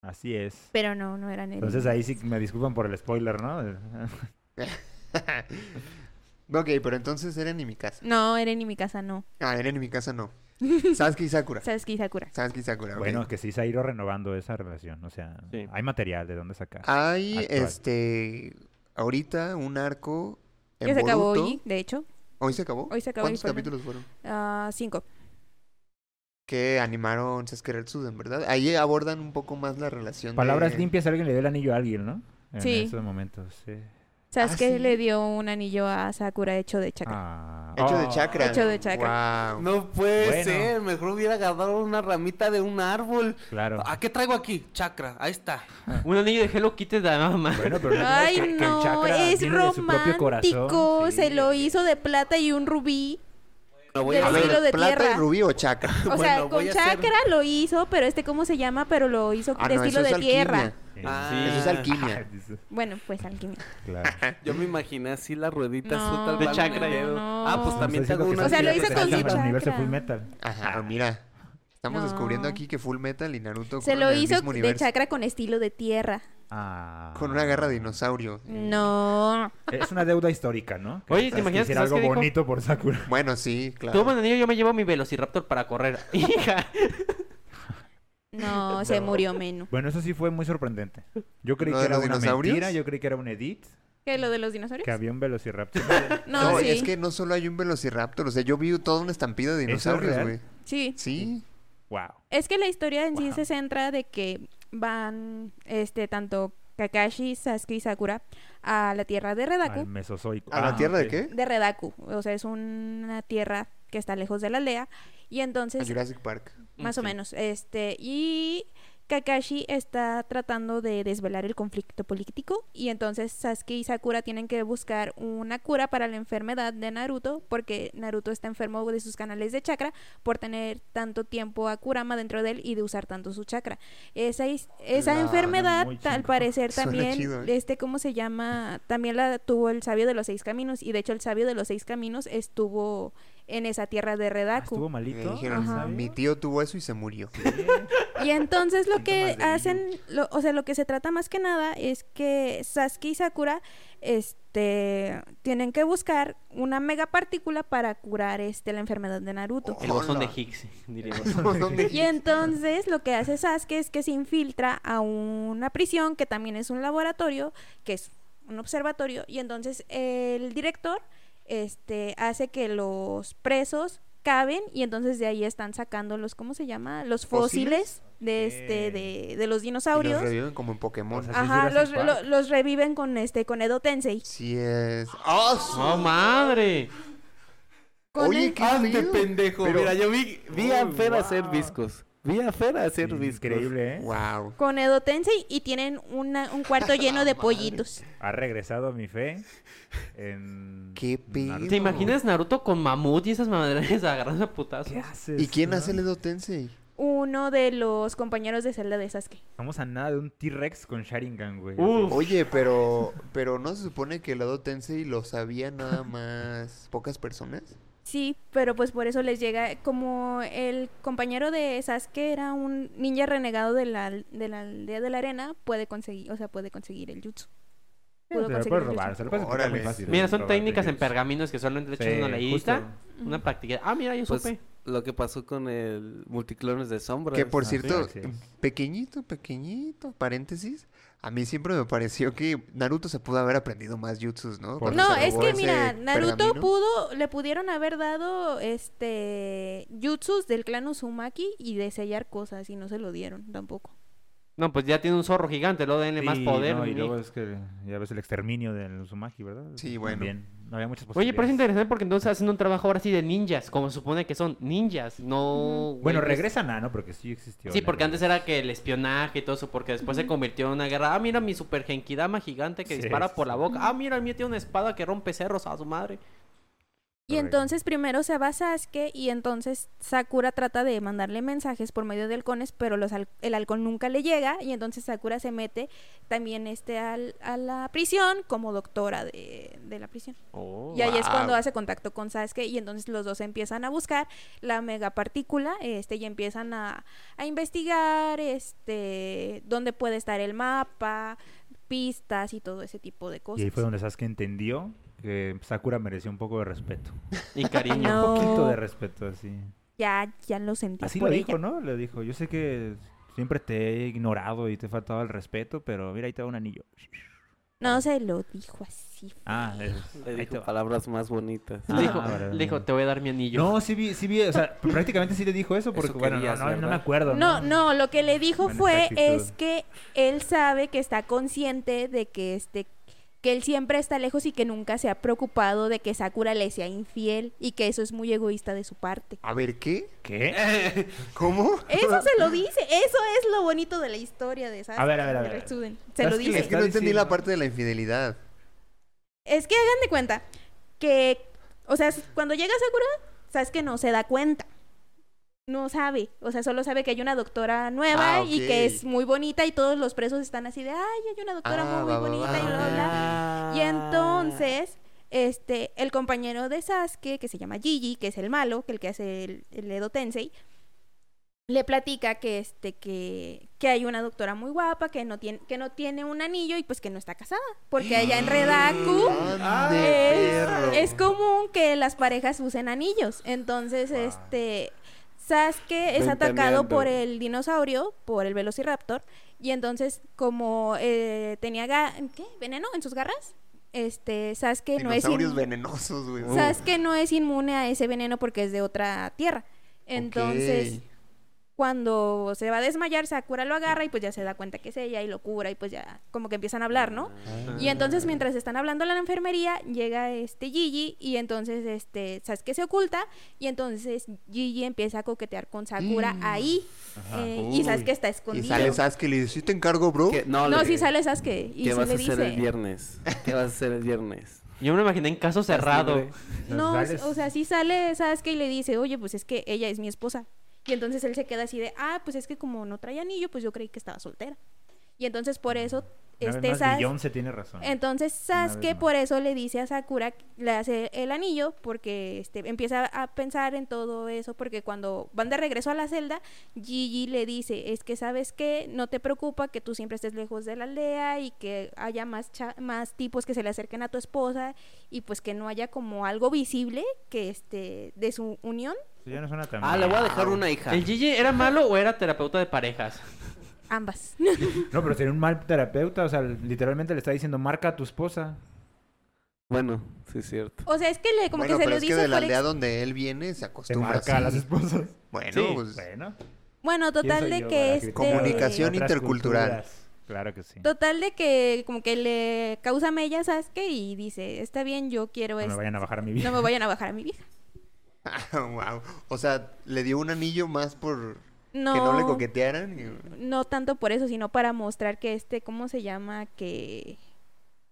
Speaker 5: Así es.
Speaker 3: pero no, no eran
Speaker 5: Entonces
Speaker 3: Eren.
Speaker 5: ahí sí que me disculpan por el spoiler, ¿no? Eh,
Speaker 1: (laughs) ok, pero entonces Eren y mi casa.
Speaker 3: No, Eren y mi casa no.
Speaker 1: Ah, Eren y mi casa
Speaker 3: (laughs)
Speaker 1: no. Sasuke y Sakura.
Speaker 3: Sasuke y Sakura.
Speaker 1: Sasuke y Sakura. ok.
Speaker 5: Bueno, que sí se ha ido renovando esa relación. O sea,
Speaker 2: Sí.
Speaker 5: hay material de dónde sacar.
Speaker 1: Ah, Hay,
Speaker 5: actual.
Speaker 1: este, ahorita un arco en
Speaker 3: Ya se acabó
Speaker 1: Boruto.
Speaker 3: hoy, de hecho.
Speaker 1: ¿Hoy se acabó?
Speaker 3: Hoy se acabó.
Speaker 1: ¿Cuántos
Speaker 3: y fueron,
Speaker 1: capítulos fueron?
Speaker 3: ah, cinco.
Speaker 1: Que animaron Sasuke Retsuden, ¿verdad? Ahí abordan un poco más la relación
Speaker 5: Palabras
Speaker 1: de-
Speaker 5: limpias, alguien le dio el anillo a alguien, ¿no? En
Speaker 3: Sí.
Speaker 5: esos momentos, sí.
Speaker 3: Sasuke
Speaker 1: sí.
Speaker 3: le dio un anillo a Sakura hecho de chakra.
Speaker 5: Ah,
Speaker 1: Hecho de
Speaker 5: oh,
Speaker 1: chakra.
Speaker 3: Hecho de chakra.
Speaker 1: Wow.
Speaker 4: No puede
Speaker 5: Bueno.
Speaker 4: ser. Mejor hubiera agarrado una ramita de un árbol.
Speaker 5: Claro.
Speaker 1: Ah.
Speaker 4: ¿A qué traigo aquí? Chakra. Ahí está.
Speaker 2: Un anillo de Hello Kitty de la mamá.
Speaker 5: Bueno, pero no
Speaker 3: Ay,
Speaker 5: que- que el
Speaker 3: no,
Speaker 5: chakra
Speaker 3: es
Speaker 5: viene de su propio corazón,
Speaker 3: romántico. Se
Speaker 5: sí.
Speaker 3: lo hizo de plata y
Speaker 5: (laughs)
Speaker 3: un rubí.
Speaker 4: Lo voy a
Speaker 3: Del
Speaker 1: A
Speaker 3: El
Speaker 4: hacer.
Speaker 1: ver,
Speaker 3: siglo de
Speaker 1: ¿plata
Speaker 3: tierra.
Speaker 1: y rubí o chakra?
Speaker 3: (laughs) O
Speaker 4: Bueno,
Speaker 3: sea,
Speaker 4: voy
Speaker 3: con
Speaker 4: a hacer-
Speaker 3: chakra lo hizo, pero este, ¿cómo se llama? Pero lo hizo
Speaker 1: Ah,
Speaker 3: de
Speaker 1: no,
Speaker 3: estilo
Speaker 1: eso es
Speaker 3: de tierra.
Speaker 1: alquimia.
Speaker 5: Eh, Sí.
Speaker 4: Ah.
Speaker 1: Eso es
Speaker 5: (laughs)
Speaker 1: alquimia.
Speaker 3: Bueno, pues alquimia.
Speaker 5: Claro.
Speaker 4: Yo me imaginé así las rueditas
Speaker 3: No,
Speaker 4: sueltas
Speaker 2: de
Speaker 4: van
Speaker 2: chakra.
Speaker 4: en el dedo.
Speaker 3: No.
Speaker 4: Ah, pues también te hago una.
Speaker 3: O sea, lo hizo con su
Speaker 5: el
Speaker 3: chakra.
Speaker 5: universo Full Metal.
Speaker 1: Ajá, mira. Estamos descubriendo
Speaker 3: No.
Speaker 1: aquí que Full Metal y Naruto
Speaker 3: Se
Speaker 1: corren
Speaker 3: lo
Speaker 1: en el
Speaker 3: hizo
Speaker 1: mismo
Speaker 3: de
Speaker 1: universo,
Speaker 3: chakra con estilo de tierra.
Speaker 5: Ah.
Speaker 1: Con una garra de dinosaurio.
Speaker 3: No.
Speaker 5: Es una deuda histórica, ¿no?
Speaker 2: Oye, ¿te
Speaker 5: Sasuke
Speaker 2: imaginas
Speaker 5: hiciera
Speaker 2: que
Speaker 5: algo
Speaker 2: Sasuke dijo?
Speaker 5: bonito por Sakura?
Speaker 1: Bueno, sí, claro.
Speaker 2: Tú, un anillo, yo me llevo mi Velociraptor para correr. (laughs) Hija.
Speaker 1: (laughs)
Speaker 3: No, se murió Menu.
Speaker 5: Bueno, eso sí fue muy sorprendente. Yo creí
Speaker 1: ¿Lo
Speaker 5: que
Speaker 1: de
Speaker 5: era
Speaker 1: los
Speaker 5: una
Speaker 1: dinosaurios?
Speaker 5: mentira, yo creí que era un edit,
Speaker 3: ¿Qué lo de los dinosaurios?
Speaker 5: que había un velociraptor.
Speaker 4: (laughs)
Speaker 3: No,
Speaker 1: No,
Speaker 3: sí.
Speaker 1: es que no solo hay un velociraptor, o sea, yo vi toda una estampida de
Speaker 5: ¿Eso es
Speaker 1: dinosaurios,
Speaker 5: real?
Speaker 1: güey.
Speaker 3: Sí.
Speaker 1: Sí.
Speaker 5: wow.
Speaker 3: Es que la historia en sí
Speaker 5: Wow.
Speaker 3: se centra de que van este tanto Kakashi, Sasuke y Sakura a la tierra de Redaku.
Speaker 5: Al mesozoico.
Speaker 1: ¿A la
Speaker 5: Ah,
Speaker 1: tierra
Speaker 5: ok.
Speaker 1: de qué?
Speaker 3: De Redaku, o sea, es una tierra que está lejos de la aldea y
Speaker 1: A
Speaker 3: entonces
Speaker 1: Jurassic Park.
Speaker 3: más o
Speaker 2: Sí.
Speaker 3: menos este y Kakashi está tratando de desvelar el conflicto político y entonces Sasuke y Sakura tienen que buscar una cura para la enfermedad de Naruto porque Naruto está enfermo de sus canales de chakra por tener tanto tiempo a Kurama dentro de él y de usar tanto su chakra. Esa is- esa
Speaker 1: Claro,
Speaker 3: enfermedad
Speaker 5: muy
Speaker 3: al
Speaker 5: chingón.
Speaker 3: parecer
Speaker 1: (laughs) Suena
Speaker 3: también
Speaker 1: chido, ¿eh?
Speaker 3: este cómo se llama también la tuvo el sabio de los seis caminos y de hecho el sabio de los seis caminos estuvo en esa tierra de
Speaker 5: Ah,
Speaker 3: Redaku.
Speaker 5: ¿Estuvo
Speaker 1: Me
Speaker 5: malito?
Speaker 1: dijeron,
Speaker 3: Ajá.
Speaker 1: mi tío tuvo eso y se
Speaker 5: (laughs)
Speaker 1: murió.
Speaker 3: Y entonces lo que
Speaker 1: Síntomas de
Speaker 3: hacen, lo- o sea, lo que se trata más que nada es que Sasuke y Sakura este, tienen que buscar una megapartícula para curar este, la enfermedad de Naruto.
Speaker 2: El bosón de
Speaker 1: Hola.
Speaker 2: Higgs,
Speaker 1: (laughs)
Speaker 2: diríamos.
Speaker 1: ¿Dónde?
Speaker 3: Y entonces lo que hace Sasuke es que se infiltra a una prisión que también es un laboratorio, que es un observatorio, y entonces el director este, hace que los presos caben y entonces de ahí están sacando los, ¿cómo se llama? Los fósiles. de este de, de los
Speaker 1: Y los
Speaker 3: dinosaurios.
Speaker 1: reviven como en Pokémon.
Speaker 5: O sea,
Speaker 3: Ajá,
Speaker 5: Jurassic
Speaker 3: los,
Speaker 5: Park.
Speaker 3: lo- los reviven con este con Edo Tensei.
Speaker 1: Sí es. ¡Ah, su-
Speaker 2: ¡Oh, madre!
Speaker 3: Con
Speaker 1: Oye,
Speaker 3: el-
Speaker 1: qué
Speaker 4: ¡Ande,
Speaker 1: feo!
Speaker 4: pendejo!
Speaker 5: Pero-
Speaker 4: Mira, yo vi, vi a
Speaker 5: Uy,
Speaker 4: Fer
Speaker 5: wow.
Speaker 4: hacer discos. Vi a Fer hacer discos.
Speaker 5: Increíble, ¿eh?
Speaker 1: Wow.
Speaker 3: con Edo Tensei y tienen una, un cuarto lleno (laughs) de pollitos.
Speaker 5: Ha regresado mi fe en...
Speaker 1: Qué
Speaker 5: Naruto.
Speaker 1: pedo.
Speaker 2: ¿Te imaginas Naruto con mamut y esas madres (laughs) agarrándose a putazos?
Speaker 5: ¿Qué haces?
Speaker 1: ¿Y quién
Speaker 5: Este, no?
Speaker 1: hace el Edo Tensei?
Speaker 3: Uno de los compañeros de celda de Sasuke.
Speaker 5: Vamos a nada de un T-Rex con Sharingan, güey.
Speaker 2: Uf.
Speaker 1: Oye, pero, pero ¿no se supone que el Edo Tensei lo sabía
Speaker 5: (laughs)
Speaker 1: nada más pocas personas?
Speaker 3: Sí, pero pues por eso les llega, como el compañero de Sasuke era un ninja renegado de la, de la aldea de la arena, puede conseguir, o sea, puede conseguir el jutsu.
Speaker 5: Se lo
Speaker 3: Pudo
Speaker 5: puedes
Speaker 3: conseguir el
Speaker 5: robar,
Speaker 3: jutsu.
Speaker 5: se lo puedes quitar
Speaker 1: Órale.
Speaker 5: muy fácil.
Speaker 2: Mira, son
Speaker 5: Robarte
Speaker 2: técnicas en
Speaker 5: ellos.
Speaker 2: pergaminos que solo le echas
Speaker 5: Sí,
Speaker 2: una leídita,
Speaker 5: justo.
Speaker 2: una práctica. Ah, mira, yo
Speaker 4: Pues,
Speaker 2: supe.
Speaker 4: lo que pasó con el multiclones de sombras.
Speaker 1: Que por
Speaker 5: Ah,
Speaker 1: cierto,
Speaker 5: sí, así es.
Speaker 1: pequeñito, pequeñito, paréntesis, a mí siempre me pareció que Naruto se pudo haber aprendido más jutsus, ¿no?
Speaker 5: Por
Speaker 1: Cuando
Speaker 3: No,
Speaker 1: se
Speaker 3: es
Speaker 1: robó
Speaker 3: que
Speaker 1: ese
Speaker 3: mira, Naruto
Speaker 1: pergamino.
Speaker 3: pudo, le pudieron haber dado este jutsus del clan Uzumaki y de sellar cosas y no se lo dieron tampoco.
Speaker 2: No, pues ya tiene un zorro gigante, luego denle más
Speaker 5: Sí,
Speaker 2: poder.
Speaker 5: no, y
Speaker 2: mi-
Speaker 5: luego es que ya ves el exterminio del Uzumaki, ¿verdad?
Speaker 1: Sí, bueno.
Speaker 5: También. No había muchas
Speaker 2: Oye,
Speaker 5: posibilidades.
Speaker 2: pero es interesante porque entonces hacen un trabajo ahora sí de ninjas, como se supone que son ninjas, no... güey,
Speaker 5: Bueno,
Speaker 2: pues-
Speaker 5: regresan a, ¿no? Porque sí existió.
Speaker 2: Sí,
Speaker 5: la
Speaker 2: porque antes
Speaker 5: guerra.
Speaker 2: era que el espionaje y todo eso, porque después se convirtió en una guerra. Ah, mira mi super genkidama gigante que
Speaker 5: Sí,
Speaker 2: dispara
Speaker 5: sí,
Speaker 2: por la
Speaker 5: sí.
Speaker 2: boca. Ah, mira, el mío tiene una espada que rompe cerros a su madre.
Speaker 3: Y
Speaker 5: Correcto.
Speaker 3: entonces primero se va Sasuke y entonces Sakura trata de mandarle mensajes por medio de halcones, pero los hal- el halcón nunca le llega y entonces Sakura se mete también este al- a la prisión como doctora de, de la prisión.
Speaker 1: Oh.
Speaker 5: Oh,
Speaker 3: y ahí es cuando
Speaker 1: Wow.
Speaker 3: hace contacto con Sasuke y entonces los dos empiezan a buscar la megapartícula este, y empiezan a, a investigar este dónde puede estar el mapa, pistas y todo ese tipo de cosas.
Speaker 5: Y ahí fue donde Sasuke entendió que Sakura merecía un poco de respeto. (laughs)
Speaker 2: Y cariño.
Speaker 5: Un
Speaker 3: No.
Speaker 5: poquito de respeto, así.
Speaker 3: Ya, ya lo sentí.
Speaker 5: Así
Speaker 3: por
Speaker 5: lo
Speaker 3: ella.
Speaker 5: dijo, ¿no? Le dijo, yo sé que siempre te he ignorado y te he faltado el respeto, pero mira, ahí te va un anillo.
Speaker 3: No se lo dijo así.
Speaker 5: Ah,
Speaker 3: fue.
Speaker 5: es,
Speaker 4: Le
Speaker 5: ahí te
Speaker 4: dijo
Speaker 5: va.
Speaker 4: palabras más bonitas.
Speaker 5: Ah,
Speaker 2: Le dijo,
Speaker 5: ahora,
Speaker 2: le dijo,
Speaker 5: no.
Speaker 2: te voy a dar mi anillo.
Speaker 5: No, sí vi, sí vi, o (laughs) sea, prácticamente sí le dijo eso porque,
Speaker 4: Eso
Speaker 5: bueno, no-
Speaker 4: querías,
Speaker 5: no, no,
Speaker 4: ¿verdad?
Speaker 5: me acuerdo.
Speaker 3: No, no, lo que le dijo
Speaker 5: Con esa
Speaker 3: fue
Speaker 5: actitud.
Speaker 3: es que él sabe que está consciente de que este que él siempre está lejos y que nunca se ha preocupado de que Sakura le sea infiel y que eso es muy egoísta de su parte.
Speaker 1: A ver, ¿qué?
Speaker 5: ¿Qué?
Speaker 1: ¿Cómo?
Speaker 3: Eso se lo dice, eso es lo bonito de la historia de Sasuke.
Speaker 5: A ver, a ver, a
Speaker 3: de
Speaker 5: ver.
Speaker 3: Retsuden. Se lo
Speaker 5: Sasuke
Speaker 3: dice.
Speaker 1: Es que
Speaker 5: Está
Speaker 1: no entendí
Speaker 5: diciendo-
Speaker 1: la parte de la infidelidad.
Speaker 3: Es que hagan de cuenta que, o sea, cuando llega Sakura, sabes que no se da cuenta. No sabe, o sea, solo sabe que hay una doctora nueva
Speaker 1: Ah,
Speaker 3: y que
Speaker 1: ok.
Speaker 3: es muy bonita y todos los presos están así de, ay, hay una doctora
Speaker 1: Ah,
Speaker 3: muy
Speaker 1: va, va,
Speaker 3: bonita
Speaker 1: va.
Speaker 3: y bla, bla, bla". Y entonces, este, el compañero de Sasuke, que se llama Gigi, que es el malo, que el que hace el, el Edo Tensei, le platica que este que, que hay una doctora muy guapa que no tiene que no tiene un anillo y pues que no está casada porque allá en Redaku
Speaker 1: ¡Ande, perro!
Speaker 3: es, es común que las parejas usen anillos. Entonces, este. Sasuke es atacado
Speaker 4: Ventaneando.
Speaker 3: por el dinosaurio, por el Velociraptor. Y entonces, como eh, tenía ga- ¿qué? veneno en sus garras, este Sasuke no es
Speaker 1: Dinosaurios uh.
Speaker 3: inmune.
Speaker 1: venenosos, güey.
Speaker 3: Sasuke no es inmune a ese veneno porque es de otra tierra. Entonces,
Speaker 1: Ok.
Speaker 3: cuando se va a desmayar, Sakura lo agarra y pues ya se da cuenta que es ella y lo cura y pues ya como que empiezan a hablar, ¿no?
Speaker 5: Ah.
Speaker 3: Y entonces mientras están hablando en la enfermería, llega este Gigi y entonces este Sasuke se oculta y entonces Gigi empieza a coquetear con Sakura
Speaker 1: Mm.
Speaker 3: ahí eh, y
Speaker 4: Uy.
Speaker 3: Sasuke está
Speaker 1: Y
Speaker 3: escondido.
Speaker 1: sale Sasuke y le dice, ¿sí te encargo, bro?
Speaker 4: Que-
Speaker 3: No,
Speaker 4: le-
Speaker 3: sí sale Sasuke y
Speaker 4: ¿Qué
Speaker 3: sí
Speaker 4: vas a
Speaker 3: le
Speaker 4: hacer el
Speaker 3: dice. (laughs)
Speaker 4: viernes? ¿Qué vas a hacer el viernes?
Speaker 2: Yo me lo imaginé en caso cerrado.
Speaker 3: No,
Speaker 5: Sales-
Speaker 3: o sea, sí sale Sasuke y le dice, "Oye, pues es que ella es mi esposa." Y entonces él se queda así de, "Ah, pues es que como no trae anillo, pues yo creí que estaba soltera." Y entonces por eso
Speaker 5: Una
Speaker 3: este
Speaker 5: vez más,
Speaker 3: Sasuke
Speaker 5: Beyoncé tiene razón.
Speaker 3: Entonces
Speaker 5: Una vez
Speaker 3: Sasuke
Speaker 5: más.
Speaker 3: por eso le dice a Sakura, le hace el anillo porque este, empieza a pensar en todo eso porque cuando van de regreso a la celda, Gigi le dice, es que sabes que no te preocupa que tú siempre estés lejos de la aldea y que haya más, cha- más tipos que se le acerquen a tu esposa y pues que no haya como algo visible que este, de su unión.
Speaker 5: Eso ya no suena tan
Speaker 4: Ah, le
Speaker 5: mal.
Speaker 4: voy a dejar una hija.
Speaker 2: ¿El Gigi era malo o era terapeuta de parejas?
Speaker 3: Ambas. (laughs)
Speaker 5: No, pero sería un mal terapeuta, o sea, literalmente le está diciendo, marca a tu esposa.
Speaker 4: Bueno, sí es cierto.
Speaker 3: o sea, es que le, como
Speaker 1: bueno,
Speaker 3: que se
Speaker 1: pero
Speaker 3: lo
Speaker 1: es
Speaker 3: dice
Speaker 1: que de la
Speaker 3: por ex-
Speaker 1: aldea donde él viene se
Speaker 5: Te
Speaker 1: acostumbra. (laughs)
Speaker 5: marca a las
Speaker 1: así.
Speaker 5: esposas.
Speaker 1: Bueno,
Speaker 2: Sí,
Speaker 1: Eh, pues,
Speaker 5: Bueno.
Speaker 3: Bueno, total de que este...
Speaker 1: Comunicación intercultural.
Speaker 5: Claro que sí.
Speaker 3: Total de que como que le causa mella, ¿sabes qué? Y dice, está bien, yo quiero
Speaker 5: No me
Speaker 3: esto.
Speaker 5: vayan a bajar a mi vida.
Speaker 3: No me vayan a bajar a mi vieja.
Speaker 1: (laughs) wow. O sea, le dio un anillo más por
Speaker 3: No,
Speaker 1: que no le coquetearan. y-
Speaker 3: no tanto por eso, sino para mostrar que este, ¿cómo se llama? Que...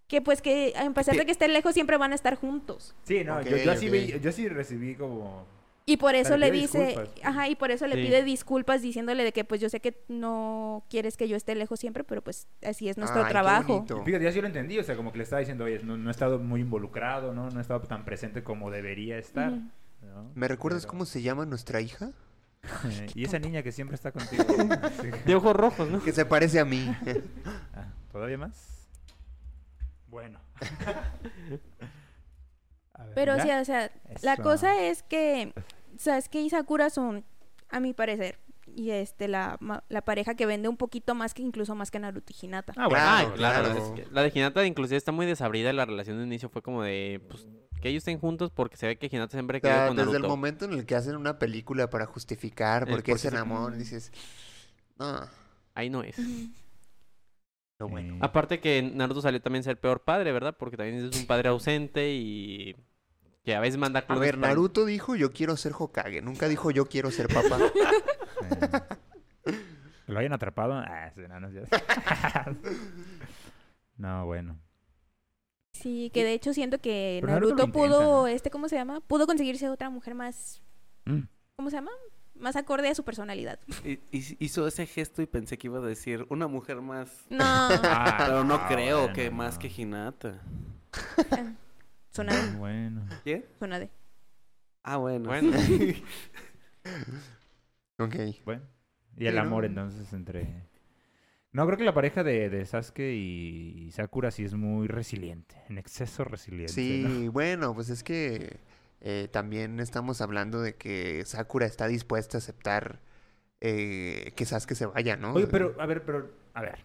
Speaker 3: Que pues que a pesar de que estén lejos siempre van a estar juntos.
Speaker 5: Sí, no,
Speaker 1: Ok,
Speaker 5: yo, yo así
Speaker 1: ok.
Speaker 5: vi- yo sí recibí como...
Speaker 3: Y por eso
Speaker 5: sea, le
Speaker 3: le
Speaker 5: pide
Speaker 3: dice,
Speaker 5: disculpas.
Speaker 3: ajá, y por eso le
Speaker 2: Sí.
Speaker 3: pide disculpas diciéndole de que pues yo sé que no quieres que yo esté lejos siempre, pero pues así es nuestro
Speaker 1: Ay, qué
Speaker 3: trabajo.
Speaker 1: bonito.
Speaker 5: Fíjate, ya sí lo entendí, o sea, como que le estaba diciendo, oye, no, no he estado muy involucrado, ¿no? No he estado tan presente como debería estar.
Speaker 3: Ujú.
Speaker 5: ¿no?
Speaker 1: ¿Me recuerdas
Speaker 5: Pero-
Speaker 1: cómo se llama nuestra hija?
Speaker 5: Eh, y esa niña que siempre está
Speaker 4: (laughs)
Speaker 5: contigo. Sí.
Speaker 2: De ojos rojos,
Speaker 1: (laughs)
Speaker 2: ¿no?
Speaker 1: Que se parece a mí. (laughs)
Speaker 5: Ah, ¿Todavía más? Bueno. (laughs) A ver,
Speaker 3: Pero
Speaker 5: ¿ya?
Speaker 3: sí, o sea, la
Speaker 5: Eso.
Speaker 3: cosa es que Sasuke y Sakura son, a mi parecer, y este, la, ma- la pareja que vende un poquito más que incluso más que Naruto y Hinata.
Speaker 5: Ah, bueno.
Speaker 2: Ah,
Speaker 1: Claro,
Speaker 2: claro.
Speaker 1: claro.
Speaker 2: es que la de Hinata inclusive está muy desabrida. La relación de inicio fue como de, pues, que ellos estén juntos porque se ve que Hinata siempre
Speaker 1: O sea,
Speaker 2: quedó con
Speaker 1: desde el
Speaker 2: Naruto.
Speaker 1: momento en el que hacen una película para justificar
Speaker 2: Eh,
Speaker 1: por qué
Speaker 2: ¿por
Speaker 1: se
Speaker 2: qué se-
Speaker 1: enamoran, dices, ah,
Speaker 2: Ahí no es.
Speaker 1: no bueno.
Speaker 5: Sí.
Speaker 2: Aparte que Naruto salió también ser peor padre, ¿verdad? Porque también es un padre ausente y que a veces manda
Speaker 1: A
Speaker 2: clones
Speaker 1: ver,
Speaker 2: para-
Speaker 1: Naruto dijo yo quiero ser Hokage, nunca dijo yo quiero ser papá.
Speaker 4: Ah, pues.
Speaker 5: Eh, ¿que (laughs) ¿Lo hayan atrapado? Ah, sí, no, no, es cierto. (laughs) no, bueno.
Speaker 3: Sí, que de hecho siento que
Speaker 5: Pero Naruto
Speaker 3: Naruto,
Speaker 5: lo intenta,
Speaker 3: pudo,
Speaker 5: ¿no?
Speaker 3: este, ¿cómo se llama? Pudo conseguirse otra mujer más,
Speaker 5: Mm.
Speaker 3: ¿cómo se llama? Más acorde a
Speaker 5: (laughs)
Speaker 3: su personalidad.
Speaker 4: Y- y- hizo ese gesto y pensé que iba a decir una mujer más.
Speaker 3: No,
Speaker 5: Ah,
Speaker 4: (laughs) Pero no
Speaker 5: ah,
Speaker 4: creo
Speaker 5: bueno,
Speaker 4: que
Speaker 5: no.
Speaker 4: más que Hinata.
Speaker 3: suena de,
Speaker 5: Bueno.
Speaker 4: ¿Qué?
Speaker 3: suena de.
Speaker 4: Ah,
Speaker 1: (laughs)
Speaker 4: bueno.
Speaker 2: (laughs) Bueno.
Speaker 1: ok.
Speaker 5: Bueno. Y el
Speaker 1: Sí, ¿no?
Speaker 5: amor entonces entre... No, creo que la pareja de, de Sasuke y, y Sakura sí es muy resiliente, en exceso resiliente. ¿no?
Speaker 1: Sí, bueno, pues es que eh, también estamos hablando de que Sakura está dispuesta a aceptar eh, que Sasuke se vaya, ¿no?
Speaker 5: Oye, pero, a ver, pero, a ver.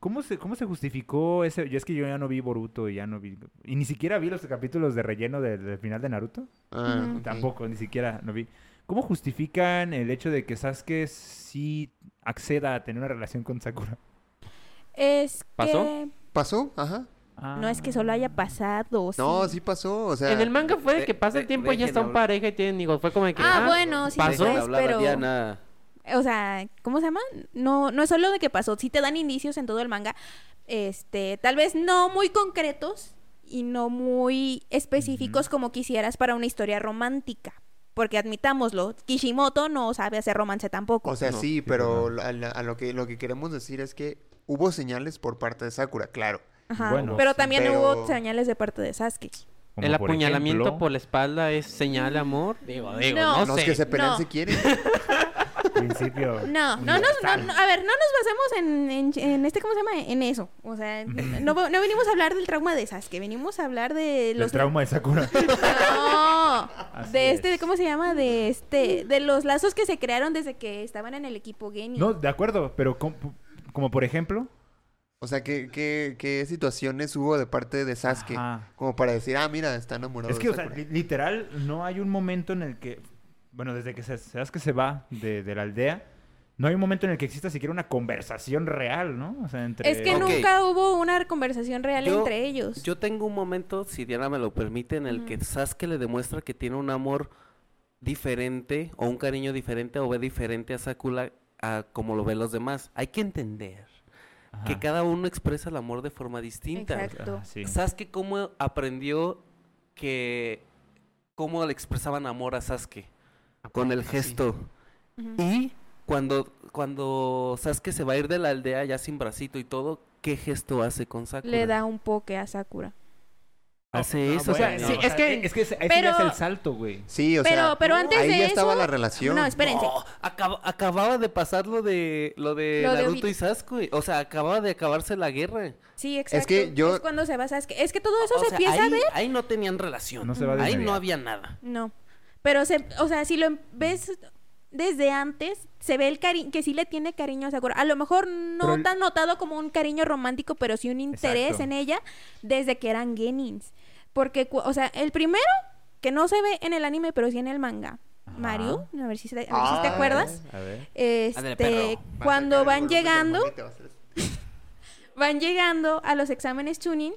Speaker 5: ¿Cómo se, ¿Cómo se justificó ese? Yo es que yo ya no vi Boruto y ya no vi... Y ni siquiera vi los capítulos de relleno del del final de Naruto.
Speaker 1: Ah,
Speaker 3: Ujú.
Speaker 1: ok.
Speaker 5: Tampoco, ni siquiera no vi. ¿Cómo justifican el hecho de que Sasuke sí acceda a tener una relación con Sakura?
Speaker 3: Es
Speaker 2: ¿Pasó?
Speaker 3: que
Speaker 1: ¿Pasó? Ajá.
Speaker 3: no es que solo haya pasado.
Speaker 1: No,
Speaker 3: sí.
Speaker 1: sí pasó, o sea...
Speaker 2: En el manga fue de que
Speaker 4: De-
Speaker 2: pasa
Speaker 4: de-
Speaker 2: el tiempo y
Speaker 4: déjenlo
Speaker 2: ya están
Speaker 4: hablar.
Speaker 2: pareja y tienen hijos. Fue como de que...
Speaker 3: Ah, bueno, sí,
Speaker 2: pasó.
Speaker 4: Dejen
Speaker 3: pues,
Speaker 4: hablar a
Speaker 3: pero-
Speaker 4: Diana.
Speaker 3: O sea, ¿cómo se llama? No, no es solo de que pasó, sí te dan indicios en todo el manga, este, tal vez no muy concretos y no muy específicos
Speaker 5: Ujú.
Speaker 3: como quisieras para una historia romántica. Porque admitámoslo, Kishimoto no sabe hacer romance tampoco.
Speaker 1: O sea,
Speaker 2: No.
Speaker 1: sí,
Speaker 5: Sí,
Speaker 1: pero
Speaker 5: pero
Speaker 1: a, la- a lo que lo que queremos decir es que hubo señales por parte de Sakura, claro.
Speaker 3: Ajá,
Speaker 5: bueno,
Speaker 3: pero
Speaker 5: sí,
Speaker 3: también
Speaker 1: pero-
Speaker 3: hubo señales de parte de Sasuke.
Speaker 2: El apuñalamiento por la espalda es señal de amor. Digo, digo,
Speaker 3: No.
Speaker 2: no,
Speaker 1: Los
Speaker 2: sé.
Speaker 1: que se pelean
Speaker 3: no.
Speaker 1: se quieren.
Speaker 5: principio.
Speaker 3: No, no, no, no, no, a ver, no nos basemos en, en- en este, ¿cómo se llama? En eso.
Speaker 5: (laughs)
Speaker 3: O sea, no, no venimos a hablar del trauma de Sasuke, venimos a hablar de
Speaker 5: El
Speaker 3: los
Speaker 5: trauma de Sakura.
Speaker 3: No,
Speaker 5: Así
Speaker 3: de este,
Speaker 5: es.
Speaker 3: ¿cómo se llama? De este, de los lazos que se crearon desde que estaban en el equipo Genie.
Speaker 5: no, de acuerdo, pero com- como, por ejemplo...
Speaker 1: O sea, ¿qué, qué, qué situaciones hubo de parte de Sasuke?
Speaker 5: Ajá.
Speaker 1: Como para decir, ah, mira, está enamorado
Speaker 5: Es que,
Speaker 1: de
Speaker 5: o sea,
Speaker 1: Sakura.
Speaker 5: li- literal, no hay un momento en el que... Bueno, desde que Sas- Sasuke se va de, de la aldea, no hay un momento en el que exista siquiera una conversación real, ¿no? O sea, entre...
Speaker 3: Es que
Speaker 4: Ok.
Speaker 3: nunca hubo una conversación real
Speaker 4: Yo-
Speaker 3: entre ellos.
Speaker 4: Yo tengo un momento, si Diana me lo permite, en el que Sasuke le demuestra que tiene un amor diferente o un cariño diferente o ve diferente a Sakura a como lo ven los demás. Hay que entender
Speaker 5: Ajá.
Speaker 4: que cada uno expresa el amor de forma distinta.
Speaker 3: Exacto.
Speaker 5: Ah, sí.
Speaker 4: Sasuke cómo aprendió que cómo le expresaban amor a Sasuke con el gesto.
Speaker 3: Ujú.
Speaker 4: Y cuando cuando Sasuke se va a ir de la aldea ya sin bracito y todo, ¿qué gesto hace con Sakura?
Speaker 3: Le da un poque a Sakura.
Speaker 4: Hace eso.
Speaker 5: O sea,
Speaker 4: güey.
Speaker 5: sí,
Speaker 4: No.
Speaker 5: es que, es que ese- ese
Speaker 3: Pero-
Speaker 5: ya es el salto, güey.
Speaker 1: Sí, o
Speaker 3: Pero-
Speaker 1: sea,
Speaker 3: pero antes
Speaker 1: ahí
Speaker 3: de
Speaker 1: ya estaba
Speaker 3: eso-
Speaker 1: la relación.
Speaker 3: No, espérense.
Speaker 4: No, acab- Oh, acababa de pasar lo de lo de
Speaker 3: Lo de
Speaker 4: Naruto
Speaker 3: Obito.
Speaker 4: y Sasuke, o sea, acababa de acabarse la guerra.
Speaker 3: Sí, exacto.
Speaker 1: que yo-
Speaker 3: Es cuando se va Sasuke. Es que todo eso
Speaker 4: O
Speaker 3: se
Speaker 4: sea,
Speaker 3: empieza a
Speaker 4: ahí,
Speaker 3: ver.
Speaker 4: ahí no tenían relación.
Speaker 5: No se va de
Speaker 4: ahí no
Speaker 5: inmediato.
Speaker 4: había nada.
Speaker 3: No. Pero se, o sea, si lo em- ves desde antes, se ve el cari que sí le tiene cariño a Sakura. A lo mejor no
Speaker 5: Pero el-
Speaker 3: tan notado como un cariño romántico, pero sí un interés
Speaker 5: Exacto.
Speaker 3: en ella desde que eran genins. Porque, cu- o sea, el primero, que no se ve en el anime, pero sí en el manga, Mario, a ver si, se- a ver si te
Speaker 1: Ah,
Speaker 3: acuerdas.
Speaker 5: A ver.
Speaker 2: Ándale,
Speaker 3: Este,
Speaker 2: perro.
Speaker 3: cuando van llegando, van llegando a los exámenes tuning,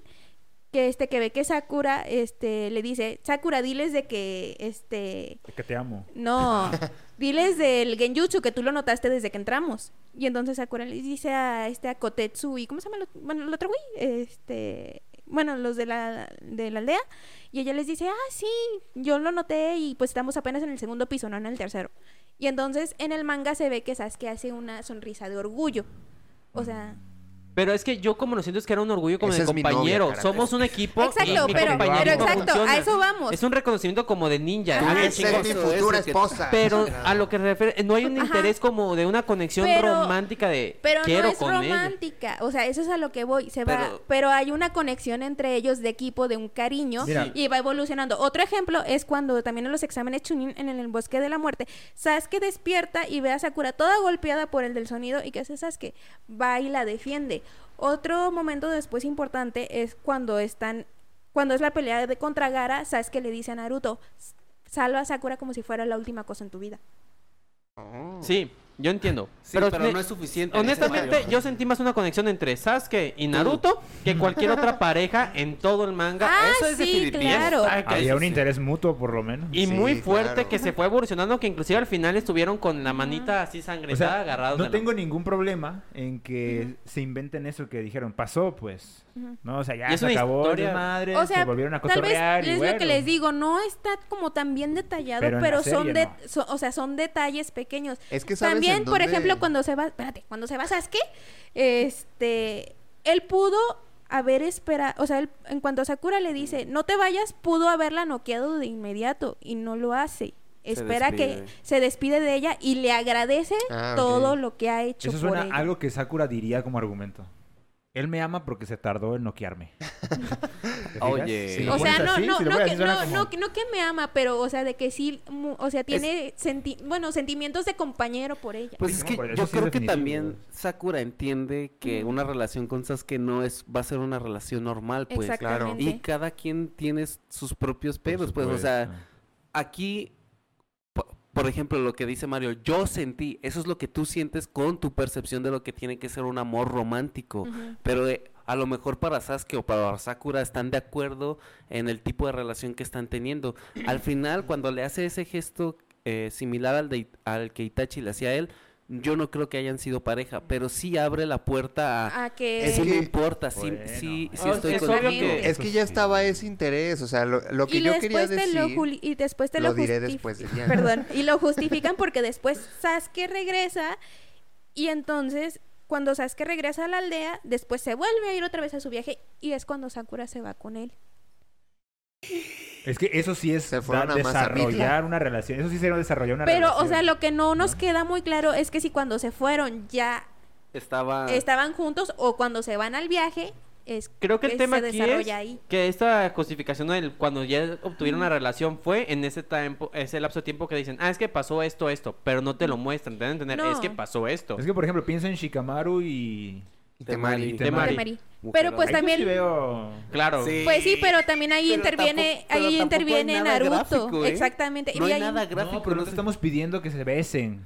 Speaker 3: que este que ve que Sakura, este, le dice, Sakura, diles de que, este,
Speaker 5: Es que te amo.
Speaker 3: no, diles del genjutsu que tú lo notaste desde que entramos. Y entonces Sakura le dice a este a Kotetsu y ¿cómo se llama el, ot- bueno, el otro güey? Este, bueno, los de la de la aldea y ella les dice, "Ah, sí, yo lo noté y pues estamos apenas en el segundo piso, no en el tercero." Y entonces en el manga se ve que Sasuke hace una sonrisa de orgullo. O sea,
Speaker 2: Pero es que yo como lo siento es que era un orgullo como
Speaker 1: Esa
Speaker 2: de
Speaker 1: es mi novia,
Speaker 2: compañero.
Speaker 1: carajo.
Speaker 2: Somos un equipo. y
Speaker 3: exacto,
Speaker 2: mi
Speaker 3: pero,
Speaker 2: compañerismo
Speaker 3: pero exacto,
Speaker 2: funciona.
Speaker 3: a eso vamos.
Speaker 2: Es un reconocimiento como de ninja.
Speaker 3: Tú
Speaker 2: Ah,
Speaker 3: eres
Speaker 2: chingón.
Speaker 4: el
Speaker 1: mi
Speaker 4: Eso,
Speaker 1: futura
Speaker 4: eso que-
Speaker 1: esposa.
Speaker 2: Pero a lo que se refiere, no hay un
Speaker 3: Ajá.
Speaker 2: interés como de una conexión
Speaker 3: Pero-
Speaker 2: romántica de
Speaker 3: Pero
Speaker 2: quiero
Speaker 3: no es
Speaker 2: con ella.
Speaker 3: romántica, o sea, eso es a lo que voy, se va,
Speaker 4: Pero-
Speaker 3: pero hay una conexión entre ellos de equipo, de un cariño
Speaker 5: Mira.
Speaker 3: y va evolucionando. Otro ejemplo es cuando también en los exámenes Chunin en el bosque de la muerte, Sasuke despierta y ve a Sakura toda golpeada por el del sonido y qué hace Sasuke, va y la defiende. Otro momento después importante es cuando están cuando es la pelea de contra Gara, Sasuke le dice a Naruto, salva a Sakura como si fuera la última cosa en tu vida.
Speaker 2: Sí, yo entiendo.
Speaker 4: Sí, pero,
Speaker 2: ne-
Speaker 4: no es suficiente.
Speaker 2: Honestamente, yo sentí más una conexión entre Sasuke y Naruto que cualquier
Speaker 3: (laughs)
Speaker 2: otra pareja en todo el manga.
Speaker 3: Ah,
Speaker 4: eso es
Speaker 3: sí,
Speaker 4: definitivo.
Speaker 3: claro.
Speaker 2: Está Ah, que-
Speaker 5: Había un
Speaker 4: sí.
Speaker 5: interés mutuo, por lo menos.
Speaker 2: Y
Speaker 1: Sí,
Speaker 2: muy fuerte
Speaker 1: claro.
Speaker 2: que se fue evolucionando, que inclusive al final estuvieron con la manita así
Speaker 5: O
Speaker 2: sangrentada
Speaker 5: sea,
Speaker 2: agarrados.
Speaker 5: no
Speaker 2: de la-
Speaker 5: tengo ningún problema en que se inventen eso que dijeron. Pasó, pues.
Speaker 3: Ujú.
Speaker 5: No, o sea, ya
Speaker 2: Y es
Speaker 5: se
Speaker 2: una
Speaker 5: acabó
Speaker 2: historia-
Speaker 5: de madre,
Speaker 3: O sea,
Speaker 5: se volvieron a
Speaker 3: tal vez
Speaker 5: cotorrear y
Speaker 3: es lo
Speaker 5: bueno.
Speaker 3: que les digo, no está como tan bien detallado,
Speaker 5: Pero
Speaker 3: pero,
Speaker 5: en la
Speaker 3: son
Speaker 5: serie
Speaker 3: de,
Speaker 5: no.
Speaker 3: so- o sea, son detalles pequeños.
Speaker 1: Es que sabes
Speaker 3: También,
Speaker 1: en
Speaker 3: por
Speaker 1: dónde-
Speaker 3: ejemplo, cuando se va, espérate, cuando se va Sasuke, este, él pudo haber esperado, o sea, él- en cuanto Sakura le dice,
Speaker 1: Mm.
Speaker 3: "No te vayas", pudo haberla noqueado de inmediato y no lo hace.
Speaker 4: Se
Speaker 3: Espera
Speaker 4: despide.
Speaker 3: que se despide de ella y le agradece
Speaker 1: Ah, ok.
Speaker 3: todo lo que ha hecho
Speaker 5: Eso
Speaker 3: por
Speaker 5: suena
Speaker 3: ella.
Speaker 5: algo que Sakura diría como argumento. Él me ama porque se tardó en
Speaker 3: (laughs)
Speaker 5: noquearme. ¿Te fijas?
Speaker 4: Oye.
Speaker 5: Si lo
Speaker 3: O sea,
Speaker 5: pones
Speaker 3: no,
Speaker 5: así,
Speaker 3: no,
Speaker 5: si lo
Speaker 3: no,
Speaker 5: pones
Speaker 3: que,
Speaker 5: así, suena
Speaker 3: no,
Speaker 5: como-
Speaker 3: no, que- no que me ama, pero, o sea, de que sí, mu- o sea, tiene senti- bueno, sentimientos de compañero por ella.
Speaker 4: Pues
Speaker 5: Sí,
Speaker 4: es
Speaker 5: no,
Speaker 4: que
Speaker 5: pero eso sí
Speaker 4: yo
Speaker 5: es
Speaker 4: creo que
Speaker 5: definitivo, Mm.
Speaker 4: también
Speaker 5: güey.
Speaker 4: Sakura entiende que una relación con Sasuke no es
Speaker 2: Ah,
Speaker 4: va a ser una relación normal, pues.
Speaker 3: Exactamente.
Speaker 4: Y cada quien tiene s- sus propios
Speaker 5: Por
Speaker 4: pedos, pues. O sea,
Speaker 5: supuesto.
Speaker 4: aquí, po- por ejemplo, lo que dice Mario, yo sentí, eso es lo que tú sientes con tu percepción de lo que tiene que ser un amor romántico.
Speaker 3: Ujú.
Speaker 4: Pero eh, a lo mejor para Sasuke o para Sakura están de acuerdo en el tipo de relación que están teniendo. Al final, cuando le hace ese gesto eh, similar al, de, It- al que Itachi le hacía a él, yo no creo que hayan sido pareja, pero sí abre la puerta a...
Speaker 3: A Ah, que...
Speaker 1: Es
Speaker 4: sí
Speaker 1: que-
Speaker 4: me importa, sí,
Speaker 5: Bueno.
Speaker 4: sí, sí
Speaker 2: Ah,
Speaker 4: estoy
Speaker 2: es
Speaker 4: contigo.
Speaker 2: obvio que-
Speaker 1: Es que ya estaba ese interés, o sea, lo, lo que
Speaker 3: y
Speaker 1: yo quería
Speaker 3: después te
Speaker 1: decir...
Speaker 3: lo juli- y después te
Speaker 1: lo
Speaker 3: lo,
Speaker 1: diré
Speaker 3: justifi-
Speaker 1: después de Diana.
Speaker 3: Perdón, y lo justifican porque después Sasuke regresa y entonces cuando Sasuke regresa a la aldea, después se vuelve a ir otra vez a su viaje y es cuando Sakura se va con él.
Speaker 5: Es que eso sí es
Speaker 1: Se fueron
Speaker 5: da-
Speaker 1: a Mazamitla.
Speaker 5: desarrollar una relación. Eso sí sería desarrollar una
Speaker 3: Pero,
Speaker 5: relación.
Speaker 3: o sea, lo que no nos queda muy claro es que si cuando se fueron ya
Speaker 4: Estaba...
Speaker 2: Ah.
Speaker 3: estaban juntos o cuando se van al viaje es
Speaker 2: Creo que el
Speaker 3: se
Speaker 2: tema aquí es
Speaker 3: desarrolla ahí.
Speaker 2: que esta justificación del cuando ya obtuvieron
Speaker 5: Mm.
Speaker 2: una relación fue en ese tiempo, ese lapso de tiempo que dicen, ah, es que pasó esto, esto, pero no te lo muestran, te dan a entender,
Speaker 3: No.
Speaker 2: es que pasó esto.
Speaker 5: Mm. Es que, por ejemplo, pienso en Shikamaru y...
Speaker 1: Y Temari.
Speaker 4: Temari.
Speaker 5: Temari.
Speaker 3: de Mari. Pero pues
Speaker 5: Ahí yo sí
Speaker 3: también
Speaker 5: veo...
Speaker 2: Claro.
Speaker 4: Sí.
Speaker 3: pues sí, pero también ahí
Speaker 4: Pero
Speaker 3: interviene
Speaker 4: tampoco- pero
Speaker 3: ahí
Speaker 4: tampoco
Speaker 3: interviene
Speaker 4: hay nada
Speaker 3: Naruto,
Speaker 4: gráfico, ¿eh?
Speaker 3: exactamente.
Speaker 4: No
Speaker 3: Y
Speaker 4: hay
Speaker 3: ahí-
Speaker 4: nada gráfico.
Speaker 5: No, pero no
Speaker 4: no
Speaker 5: te
Speaker 4: sé-
Speaker 5: estamos pidiendo que se besen.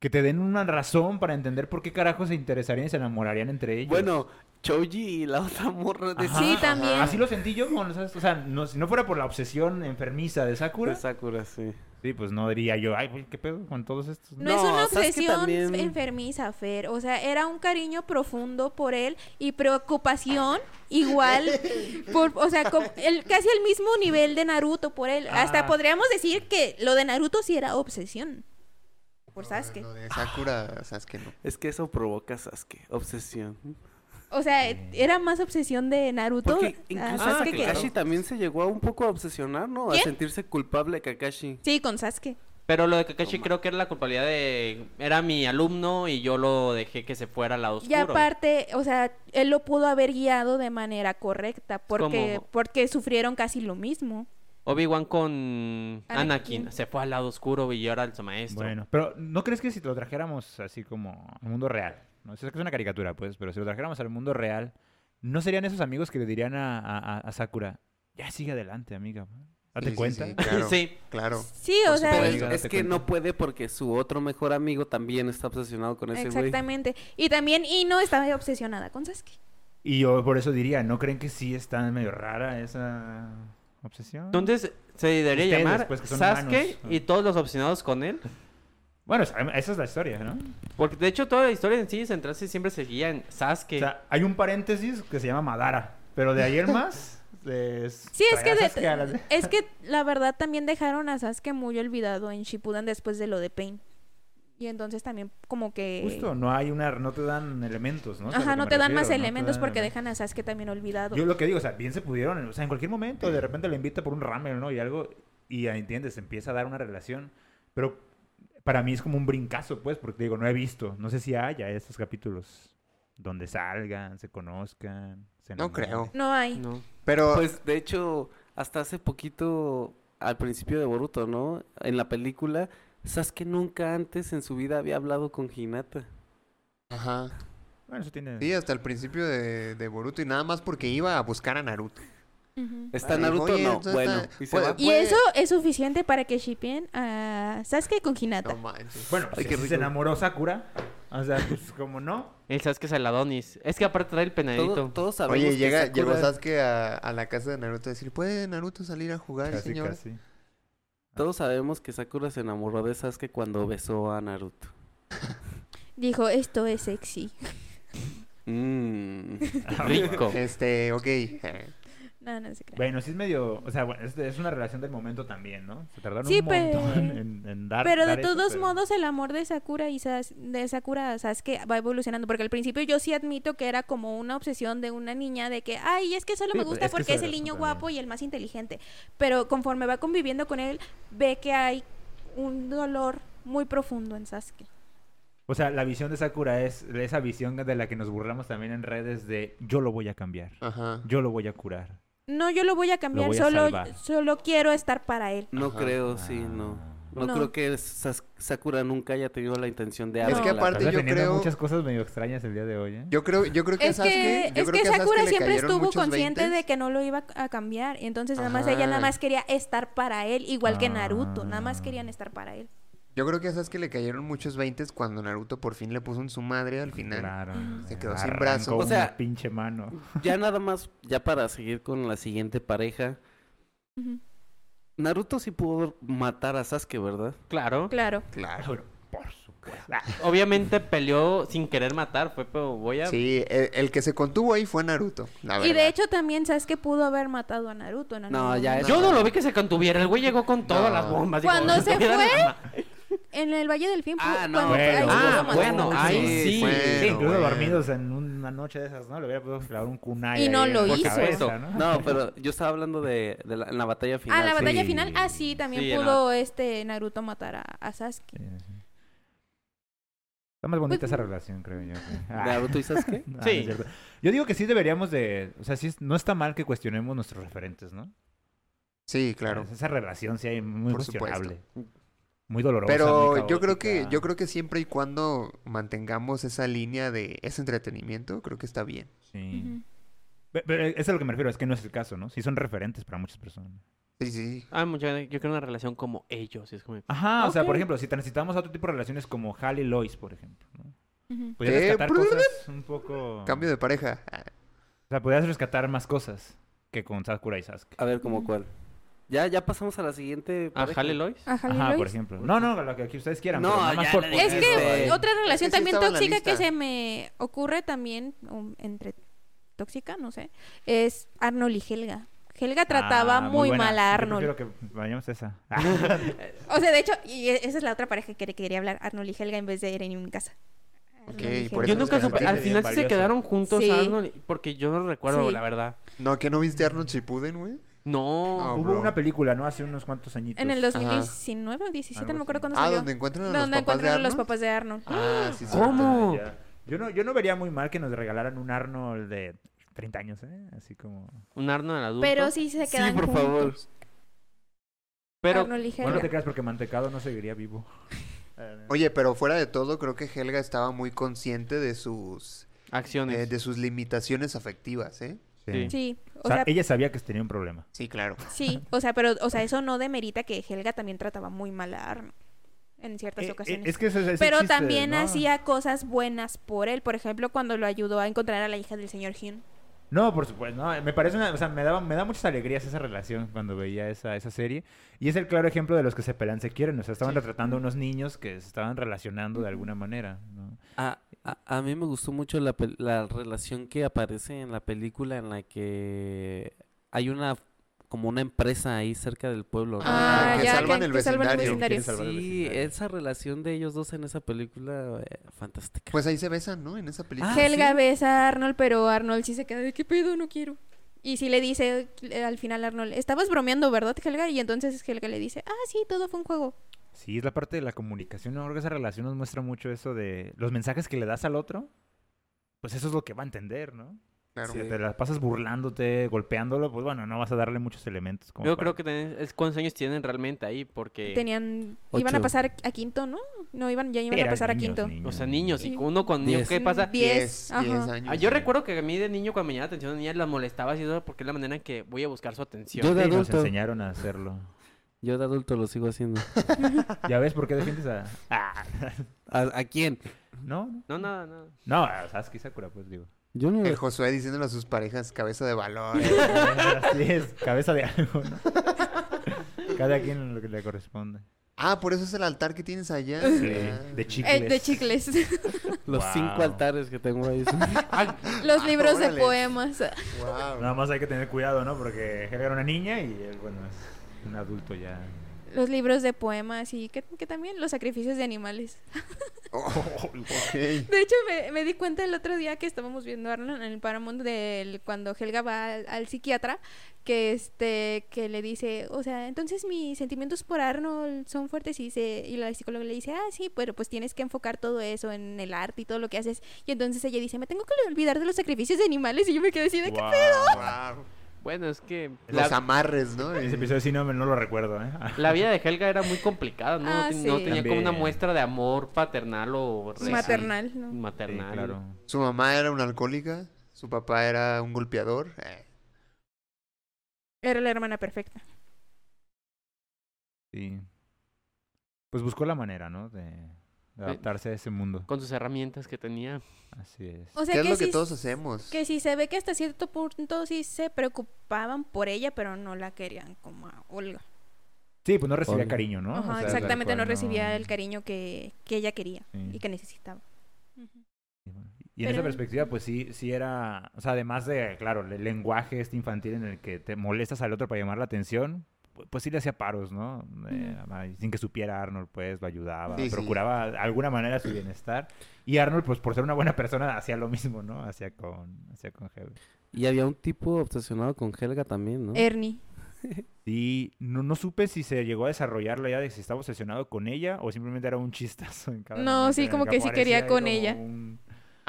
Speaker 5: Que te den una razón para entender por qué carajo se interesarían y se enamorarían entre ellos.
Speaker 4: Bueno, Choji y la otra morra de
Speaker 5: Ajá.
Speaker 3: Sí, también.
Speaker 5: Así lo sentí yo, con- ¿sabes? o sea, no- si no fuera por la obsesión enfermiza de Sakura,
Speaker 4: de Sakura, sí.
Speaker 5: sí, pues no diría yo, ay, güey, qué pedo con todos estos.
Speaker 3: No, es
Speaker 4: No,
Speaker 3: una
Speaker 4: ¿sabes qué
Speaker 3: obsesión
Speaker 4: también?
Speaker 3: enfermiza, Fer. O sea, era un cariño profundo por él y preocupación igual.
Speaker 4: (laughs)
Speaker 3: por- o sea, como el, casi el mismo nivel de Naruto por él. Hasta
Speaker 5: Ah.
Speaker 3: podríamos decir que lo de Naruto sí era obsesión. Por Sasuke.
Speaker 1: Lo de Sakura, Sasuke no.
Speaker 4: Es que eso provoca Sasuke, obsesión.
Speaker 3: O sea,
Speaker 2: Mm.
Speaker 3: era más obsesión de Naruto.
Speaker 4: Porque
Speaker 3: a
Speaker 4: incluso
Speaker 3: ah, Sasuke que-
Speaker 4: Kakashi también se llegó a un poco a obsesionar, ¿no?
Speaker 3: ¿Quién?
Speaker 4: A sentirse culpable Kakashi.
Speaker 3: Sí, con Sasuke.
Speaker 2: Pero lo de Kakashi creo que era la culpabilidad de era mi alumno y yo lo dejé que se fuera al lado
Speaker 3: Y
Speaker 2: oscuro.
Speaker 3: aparte, o sea, él lo pudo haber guiado de manera correcta porque,
Speaker 2: Como-
Speaker 3: porque sufrieron casi lo mismo.
Speaker 2: Obi-Wan con Anakin.
Speaker 3: Anakin.
Speaker 2: se fue al lado oscuro y ahora su maestro.
Speaker 5: Bueno, pero ¿no crees que si lo trajéramos así como al mundo real? No sé que es una caricatura, pues, pero si lo trajéramos al mundo real, ¿no serían esos amigos que le dirían a, a- a- a Sakura, ya sigue adelante, amiga? Date
Speaker 1: Sí, sí,
Speaker 5: cuenta. (laughs)
Speaker 1: Sí, claro,
Speaker 2: Sí.
Speaker 1: claro.
Speaker 3: Sí, o
Speaker 1: Por
Speaker 3: sea,
Speaker 4: Pero
Speaker 1: supuesto.
Speaker 3: y-
Speaker 4: es,
Speaker 1: Date
Speaker 4: Pues, es que no puede porque su otro mejor amigo también está obsesionado con ese güey.
Speaker 3: exactamente. Y también Ino estaba obsesionada con Sasuke.
Speaker 5: Y yo por eso diría, ¿no creen que sí está medio rara esa obsesión?
Speaker 2: Entonces se debería
Speaker 5: Ustedes,
Speaker 2: llamar
Speaker 5: pues, que son
Speaker 2: Sasuke
Speaker 5: humanos.
Speaker 2: y todos los obstinados con él.
Speaker 5: Bueno, sabemos- esa es la historia, ¿no?
Speaker 2: Porque de hecho toda la historia en sí centrarse siempre seguía en Sasuke.
Speaker 5: O sea, hay un paréntesis que se llama Madara, pero de ayer más (laughs) es...
Speaker 3: Sí, es que, de-
Speaker 5: traerás a
Speaker 3: (laughs)
Speaker 5: las-
Speaker 3: es que la verdad también dejaron a Sasuke muy olvidado en Shippuden después de lo de Pain. Y entonces también como que...
Speaker 5: Justo, no hay una... no te dan elementos, ¿no? O sea, lo que
Speaker 3: Ajá, no
Speaker 5: me
Speaker 3: te dan
Speaker 5: refiero,
Speaker 3: más
Speaker 5: no te
Speaker 3: elementos
Speaker 5: dan
Speaker 3: porque
Speaker 5: elementos.
Speaker 3: dejan a Sasuke también olvidado.
Speaker 5: Yo lo que digo, o sea, bien se pudieron, o sea, en cualquier momento, de repente le invita por un ramen, ¿no? Y algo, y ya entiendes, se empieza a dar una relación, pero para mí es como un brincazo, pues, porque digo, no he visto, no sé si haya estos capítulos donde salgan, se conozcan, se
Speaker 1: No
Speaker 5: enamoren.
Speaker 1: creo.
Speaker 3: No hay.
Speaker 2: No.
Speaker 1: Pero
Speaker 4: Pues de hecho, hasta hace poquito, al principio de Boruto, ¿no? En la película, Sasuke nunca antes en su vida había hablado con Hinata.
Speaker 1: ajá.
Speaker 5: Bueno, eso tiene...
Speaker 1: Sí, hasta el principio de, de Boruto y nada más porque iba a buscar a Naruto.
Speaker 3: Ujú.
Speaker 4: ¿Está
Speaker 1: Ay,
Speaker 4: Naruto?
Speaker 1: oye,
Speaker 4: no.
Speaker 1: entonces
Speaker 4: Bueno,
Speaker 1: está-
Speaker 4: y se
Speaker 1: puede-
Speaker 4: va.
Speaker 3: Y
Speaker 1: puede-
Speaker 3: eso es suficiente para que shippen a Sasuke con Hinata.
Speaker 1: No manches.
Speaker 5: Bueno,
Speaker 4: Ay,
Speaker 5: si
Speaker 4: qué
Speaker 5: así se
Speaker 4: rico.
Speaker 5: enamoró Sakura, o sea, pues,
Speaker 1: (laughs)
Speaker 5: como no,
Speaker 2: El Sasuke es el Adonis. Es que aparte trae el penadito.
Speaker 4: Todo- todos sabemos
Speaker 1: Oye,
Speaker 4: que
Speaker 1: llega,
Speaker 4: Sakura-
Speaker 1: llegó Sasuke a, a la casa de Naruto a decir, ¿puede Naruto salir a jugar,
Speaker 5: casi,
Speaker 1: señor?
Speaker 5: casi.
Speaker 4: Todos sabemos que Sakura se enamoró de Sasuke cuando besó a Naruto.
Speaker 3: Dijo, esto es sexy. (laughs)
Speaker 4: Mm.
Speaker 1: (laughs)
Speaker 2: Rico.
Speaker 1: Este, ok. eh,
Speaker 3: No, no se crean.
Speaker 5: Bueno, sí es medio, o sea, bueno, es, es una relación del momento también, ¿no? Se tardaron
Speaker 3: Sí,
Speaker 5: un montón
Speaker 3: pe-
Speaker 5: en, en dar
Speaker 3: Pero de
Speaker 5: dar eso,
Speaker 3: todos
Speaker 5: pero-
Speaker 3: modos el amor de Sakura y Sas- de Sakura a Sasuke va evolucionando porque al principio yo sí admito que era como una obsesión de una niña de que ay es que solo
Speaker 5: Sí,
Speaker 3: me
Speaker 5: pues,
Speaker 3: gusta
Speaker 5: es que eso
Speaker 3: porque es
Speaker 5: era
Speaker 3: el
Speaker 5: eso
Speaker 3: niño
Speaker 5: también.
Speaker 3: guapo y el más inteligente pero conforme va conviviendo con él ve que hay un dolor muy profundo en Sasuke
Speaker 5: O sea, la visión de Sakura es esa visión de la que nos burlamos también en redes de yo lo voy a cambiar,
Speaker 1: Ajá.
Speaker 5: yo lo voy a curar.
Speaker 3: no yo lo voy a cambiar
Speaker 5: voy a
Speaker 3: solo
Speaker 5: salvar.
Speaker 3: solo quiero estar para él
Speaker 4: No
Speaker 1: Ajá.
Speaker 4: creo, sí, no. No,
Speaker 3: No.
Speaker 4: creo que Sas- Sakura nunca haya tenido la intención de
Speaker 1: Es que
Speaker 4: hablar.
Speaker 1: aparte-
Speaker 5: Estás
Speaker 1: yo
Speaker 5: teniendo
Speaker 1: creo-
Speaker 5: muchas cosas medio extrañas el día de hoy, ¿eh?
Speaker 1: Yo creo, yo creo que a
Speaker 3: es
Speaker 1: Sasuke...
Speaker 3: que,
Speaker 1: yo
Speaker 3: es
Speaker 1: creo
Speaker 3: que
Speaker 1: a Sasuke
Speaker 3: Sakura
Speaker 1: le
Speaker 3: siempre
Speaker 1: cayeron
Speaker 3: estuvo
Speaker 1: muchos
Speaker 3: consciente
Speaker 1: 20s.
Speaker 3: de que no lo iba a cambiar entonces nada más ella nada
Speaker 1: Ajá.
Speaker 3: más quería estar para él igual que Naruto nada más
Speaker 5: Ah.
Speaker 3: querían estar para él
Speaker 1: Yo creo que a Sasuke le cayeron muchos 20 cuando Naruto por fin le puso en su madre al final.
Speaker 5: Claro.
Speaker 1: Se quedó sin
Speaker 5: Arrancó
Speaker 1: brazo.
Speaker 4: O
Speaker 5: una
Speaker 4: sea-
Speaker 5: pinche mano.
Speaker 4: Ya nada más, ya para seguir con la siguiente pareja.
Speaker 3: Ujú.
Speaker 4: Naruto sí pudo matar a Sasuke, ¿verdad?
Speaker 2: Claro.
Speaker 3: Claro.
Speaker 1: Claro. Ah,
Speaker 5: Pero, por supuesto.
Speaker 2: Obviamente peleó sin querer matar. Fue, pero voy a.
Speaker 1: Sí, el, el que se contuvo ahí fue Naruto. la
Speaker 3: Y
Speaker 1: verdad.
Speaker 3: de hecho también sabes que pudo haber matado a Naruto en algún
Speaker 4: No, ya
Speaker 3: momento.
Speaker 4: es-
Speaker 2: Yo no lo vi que se contuviera. El güey llegó con todas las bombas. dijo,
Speaker 3: Cuando se
Speaker 2: "Tuviera
Speaker 3: fue,
Speaker 2: la-
Speaker 3: En el Valle del Fin. pu-
Speaker 4: Ah, no,
Speaker 3: cuando-
Speaker 5: bueno.
Speaker 3: ahí sí
Speaker 5: Ah,
Speaker 3: lo mató.
Speaker 2: bueno, ahí sí.
Speaker 5: Sí,
Speaker 1: Bueno,
Speaker 5: (laughs) incluso
Speaker 1: bueno.
Speaker 5: dormidos en una noche de esas, ¿no? Le hubiera podido clavar un kunai
Speaker 3: Y
Speaker 5: ahí
Speaker 3: no
Speaker 5: en
Speaker 3: lo
Speaker 5: la
Speaker 3: hizo.
Speaker 5: cabeza, ¿no?
Speaker 4: No, pero yo estaba hablando de, de la, en la batalla final.
Speaker 3: Ah, la batalla
Speaker 5: Sí.
Speaker 3: final, ah, sí, también
Speaker 2: Sí, en la
Speaker 3: pudo este Naruto matar a, a Sasuke.
Speaker 5: Sí, sí. Está más
Speaker 1: Pues,
Speaker 5: bonita esa
Speaker 1: mm.
Speaker 5: relación, creo yo. que-
Speaker 1: (laughs)
Speaker 5: Ah.
Speaker 4: Naruto y Sasuke.
Speaker 5: No, no
Speaker 2: Sí.
Speaker 5: es cierto. Yo digo que sí deberíamos de... O sea, sí, es- no está mal que cuestionemos nuestros referentes, ¿no?
Speaker 1: Sí, claro.
Speaker 5: Pues, Esa relación sí hay muy
Speaker 1: Por
Speaker 5: cuestionable. Muy dolorosa. muy
Speaker 1: Pero yo creo que
Speaker 5: caótica.
Speaker 1: yo creo que siempre y cuando mantengamos esa línea de ese entretenimiento, creo que está bien.
Speaker 5: Sí.
Speaker 3: Ujú.
Speaker 5: Pe- Pero eso es a lo que me refiero, es que no es el caso, ¿no? Sí son referentes para muchas personas.
Speaker 1: Sí, sí.
Speaker 2: Ah, mucha gente- Yo quiero una relación como ellos. y es como,
Speaker 5: Ajá, o sea,
Speaker 3: Ok.
Speaker 5: por ejemplo, si transitamos a otro tipo de relaciones como Hal y Lois, por ejemplo, ¿no?
Speaker 3: Ujú.
Speaker 5: Podrías
Speaker 1: ¿Qué?
Speaker 5: rescatar
Speaker 1: Brr.
Speaker 5: cosas un poco...
Speaker 1: Cambio de pareja. Ah,
Speaker 5: O sea, podrías rescatar más cosas que con Sakura y Sasuke.
Speaker 4: A ver, ¿cómo cuál? Ya, ya pasamos a la siguiente.
Speaker 2: ¿A
Speaker 4: pareja.
Speaker 2: Hale "Ah, Lois?
Speaker 1: Ah,
Speaker 3: A Halley
Speaker 5: Ajá, por
Speaker 3: Lois.
Speaker 5: ejemplo. No, no, lo que aquí ustedes quieran.
Speaker 4: No,
Speaker 5: pero nada más
Speaker 4: ya
Speaker 5: por
Speaker 4: le
Speaker 3: Es
Speaker 5: poner-
Speaker 3: que
Speaker 4: Este-
Speaker 3: otra relación
Speaker 1: Ese sí
Speaker 3: también
Speaker 1: estaba en la
Speaker 3: tóxica que
Speaker 1: lista.
Speaker 3: se me ocurre también, um, entre tóxica, no sé, es Arnold y Helga. Helga trataba
Speaker 5: Ah,
Speaker 3: muy,
Speaker 5: buena.
Speaker 3: mal a
Speaker 5: Yo
Speaker 3: Arnold.
Speaker 5: prefiero que vayamos a esa.
Speaker 3: O sea, de hecho, y e- esa es la otra pareja que le quería hablar, Arnold y Helga, en vez de Eren y casa.
Speaker 1: Ok, por
Speaker 2: Yo
Speaker 1: pues eso
Speaker 2: nunca
Speaker 1: es
Speaker 2: supe. Al
Speaker 1: compatible,
Speaker 2: final sí se
Speaker 5: valioso.
Speaker 2: quedaron juntos,
Speaker 3: Sí.
Speaker 2: Arnold, Porque yo no recuerdo,
Speaker 3: Sí.
Speaker 2: la verdad.
Speaker 1: No, que no viste Arnold Shippuden, güey.
Speaker 2: No.
Speaker 1: No,
Speaker 5: (laughs) Hubo
Speaker 1: bro.
Speaker 5: una película, ¿no? Hace unos cuantos añitos.
Speaker 3: En el
Speaker 1: Ajá.
Speaker 3: 2019 o 17, no
Speaker 5: Algo
Speaker 3: me acuerdo
Speaker 5: así.
Speaker 3: cuándo
Speaker 1: Ah,
Speaker 3: salió.
Speaker 1: donde encuentran a los
Speaker 3: Donde
Speaker 1: papás de
Speaker 3: encuentran a los
Speaker 1: Arnold?
Speaker 3: papás de Arnold.
Speaker 1: Ah, sí, sí.
Speaker 2: ¿Cómo?
Speaker 5: Ya. Yo no, yo no vería muy mal que nos regalaran un Arnold de 30 años, ¿eh? Así como...
Speaker 2: Un Arnold adulto.
Speaker 3: Pero sí se
Speaker 4: Sí,
Speaker 3: quedan
Speaker 4: por favor.
Speaker 3: juntos.
Speaker 2: Pero
Speaker 3: Arnold y
Speaker 5: Bueno, no te
Speaker 3: Helga.
Speaker 5: creas porque Mantecado no seguiría
Speaker 3: (laughs)
Speaker 5: vivo. Eh,
Speaker 1: Oye, pero fuera de todo, creo que Helga estaba muy consciente de sus eh,
Speaker 2: acciones.
Speaker 1: de sus limitaciones afectivas, ¿eh?
Speaker 5: Sí.
Speaker 3: Sí,
Speaker 5: O
Speaker 3: o
Speaker 5: sea,
Speaker 3: sea,
Speaker 5: ella sabía que tenía un problema.
Speaker 1: Sí, claro.
Speaker 3: sí, o sea, pero, o sea, eso no demerita que Helga también trataba muy mal a Arno en ciertas
Speaker 5: Eh, eh,
Speaker 3: ocasiones.
Speaker 5: es que ese- ese es el
Speaker 3: pero
Speaker 5: chiste,
Speaker 3: también
Speaker 5: ¿no?
Speaker 3: hacía cosas buenas por él, por ejemplo, cuando lo ayudó a encontrar a la hija del señor Hyun.
Speaker 5: No, por supuesto, no, me parece una, o sea, me daba, me da muchas alegrías esa relación cuando veía esa, esa serie. Y es el claro ejemplo de los que se pelean, se quieren, o sea, estaban retratando a unos niños que se estaban relacionando de alguna manera, ¿no?
Speaker 4: A, Ah, a- a mí me gustó mucho la, pel- la relación que aparece en la película en la que hay una como una empresa ahí cerca del pueblo. ¿no?
Speaker 1: Ah,
Speaker 3: Ah,
Speaker 1: que
Speaker 3: ya,
Speaker 1: salvan
Speaker 3: que-
Speaker 1: el
Speaker 3: que salvan el
Speaker 1: vecindario.
Speaker 3: vecindario.
Speaker 5: Salvar al
Speaker 4: Sí,
Speaker 5: vecindario.
Speaker 4: esa relación de ellos dos en esa película, eh, fantástica.
Speaker 1: Pues ahí se besan, ¿no? En esa película.
Speaker 4: Ah,
Speaker 3: Helga
Speaker 4: sí.
Speaker 3: besa a Arnold, pero Arnold sí se queda de qué pedo, no quiero. Y sí le dice eh, al final Arnold, estabas bromeando, ¿verdad, Helga? Y entonces Helga le dice, ah, sí, todo fue un juego.
Speaker 5: Sí, es la parte de la comunicación, ¿no? Creo que esa relación nos muestra mucho eso de los mensajes que le das al otro, pues eso es lo que va a entender, ¿no?
Speaker 1: Claro.
Speaker 5: Si te las pasas burlándote, golpeándolo, pues bueno, no vas a darle muchos elementos. como
Speaker 2: Yo
Speaker 5: para-
Speaker 2: creo que también es cuántos años tienen realmente ahí, porque...
Speaker 3: Tenían, iban a
Speaker 4: Ocho.
Speaker 3: pasar a quinto, ¿no? No, iban, ya iban a
Speaker 5: Eran
Speaker 3: pasar
Speaker 5: niños,
Speaker 3: a quinto.
Speaker 5: niños,
Speaker 2: O sea, niños, y
Speaker 3: Y-
Speaker 2: uno con
Speaker 4: Diez.
Speaker 2: niños, ¿qué pasa?
Speaker 3: Diez. ajá.
Speaker 1: años.
Speaker 2: Ah, yo
Speaker 1: sí.
Speaker 2: recuerdo que a mí de niño cuando me llamaba la atención a niña la molestaba así todo porque es la manera en que voy a buscar su atención.
Speaker 4: Yo de
Speaker 5: Sí, nos
Speaker 4: adulto,
Speaker 5: enseñaron a hacerlo.
Speaker 4: yo de adulto lo sigo haciendo.
Speaker 5: ¿Ya ves por qué defiendes a...?
Speaker 4: ¿A, a quién?
Speaker 5: No,
Speaker 2: No, nada, nada.
Speaker 5: no, a Sasuke Sakura, pues
Speaker 2: (laughs)
Speaker 5: digo.
Speaker 4: Yo no.
Speaker 1: El Josué diciéndole a sus parejas cabeza de valor.
Speaker 5: Así es, cabeza de algo, ¿no? Cada quien lo que le corresponde.
Speaker 1: ah, por eso es el altar que tienes allá. Ah.
Speaker 5: De chicles.
Speaker 3: Eh, de chicles.
Speaker 4: Los
Speaker 5: Wow.
Speaker 4: cinco altares que
Speaker 5: (laughs)
Speaker 4: tengo ahí. son-
Speaker 3: Los libros
Speaker 1: Ah, órale.
Speaker 3: de poemas.
Speaker 1: Wow.
Speaker 5: Nada más hay que tener cuidado, ¿no? Porque Helga era una niña y él, bueno, es un adulto ya.
Speaker 3: Los libros de poemas y que, que también los sacrificios de animales.
Speaker 1: (laughs) Oh, ok.
Speaker 3: De hecho, me, me di cuenta el otro día que estábamos viendo Arnold en el Paramount del, cuando Helga va al, al psiquiatra, que este que le dice, o sea, entonces mis sentimientos por Arnold son fuertes y, dice- y la psicóloga le dice, ah, sí, pero pues tienes que enfocar todo eso en el arte y todo lo que haces. Y entonces ella dice, me tengo que olvidar de los sacrificios de animales y yo me quedé así de que...
Speaker 5: Wow.
Speaker 1: Wow.
Speaker 2: Bueno, es que
Speaker 1: Los
Speaker 2: la,
Speaker 1: amarres, ¿no? Eh,
Speaker 5: Ese episodio sí no, me- no lo recuerdo, ¿eh?
Speaker 2: la vida de Helga era muy complicada, ¿no?
Speaker 3: Ah,
Speaker 2: no, te- no
Speaker 3: sí.
Speaker 2: tenía como una
Speaker 5: También.
Speaker 2: muestra de amor paternal o re-
Speaker 3: Maternal, ¿no?
Speaker 5: Sí,
Speaker 2: Maternal.
Speaker 5: claro.
Speaker 1: Su mamá era una alcohólica, su papá era un golpeador. Eh,
Speaker 3: Era la hermana perfecta.
Speaker 5: Sí. Pues buscó la manera, ¿no? De, de adaptarse a ese mundo.
Speaker 2: Con sus herramientas que tenía.
Speaker 5: Así es.
Speaker 3: O sea,
Speaker 1: ¿Qué es
Speaker 3: que
Speaker 1: lo que
Speaker 3: sí-
Speaker 1: todos hacemos?
Speaker 3: Que sí se ve que hasta cierto punto sí se preocupaban por ella, pero no la querían como a Olga.
Speaker 5: Sí, pues no recibía
Speaker 4: Obvio.
Speaker 5: cariño, ¿no? O
Speaker 3: Ajá,
Speaker 5: sea, tal
Speaker 3: exactamente,
Speaker 5: cual,
Speaker 3: no recibía el cariño que, que ella quería
Speaker 5: Sí.
Speaker 3: y que necesitaba.
Speaker 5: Y en esa
Speaker 3: Pero-
Speaker 5: perspectiva, pues sí, sí era, o sea, además de, claro, el lenguaje este infantil en el que te molestas al otro para llamar la atención, pu- pues sí le hacía paros, ¿no? Eh, ay, sin que supiera Arnold, pues, lo ayudaba,
Speaker 1: Sí, sí.
Speaker 5: procuraba de alguna manera su bienestar. Y Arnold, pues por ser una buena persona, hacía lo mismo, ¿no? Hacía con, hacía con Hebe.
Speaker 4: Y había un tipo obsesionado con Helga también, ¿no?
Speaker 3: Ernie.
Speaker 5: Y no, no supe si se llegó a desarrollar la idea de si estaba obsesionado con ella o simplemente era un chistazo en cada
Speaker 3: No,
Speaker 5: momento
Speaker 3: sí,
Speaker 5: en el
Speaker 3: como que sí
Speaker 5: aparecía
Speaker 3: quería
Speaker 5: y
Speaker 3: con
Speaker 5: como
Speaker 3: ella.
Speaker 5: un-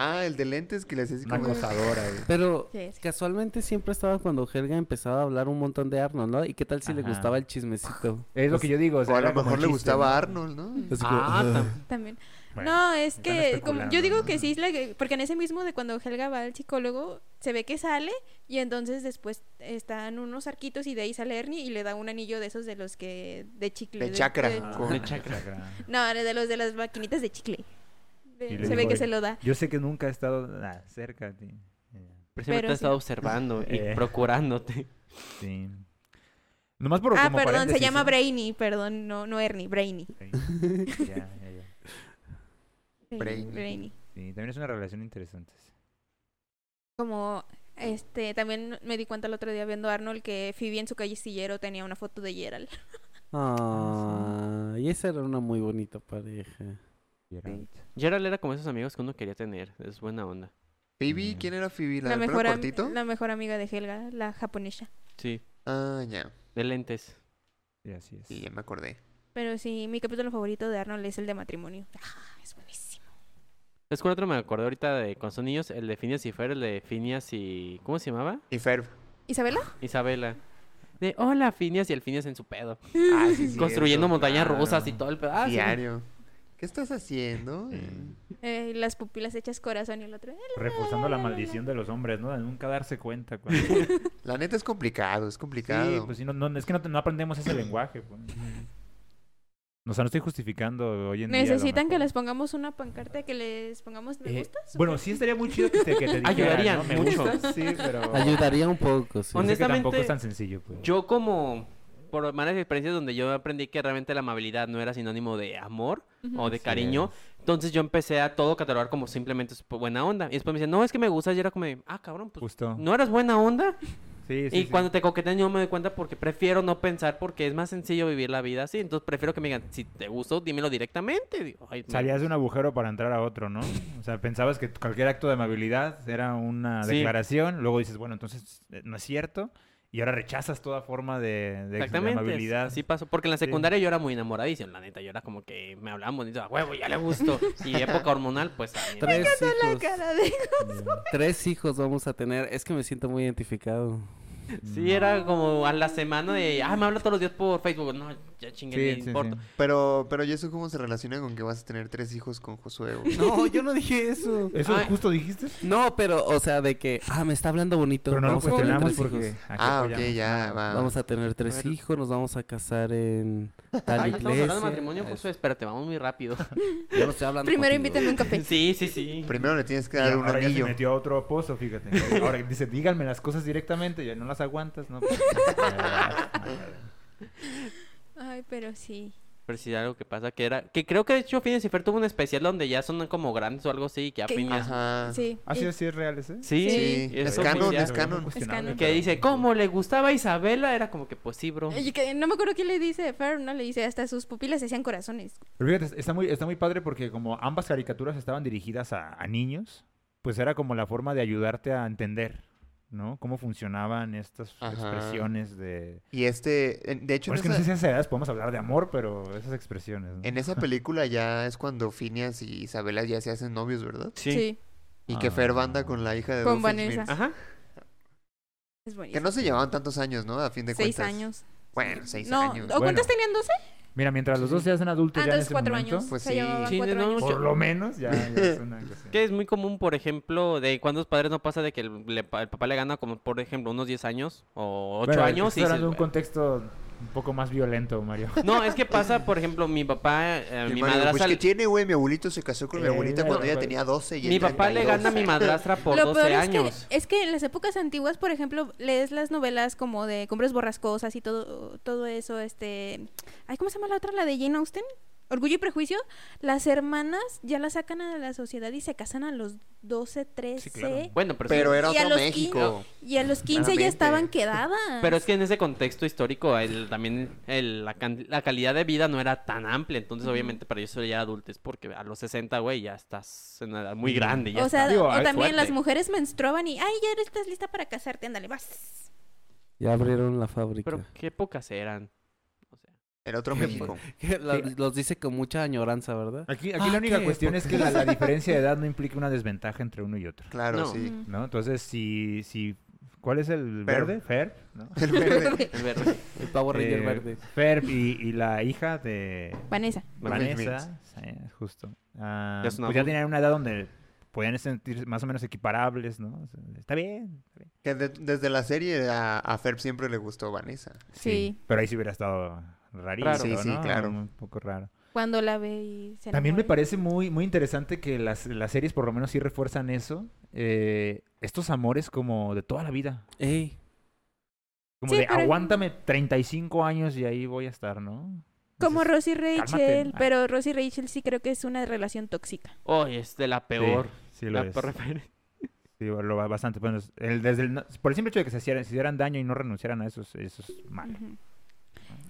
Speaker 1: Ah, el de lentes que le hacía así
Speaker 5: una
Speaker 1: como...
Speaker 5: acosadora. güey.
Speaker 4: Pero
Speaker 3: Sí, sí.
Speaker 4: casualmente siempre estaba cuando Helga empezaba a hablar un montón de Arnold, ¿no? ¿Y qué tal si le
Speaker 5: Ajá.
Speaker 4: gustaba el chismecito?
Speaker 5: Es lo que yo digo. o sea,
Speaker 1: Pues, O a
Speaker 5: era
Speaker 1: lo
Speaker 5: como
Speaker 1: mejor le
Speaker 5: chiste,
Speaker 1: gustaba
Speaker 5: ¿no? Pues,
Speaker 1: a Arnold, ¿no?
Speaker 4: Así como,
Speaker 2: Ah,
Speaker 4: "Ugh".
Speaker 2: tam-
Speaker 3: También.
Speaker 5: Bueno.
Speaker 3: no, es
Speaker 5: están
Speaker 3: que como, yo
Speaker 5: especulando,
Speaker 3: digo
Speaker 5: ¿no?
Speaker 3: que sí, es la que- porque en ese mismo de cuando Helga va al psicólogo, se ve que sale y entonces después están unos arquitos y de ahí sale Ernie y le da un anillo de esos de los que... de chicle.
Speaker 1: De chakra.
Speaker 5: Ah,
Speaker 1: Con-
Speaker 2: de chakra.
Speaker 3: No, de los de las maquinitas de chicle. De-
Speaker 5: Y le
Speaker 3: se ve
Speaker 5: digo,
Speaker 3: que se lo da.
Speaker 5: Yo sé que nunca he estado ah, cerca de ti. Eh,
Speaker 2: Pero siempre
Speaker 3: Pero
Speaker 2: te he
Speaker 3: sí.
Speaker 2: estado observando y
Speaker 5: Eh.
Speaker 2: procurándote.
Speaker 5: Sí. Nomás por
Speaker 3: Ah,
Speaker 5: como
Speaker 3: perdón, se
Speaker 5: paréntesis,
Speaker 3: llama
Speaker 5: ¿no?
Speaker 3: Brainy, perdón, no, no Ernie, Brainy.
Speaker 5: Sí, ya, ya, ya.
Speaker 1: Brainy.
Speaker 5: Sí, también es una relación interesante.
Speaker 3: Como, este, también me di cuenta el otro día viendo a Arnold que Phoebe en su callejillero tenía una foto de Gerald.
Speaker 4: Ah, y esa era una muy bonita pareja.
Speaker 5: Gerald.
Speaker 2: Gerald era como esos amigos que uno quería tener. Es buena onda.
Speaker 1: Phoebe,
Speaker 5: mm.
Speaker 1: ¿quién era Phoebe? ¿La,
Speaker 3: La
Speaker 1: del pelo
Speaker 3: mejor, am-
Speaker 1: cortito?
Speaker 3: la mejor amiga de Helga, la japonesa.
Speaker 2: Sí,
Speaker 1: Ah, ya.
Speaker 2: de lentes.
Speaker 5: Sí, así es.
Speaker 1: Sí, ya me acordé.
Speaker 3: Pero sí, mi capítulo favorito de Arnold es el de matrimonio. Ah, es buenísimo.
Speaker 2: Es cuál otro me acordé ahorita de cuando son niños, el de Phineas y Fer, el de Phineas y... ¿Cómo se llamaba?
Speaker 1: Y
Speaker 3: (laughs)
Speaker 1: Ferb. (laughs)
Speaker 3: ¿Isabela?
Speaker 2: Isabela. De hola Phineas y el Phineas en su pedo.
Speaker 1: Ah, sí, sí,
Speaker 2: Construyendo
Speaker 1: eso,
Speaker 2: montañas
Speaker 1: claro.
Speaker 2: rusas y todo el pedo. Ah, sí.
Speaker 1: Diario. ¿Qué estás haciendo?
Speaker 5: Mm.
Speaker 3: Eh, las pupilas hechas corazón y el otro. "Eh,
Speaker 5: Reforzando la maldición de los hombres, ¿no? De nunca darse cuenta.
Speaker 2: (laughs)
Speaker 5: cuando-
Speaker 1: La neta es complicado, es complicado.
Speaker 5: Sí, pues sí, no, no, es que no, te- no aprendemos ese lenguaje. Pues. O sea, no estoy justificando hoy en día. a lo
Speaker 3: ¿Necesitan que
Speaker 5: mejor.
Speaker 3: les pongamos una pancarta que les pongamos me
Speaker 5: Eh,
Speaker 3: gustas? (laughs)
Speaker 5: Bueno, sí estaría muy chido que te, que te dijeran,
Speaker 2: (laughs) Ayudarían
Speaker 5: ¿no? Me
Speaker 2: mucho.
Speaker 5: gustas, sí, pero...
Speaker 4: Ayudaría un poco, sí.
Speaker 5: Yo sé que tampoco
Speaker 2: Honestamente,
Speaker 5: es tan sencillo, pues.
Speaker 2: Yo como por malas experiencias donde yo aprendí que realmente la amabilidad no era sinónimo de amor
Speaker 3: Ujú.
Speaker 2: o de
Speaker 5: Así
Speaker 2: cariño, entonces yo empecé a todo catalogar como simplemente su- buena onda. Y después me dicen, no, es que me gusta, y era como, de, ah, cabrón, pues,
Speaker 5: Justo.
Speaker 2: ¿no eras buena onda?
Speaker 5: Sí, sí,
Speaker 2: y
Speaker 5: sí.
Speaker 2: cuando te coquetean yo me doy cuenta porque prefiero no pensar porque es más sencillo vivir la vida así, entonces prefiero que me digan, si te gustó, dímelo directamente. Digo, "Ay, no".
Speaker 5: Salías de un agujero para entrar a otro, ¿no? O sea, pensabas que cualquier acto de amabilidad era una
Speaker 2: Sí.
Speaker 5: declaración, luego dices, bueno, entonces eh, no es cierto, y ahora rechazas toda forma de, de- de
Speaker 2: Exactamente,
Speaker 5: amabilidad.
Speaker 2: así pasó. Porque en la
Speaker 5: Sí.
Speaker 2: secundaria yo era muy enamoradísimo, la neta. Yo era como que me hablaban bonito, a huevo, ya
Speaker 5: (laughs)
Speaker 2: le gusto. Y época hormonal, pues también.
Speaker 4: Tres
Speaker 3: La
Speaker 4: hijos.
Speaker 3: cara de-
Speaker 4: Tres hijos vamos a tener. Es que me siento muy identificado.
Speaker 2: Sí, era como a la semana de, ah, me habla todos los días por Facebook. No, ya chingue,
Speaker 5: Sí,
Speaker 2: ni
Speaker 5: sí, sí.
Speaker 2: importa.
Speaker 1: Pero, pero ¿y eso cómo se relaciona con que vas a tener tres hijos con Josué? güey?
Speaker 4: No, yo no dije eso.
Speaker 5: ¿Eso
Speaker 2: Ay.
Speaker 5: justo dijiste?
Speaker 4: No, pero, o sea, de que, ah, me está hablando bonito.
Speaker 5: Pero no lo
Speaker 4: Vamos a tener
Speaker 5: cuestionamos
Speaker 4: tres
Speaker 5: porque...
Speaker 4: hijos.
Speaker 5: aquí
Speaker 1: ah, ok,
Speaker 5: apoyamos.
Speaker 1: ya, va.
Speaker 4: Vamos a tener tres
Speaker 1: Bueno.
Speaker 4: hijos, nos vamos a casar en tal
Speaker 2: Ay, estamos
Speaker 4: iglesia.
Speaker 2: hablando de matrimonio, pues espérate, vamos
Speaker 3: (laughs)
Speaker 2: muy rápido. (laughs)
Speaker 4: Yo no estoy hablando
Speaker 3: Primero
Speaker 4: contigo.
Speaker 3: invítame
Speaker 5: (laughs)
Speaker 3: un café.
Speaker 2: Sí, sí, sí.
Speaker 1: Primero le tienes que
Speaker 5: Ya,
Speaker 1: dar un
Speaker 5: ahora ya se
Speaker 1: anillo.
Speaker 5: metió a otro
Speaker 1: (laughs)
Speaker 5: pozo, fíjate. Ahora dice, díganme las cosas directamente, ya no las
Speaker 1: (laughs)
Speaker 5: aguantas, ¿no? Pues, (laughs)
Speaker 3: Ay, pero sí.
Speaker 2: Pero sí, algo que pasa que era. Que creo que de hecho Phineas y Fer tuvo un especial donde ya son como grandes o algo así. y Que ya
Speaker 3: ¿Qué?
Speaker 2: Phineas-
Speaker 1: Ajá.
Speaker 3: Sí.
Speaker 5: así
Speaker 3: Y-
Speaker 5: es, sí es real ese.
Speaker 2: Sí,
Speaker 1: Sí,
Speaker 2: y eso
Speaker 1: es canon,
Speaker 2: oficial.
Speaker 1: es canon.
Speaker 3: canon.
Speaker 2: Que dice, ¿cómo le gustaba a Isabela? Era como que, pues sí, bro.
Speaker 3: y que no me acuerdo quién le dice Fer, ¿no? Le dice, hasta sus pupilas se hacían corazones.
Speaker 5: Pero fíjate, está muy, está muy padre porque como ambas caricaturas estaban dirigidas a, a niños, pues era como la forma de ayudarte a entender, ¿no? Cómo funcionaban estas
Speaker 1: Ajá.
Speaker 5: expresiones de...
Speaker 1: Y este, en- de hecho,
Speaker 5: Bueno, es que
Speaker 1: en,
Speaker 5: no sé
Speaker 1: esa,
Speaker 5: si a esas edades podemos hablar de amor, pero esas expresiones, ¿no?
Speaker 1: en esa película ya es cuando Phineas y Isabela ya se hacen novios, ¿verdad?
Speaker 3: Sí.
Speaker 1: Y que
Speaker 5: Ah.
Speaker 1: Fer banda con la hija de
Speaker 3: Con
Speaker 1: Rufus
Speaker 3: Vanessa.
Speaker 1: Mills.
Speaker 2: Ajá.
Speaker 3: Es bonito.
Speaker 1: Que no se llevaban tantos años, ¿no? A fin de
Speaker 3: Seis
Speaker 1: cuentas.
Speaker 3: años.
Speaker 1: Bueno, seis
Speaker 3: no,
Speaker 1: años.
Speaker 3: ¿o cuántos
Speaker 5: Bueno.
Speaker 3: tenían? ¿12?
Speaker 5: Mira, mientras los
Speaker 1: Sí.
Speaker 5: dos se hacen adultos
Speaker 3: Ah,
Speaker 5: ya en
Speaker 3: entonces
Speaker 5: ese
Speaker 3: cuatro
Speaker 5: momento,
Speaker 3: años.
Speaker 1: Pues
Speaker 3: se
Speaker 1: sí.
Speaker 3: llevaban
Speaker 2: Sí,
Speaker 3: cuatro
Speaker 2: no,
Speaker 3: años.
Speaker 5: por lo menos ya, ya
Speaker 1: (laughs)
Speaker 5: es una cosa.
Speaker 2: Que es muy común, por ejemplo, de cuando los padres no pasa de que el, le- el papá le gana como, por ejemplo, unos 10 años o 8
Speaker 5: Bueno,
Speaker 2: años.
Speaker 5: Estoy
Speaker 2: y dices,
Speaker 5: hablando de un
Speaker 2: "Bueno".
Speaker 5: contexto un poco más
Speaker 1: (laughs)
Speaker 5: violento, Mario.
Speaker 2: No, es que pasa, por ejemplo, mi papá, eh,
Speaker 1: Mi,
Speaker 2: mi
Speaker 1: madre,
Speaker 2: madrastra...
Speaker 1: pues que tiene, güey, mi abuelito se casó con mi
Speaker 5: Eh,
Speaker 1: abuelita
Speaker 5: no,
Speaker 1: cuando ella
Speaker 5: pues,
Speaker 1: tenía 12 y él
Speaker 2: Mi papá le
Speaker 1: 32.
Speaker 2: gana a mi madrastra por
Speaker 3: Lo
Speaker 2: 12
Speaker 3: peor
Speaker 2: años.
Speaker 3: Es que, es que en las épocas antiguas, por ejemplo, lees las novelas como de Cumbres Borrascosas y todo, todo eso, este... Ay, ¿cómo se llama la otra? La de Jane Austen. Orgullo y Prejuicio. Las hermanas ya las sacan a la sociedad y se casan a los 12, 13.
Speaker 5: claro.
Speaker 2: Bueno, pero, sí-
Speaker 1: Pero era
Speaker 3: Y a
Speaker 1: otro
Speaker 3: los
Speaker 1: México.
Speaker 3: Y a los 15 ya
Speaker 1: Claramente.
Speaker 3: estaban quedadas.
Speaker 2: pero es que en ese contexto histórico el- también el- la, can- la calidad de vida no era tan amplia. Entonces, obviamente, para ellos ya adultos, porque a los 60, güey, ya estás en una edad muy grande. Ya
Speaker 3: o sea,
Speaker 2: estás
Speaker 5: Digo,
Speaker 3: o
Speaker 5: ay,
Speaker 3: también
Speaker 2: fuerte.
Speaker 3: las mujeres menstruaban y, ay, ya estás lista para casarte, ándale, vas.
Speaker 4: Ya abrieron la fábrica. (laughs)
Speaker 2: Pero qué pocas eran. O sea,
Speaker 1: Era otro
Speaker 5: (laughs)
Speaker 4: Qué
Speaker 1: México.
Speaker 4: La-
Speaker 5: Sí.
Speaker 4: Los dice con mucha añoranza, ¿verdad?
Speaker 5: Aquí, aquí
Speaker 4: Ah,
Speaker 5: la única
Speaker 4: ¿qué?
Speaker 5: cuestión
Speaker 4: ¿Por
Speaker 5: es que la,
Speaker 3: (laughs)
Speaker 5: la diferencia de edad no implica una desventaja entre uno y otro.
Speaker 1: Claro,
Speaker 2: No.
Speaker 1: sí.
Speaker 3: Ujú.
Speaker 5: ¿no? Entonces, si, si ¿cuál es el
Speaker 1: Ferb.
Speaker 5: verde? Ferb, ¿no?
Speaker 1: El
Speaker 3: (laughs)
Speaker 1: verde.
Speaker 2: el (laughs) verde.
Speaker 4: El Power Ranger
Speaker 5: Eh,
Speaker 4: verde.
Speaker 5: Ferb y, y la hija de
Speaker 3: Vanessa.
Speaker 1: Vanessa
Speaker 5: Vanessa, sí, justo. Ah,
Speaker 2: Ya es una
Speaker 5: pues ya
Speaker 2: adulta.
Speaker 5: tenían una edad donde podían sentir más o menos equiparables, ¿no? O sea, está bien, está bien.
Speaker 1: Que de- desde la serie a, a Ferb siempre le gustó Vanessa.
Speaker 3: Sí.
Speaker 5: Pero ahí sí hubiera estado rarísimo,
Speaker 2: Raro.
Speaker 1: Sí, sí,
Speaker 5: ¿no?
Speaker 1: claro.
Speaker 5: Un poco raro.
Speaker 3: Cuando la ve y se
Speaker 5: También me
Speaker 3: enamora.
Speaker 5: parece muy, muy interesante que las, las series por lo menos sí refuerzan eso. eh, estos amores como de toda la vida.
Speaker 4: Ey,
Speaker 5: Como
Speaker 3: Sí,
Speaker 5: de
Speaker 3: pero-
Speaker 5: aguántame 35 años y ahí voy a estar, ¿no?
Speaker 3: Como
Speaker 5: Entonces,
Speaker 3: Rosy Rachel,
Speaker 5: cálmate.
Speaker 3: pero Rosy Rachel sí creo que es una relación tóxica.
Speaker 2: Oh, es de la
Speaker 5: sí,
Speaker 2: peor.
Speaker 5: Sí, lo
Speaker 2: la
Speaker 5: es.
Speaker 2: peor referencia.
Speaker 5: Sí, lo va bastante. Bueno, es- el- desde el no- por el simple hecho de que se hicieran, se hicieran daño y no renunciaran a eso, es- eso es malo.
Speaker 3: Ujú.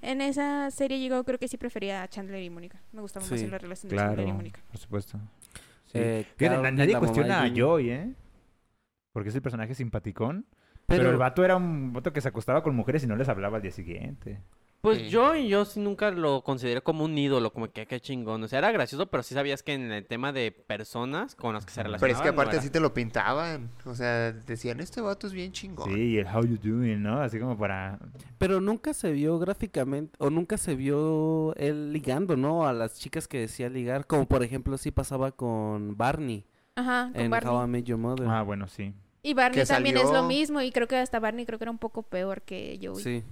Speaker 3: En esa serie yo creo que sí prefería a Chandler y Mónica. Me gustaba más
Speaker 4: Sí,
Speaker 3: la relación de
Speaker 5: Claro,
Speaker 3: Chandler y Mónica.
Speaker 5: por supuesto. Sí.
Speaker 4: Eh,
Speaker 5: Fíjate, na-
Speaker 4: Carol,
Speaker 5: nadie
Speaker 4: la mamá
Speaker 5: cuestiona
Speaker 4: de
Speaker 5: a
Speaker 4: Jimmy.
Speaker 5: Joey, ¿eh? Porque es el personaje simpaticón. Pero,
Speaker 4: Pero,
Speaker 5: el vato era un vato que se acostaba con mujeres y no les hablaba al día siguiente.
Speaker 2: Pues
Speaker 1: Sí.
Speaker 2: yo, yo sí nunca lo consideré como un ídolo, como que "Ah, qué chingón. O sea, era gracioso, pero sí sabías que en el tema de personas con las que se relacionaban.
Speaker 1: Pero es que
Speaker 2: no
Speaker 1: aparte
Speaker 2: era-
Speaker 1: así te lo pintaban. O sea, decían, este vato es bien chingón.
Speaker 5: Sí, y el how you doing, ¿no? Así como para...
Speaker 4: Pero nunca se vio gráficamente, o nunca se vio él ligando, ¿no? A las chicas que decía ligar, como por ejemplo sí pasaba con Barney
Speaker 3: Ajá, Ah, con
Speaker 4: en
Speaker 3: Barney.
Speaker 4: How I Met Your Mother.
Speaker 5: Ah, bueno, sí.
Speaker 3: Y Barney
Speaker 1: Que
Speaker 3: también es lo
Speaker 1: salió-
Speaker 3: mismo y creo que hasta Barney creo que era un poco peor que Joey.
Speaker 4: sí.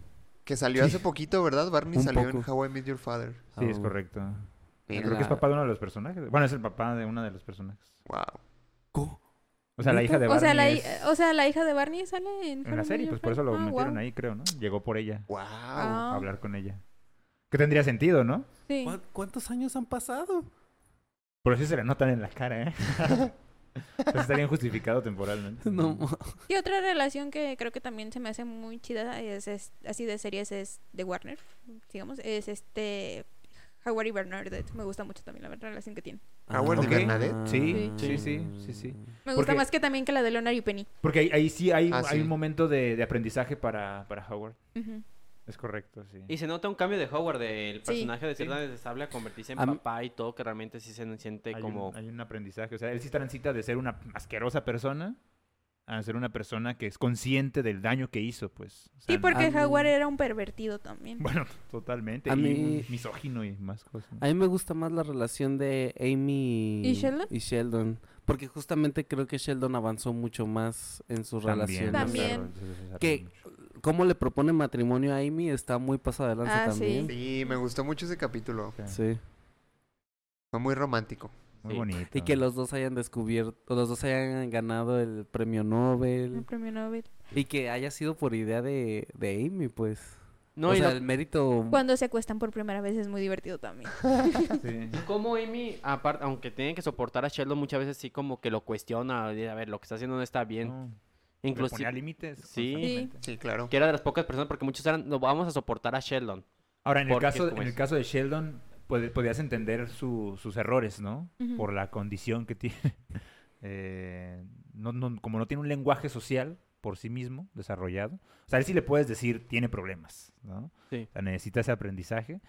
Speaker 1: Que salió hace poquito, ¿verdad? Barney
Speaker 4: Un
Speaker 1: salió en
Speaker 4: poco.
Speaker 1: How I Met Your Father.
Speaker 5: Sí, es
Speaker 4: Oh.
Speaker 5: correcto.
Speaker 1: Mira,
Speaker 5: Ah, Creo que es
Speaker 4: la-
Speaker 5: papá de uno de los personajes. Bueno, es el papá de uno de los personajes.
Speaker 1: wow.
Speaker 4: Co-
Speaker 5: O sea, la hija de
Speaker 3: O
Speaker 5: Barney
Speaker 3: sea, la, hi-
Speaker 5: es
Speaker 3: o sea, la hija de Barney sale en, How I
Speaker 5: en la
Speaker 3: Met
Speaker 5: serie,
Speaker 3: Your
Speaker 5: pues por eso
Speaker 3: Father.
Speaker 5: lo
Speaker 3: Ah,
Speaker 5: metieron
Speaker 3: guau.
Speaker 5: ahí, creo, ¿no? Llegó por ella
Speaker 1: Wow.
Speaker 3: Ah,
Speaker 5: a hablar con ella. Que tendría sentido, ¿no?
Speaker 3: sí.
Speaker 4: ¿Cuá- ¿Cuántos años han pasado? (laughs)
Speaker 5: Pero sí se le notan en la cara,
Speaker 3: (laughs)
Speaker 5: ¿eh? O sea, está bien justificado temporalmente.
Speaker 4: No, mo-
Speaker 3: Y otra relación que creo que también se me hace muy chida es, es- así de series es de Warner, digamos, es este Howard y Bernadette. Me gusta mucho también la relación que tienen.
Speaker 1: Howard
Speaker 5: y
Speaker 4: Ah,
Speaker 1: Bernadette.
Speaker 5: Sí, sí,
Speaker 3: Sí.
Speaker 5: sí, sí, sí.
Speaker 3: Me gusta
Speaker 5: Porque-
Speaker 3: más que también que la de Leonard y Penny.
Speaker 5: Porque ahí, ahí sí hay,
Speaker 1: Ah,
Speaker 5: hay
Speaker 1: sí.
Speaker 5: un momento de, de aprendizaje para, para Howard.
Speaker 3: Ujú.
Speaker 5: Es correcto, sí.
Speaker 2: Y se nota un cambio de Howard, del
Speaker 3: Sí.
Speaker 2: personaje de ser tan detestable a convertirse en
Speaker 4: A mí-
Speaker 2: papá y todo, que realmente sí se siente
Speaker 5: hay,
Speaker 2: como...
Speaker 5: un, hay un aprendizaje. O sea, él sí transita de ser una asquerosa persona a ser una persona que es consciente del daño que hizo, pues. O sea,
Speaker 3: Sí, porque
Speaker 4: a mí-
Speaker 3: Howard era un pervertido también.
Speaker 5: Bueno, totalmente.
Speaker 4: A
Speaker 5: y
Speaker 4: mí-
Speaker 5: un misógino y más cosas.
Speaker 4: A mí me gusta más la relación de Amy
Speaker 3: ¿Y Sheldon?
Speaker 4: Sheldon, Porque justamente creo que Sheldon avanzó mucho más en su relación. o sea,
Speaker 3: También.
Speaker 4: Que cómo le propone matrimonio a Amy está muy pasada de lanza
Speaker 3: Ah, sí.
Speaker 4: también.
Speaker 1: Sí, me gustó mucho ese capítulo.
Speaker 4: sí.
Speaker 1: Fue muy romántico.
Speaker 5: Muy
Speaker 2: Sí.
Speaker 5: bonito.
Speaker 4: Y que los dos hayan descubierto, los dos hayan ganado el premio
Speaker 3: El
Speaker 4: Nobel.
Speaker 3: premio Nobel.
Speaker 4: Y que haya sido por idea de, de Amy, pues.
Speaker 2: No,
Speaker 4: o
Speaker 2: y
Speaker 4: sea,
Speaker 2: lo-
Speaker 4: el mérito.
Speaker 3: Cuando se acuestan por primera vez es muy divertido (laughs) también.
Speaker 5: Sí.
Speaker 2: Como Amy, aparte, aunque tienen que soportar a Sheldon muchas veces sí como que lo cuestiona, de, a ver, lo que está haciendo no está bien.
Speaker 5: No, le ponía
Speaker 2: Inclusive,
Speaker 5: límites.
Speaker 2: Sí.
Speaker 5: constantemente.
Speaker 1: Sí, claro.
Speaker 2: que era de las pocas personas, porque muchos eran, no vamos a soportar a Sheldon.
Speaker 5: Ahora, en el,
Speaker 2: Porque,
Speaker 5: caso,
Speaker 2: como
Speaker 5: en el
Speaker 2: es-
Speaker 5: caso de Sheldon, pod- podías entender su- sus errores, ¿no?
Speaker 3: Ujú.
Speaker 5: Por la condición que tiene. (laughs) Eh, no- no- como no tiene un lenguaje social por sí mismo desarrollado. O sea, a él sí le puedes decir, tiene problemas, ¿no?
Speaker 2: Sí.
Speaker 5: O sea, necesita ese aprendizaje.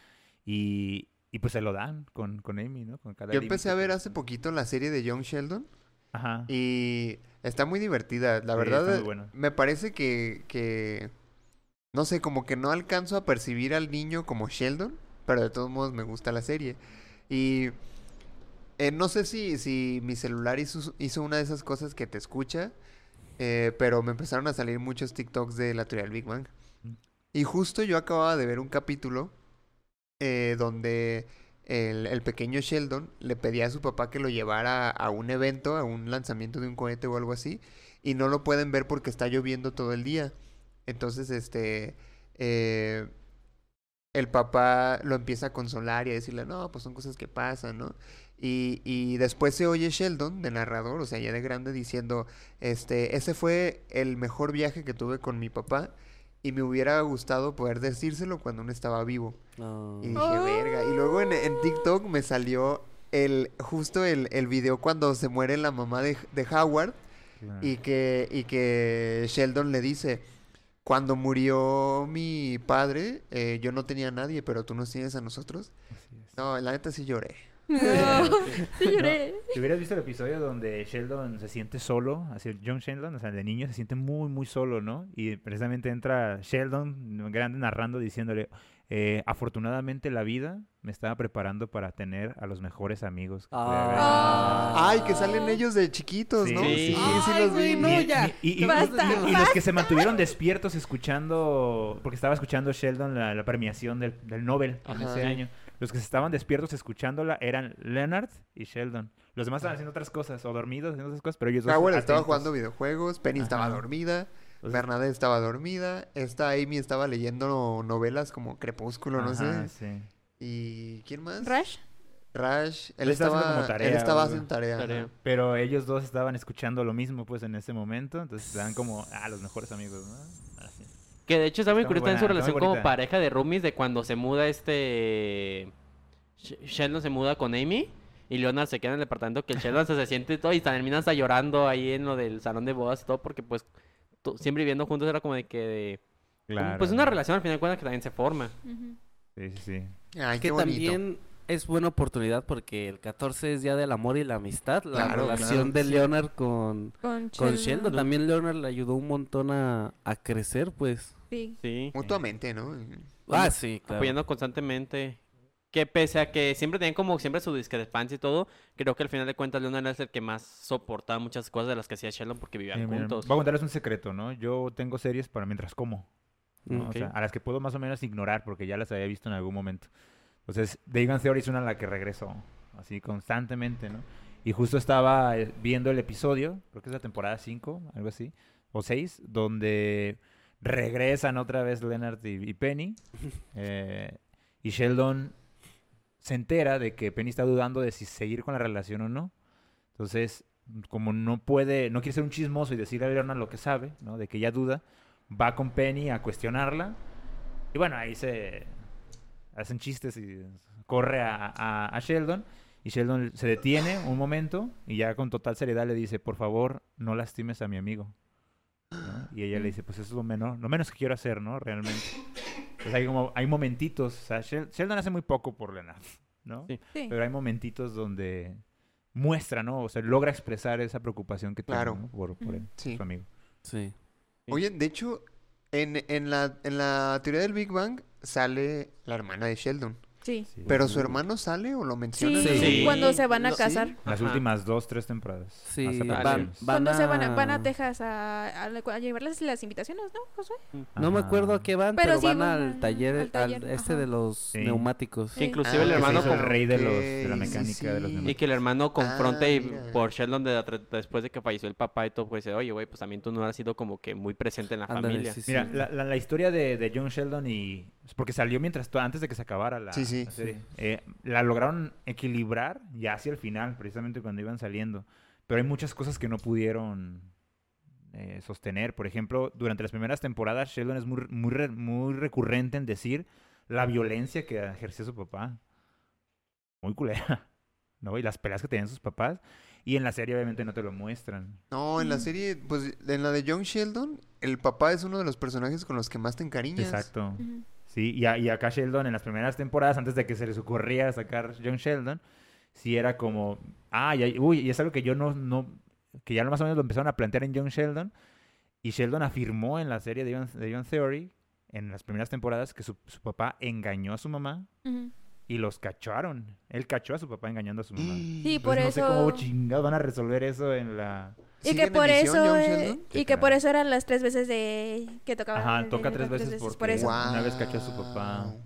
Speaker 5: Y, y pues se lo dan con, con Amy, ¿no? Con cada
Speaker 1: Yo
Speaker 5: límite
Speaker 1: empecé a
Speaker 5: que
Speaker 1: ver
Speaker 5: le
Speaker 1: hace
Speaker 5: ponen.
Speaker 1: poquito la serie de Young Sheldon
Speaker 5: Ajá.
Speaker 1: y está muy divertida. La
Speaker 5: Sí,
Speaker 1: verdad,
Speaker 5: está muy
Speaker 1: eh,
Speaker 5: buena.
Speaker 1: me parece que, que, no sé, como que no alcanzo a percibir al niño como Sheldon, pero de todos modos me gusta la serie. Y eh, no sé si, si mi celular hizo, hizo una de esas cosas que te escucha, eh, pero me empezaron a salir muchos TikToks de la teoría del Big Bang.
Speaker 5: Mm.
Speaker 1: Y justo yo acababa de ver un capítulo eh, donde el, el pequeño Sheldon le pedía a su papá que lo llevara a un evento, a un lanzamiento de un cohete o algo así, y no lo pueden ver porque está lloviendo todo el día. Entonces, este, eh, el papá lo empieza a consolar y a decirle, no, pues son cosas que pasan, ¿no? Y, y después se oye Sheldon, de narrador, o sea, ya de grande, diciendo, este, ese fue el mejor viaje que tuve con mi papá y me hubiera gustado poder decírselo cuando aún estaba vivo.
Speaker 4: No.
Speaker 1: Y dije, verga. Y luego en, en TikTok me salió el justo el, el video cuando se muere la mamá de, de Howard
Speaker 5: Claro.
Speaker 1: y que, y que Sheldon le dice, cuando murió mi padre, eh, yo no tenía a nadie, pero tú nos tienes a nosotros.
Speaker 5: Así es.
Speaker 1: No, la neta sí lloré.
Speaker 3: Sí, lloré.
Speaker 5: Si hubieras visto el episodio donde Sheldon se siente solo, así el John Sheldon, o sea, el de niño se siente muy, muy solo, ¿no? Y precisamente entra Sheldon, grande, narrando, diciéndole, eh, afortunadamente la vida me estaba preparando para tener a los mejores amigos. que pude haber".
Speaker 4: Ah.
Speaker 1: Ay, que salen ellos de chiquitos,
Speaker 5: Sí,
Speaker 1: ¿no?
Speaker 2: sí, sí.
Speaker 4: Ay,
Speaker 1: los
Speaker 4: güey,
Speaker 1: vi.
Speaker 4: no,
Speaker 5: Y-
Speaker 4: ya.
Speaker 5: Y, y- y-
Speaker 3: Basta,
Speaker 5: y- y los que se mantuvieron despiertos escuchando, porque estaba escuchando Sheldon la, la premiación del, del Nobel en
Speaker 1: Ajá.
Speaker 5: ese año. Los que estaban despiertos escuchándola eran Leonard y Sheldon. Los demás estaban haciendo otras cosas, o dormidos haciendo otras cosas, pero ellos dos
Speaker 1: Howard estaba
Speaker 5: atentos.
Speaker 1: jugando videojuegos, Penny estaba
Speaker 5: Ajá.
Speaker 1: dormida,
Speaker 5: Entonces-
Speaker 1: Bernadette estaba dormida, esta Amy estaba leyendo novelas como Crepúsculo, no
Speaker 5: Ajá,
Speaker 1: sé.
Speaker 5: sí.
Speaker 1: ¿Y quién más?
Speaker 3: Rush.
Speaker 1: Rush. Él
Speaker 5: Él estaba
Speaker 1: estaba,
Speaker 5: haciendo como tarea
Speaker 1: él
Speaker 5: o
Speaker 1: estaba
Speaker 5: algo.
Speaker 1: haciendo tarea. ajá.
Speaker 2: Tarea.
Speaker 5: Pero ellos dos estaban escuchando lo mismo, pues, en ese momento. Entonces, se dan como, ah, los mejores amigos, ¿no? Ah, Así.
Speaker 2: Que de hecho está muy
Speaker 5: Está muy
Speaker 2: curiosa en
Speaker 5: buena,
Speaker 2: su
Speaker 5: está
Speaker 2: relación
Speaker 5: muy
Speaker 2: como
Speaker 5: bonita.
Speaker 2: pareja de roomies de cuando se muda este... Sh- Sheldon se muda con Amy y Leonard se queda en el departamento que el Sheldon se, se siente y todo y termina hasta llorando ahí en lo del salón de bodas y todo porque pues to- siempre viviendo juntos era como de que...
Speaker 5: Claro.
Speaker 2: Pues una relación al final de cuentas que también se forma.
Speaker 3: Ujú.
Speaker 5: Sí, sí, sí.
Speaker 1: Ay,
Speaker 4: Que
Speaker 1: qué bonito.
Speaker 4: también es buena oportunidad porque el 14 es Día del Amor y la Amistad. La
Speaker 1: Claro, claro,
Speaker 4: relación de
Speaker 1: sí.
Speaker 4: Leonard con, con
Speaker 3: Con, Sheldon.
Speaker 4: Sheldon. También Leonard le ayudó un montón a, a crecer, pues.
Speaker 3: Sí.
Speaker 2: Sí.
Speaker 1: Mutuamente, ¿no?
Speaker 4: Ah, sí, claro.
Speaker 2: Apoyando constantemente. Que pese a que siempre tenían como siempre su discrepancia y todo, creo que al final de cuentas Leonard es el que más soportaba muchas cosas de las que hacía Sheldon porque vivían
Speaker 5: Sí, miren,
Speaker 2: juntos.
Speaker 5: Voy a contarles un secreto, ¿no? Yo tengo series para mientras como. ¿no?
Speaker 4: Mm,
Speaker 5: O sea, a las que puedo más o menos ignorar porque ya las había visto en algún momento. Entonces, The Big Bang Theory es una a la que regreso así constantemente, ¿no? Y justo estaba eh, viendo el episodio, creo que es la temporada 5, algo así, o 6, donde regresan otra vez Leonard y, y Penny. eh, y Sheldon se entera de que Penny está dudando de si seguir con la relación o no. Entonces, como no puede, no quiere ser un chismoso y decirle a Leonard lo que sabe, ¿no? De que ya duda, va con Penny a cuestionarla. Y bueno, ahí se hacen chistes y corre a, a- a Sheldon. Y Sheldon se detiene un momento y ya con total seriedad le dice, por favor, no lastimes a mi amigo. ¿no? Y ella le dice, pues eso es lo menos, lo menos que quiero hacer, ¿no? Realmente. Pues hay, como, hay momentitos, o sea, Shel- Sheldon hace muy poco por Leonard, ¿no?
Speaker 2: Sí.
Speaker 3: Sí.
Speaker 5: Pero hay momentitos donde muestra, ¿no? O sea, logra expresar esa preocupación que
Speaker 1: Claro.
Speaker 5: tiene ¿no? por, por él,
Speaker 1: Sí.
Speaker 5: su amigo.
Speaker 4: sí.
Speaker 1: Oye, de hecho, en, en, la, en la teoría del Big Bang sale la hermana de Sheldon.
Speaker 3: Sí.
Speaker 5: Sí.
Speaker 1: ¿Pero su hermano sale o lo mencionan?
Speaker 3: Sí,
Speaker 2: Sí.
Speaker 3: cuando se van a
Speaker 1: Sí.
Speaker 3: casar.
Speaker 5: Las
Speaker 2: Ajá.
Speaker 5: últimas dos, tres temporadas.
Speaker 4: Sí,
Speaker 5: Hasta
Speaker 4: van-
Speaker 5: apariciones.
Speaker 4: van
Speaker 3: Cuando se van a, van
Speaker 4: a-
Speaker 3: a Texas a, a la- a llevarles las invitaciones, ¿no, Josué?
Speaker 4: No me
Speaker 5: Ajá.
Speaker 4: acuerdo a qué van,
Speaker 3: Pero
Speaker 4: pero,
Speaker 3: sí,
Speaker 4: van
Speaker 3: van
Speaker 4: al
Speaker 3: al-
Speaker 4: taller,
Speaker 3: al
Speaker 4: al,
Speaker 3: taller,
Speaker 4: este
Speaker 3: ajá.
Speaker 4: de los
Speaker 5: Sí.
Speaker 4: neumáticos.
Speaker 2: Que
Speaker 3: Sí.
Speaker 2: inclusive
Speaker 1: Ah,
Speaker 2: el
Speaker 1: que se
Speaker 2: hermano
Speaker 5: hizo el
Speaker 2: con-
Speaker 5: rey de los- de la
Speaker 1: ok, sí,
Speaker 5: mecánica, de los
Speaker 1: sí.
Speaker 2: y que el hermano confronta
Speaker 1: Ah,
Speaker 2: y
Speaker 1: mira.
Speaker 2: por Sheldon de la tra- después de que falleció el papá y todo, pues dice, oye, güey, pues también tú no has sido como que muy presente en la
Speaker 4: Ándale,
Speaker 2: familia.
Speaker 4: sí, sí.
Speaker 5: Mira, la, la- la historia de, de John Sheldon y... es Porque salió mientras to- antes de que se acabara la,
Speaker 1: Sí, sí.
Speaker 5: la serie. Eh, la lograron equilibrar ya hacia el final, precisamente cuando iban saliendo. Pero hay muchas cosas que no pudieron eh, sostener. Por ejemplo, durante las primeras temporadas, Sheldon es muy, muy, re- muy recurrente en decir la violencia que ejercía su papá. Muy culera. (laughs) ¿No? Y las peleas que tenían sus papás. Y en la serie obviamente no te lo muestran.
Speaker 1: No, en la serie, pues en la de John Sheldon, el papá es uno de los personajes con los que más te encariñas.
Speaker 5: Exacto.
Speaker 3: Ujú.
Speaker 5: Sí, y, a- y acá Sheldon en las primeras temporadas, antes de que se les ocurría sacar John Sheldon, sí era como, ah, ya, uy, y es algo que yo no, no, que ya más o menos lo empezaron a plantear en John Sheldon, y Sheldon afirmó en la serie de John, de Big Bang Theory, en las primeras temporadas, que su, su papá engañó a su mamá
Speaker 3: Ujú.
Speaker 5: y los cacharon. Él cachó a su papá engañando a su mamá.
Speaker 1: Mm.
Speaker 3: Sí, por
Speaker 5: Entonces, no sé
Speaker 3: eso.
Speaker 5: cómo chingados van a resolver eso en la...
Speaker 3: Y
Speaker 1: ¿Sigue
Speaker 3: que
Speaker 1: en
Speaker 3: por
Speaker 1: emisión
Speaker 3: eso.
Speaker 1: John
Speaker 3: eh,
Speaker 1: Sheldon?
Speaker 5: Sí,
Speaker 3: y que por
Speaker 5: claro.
Speaker 3: eso eran las tres veces de que tocaba.
Speaker 5: Ajá,
Speaker 3: el- el-
Speaker 5: toca
Speaker 3: el-
Speaker 5: tres veces por
Speaker 3: por eso.
Speaker 5: Una vez cachó a su papá.
Speaker 1: Guau.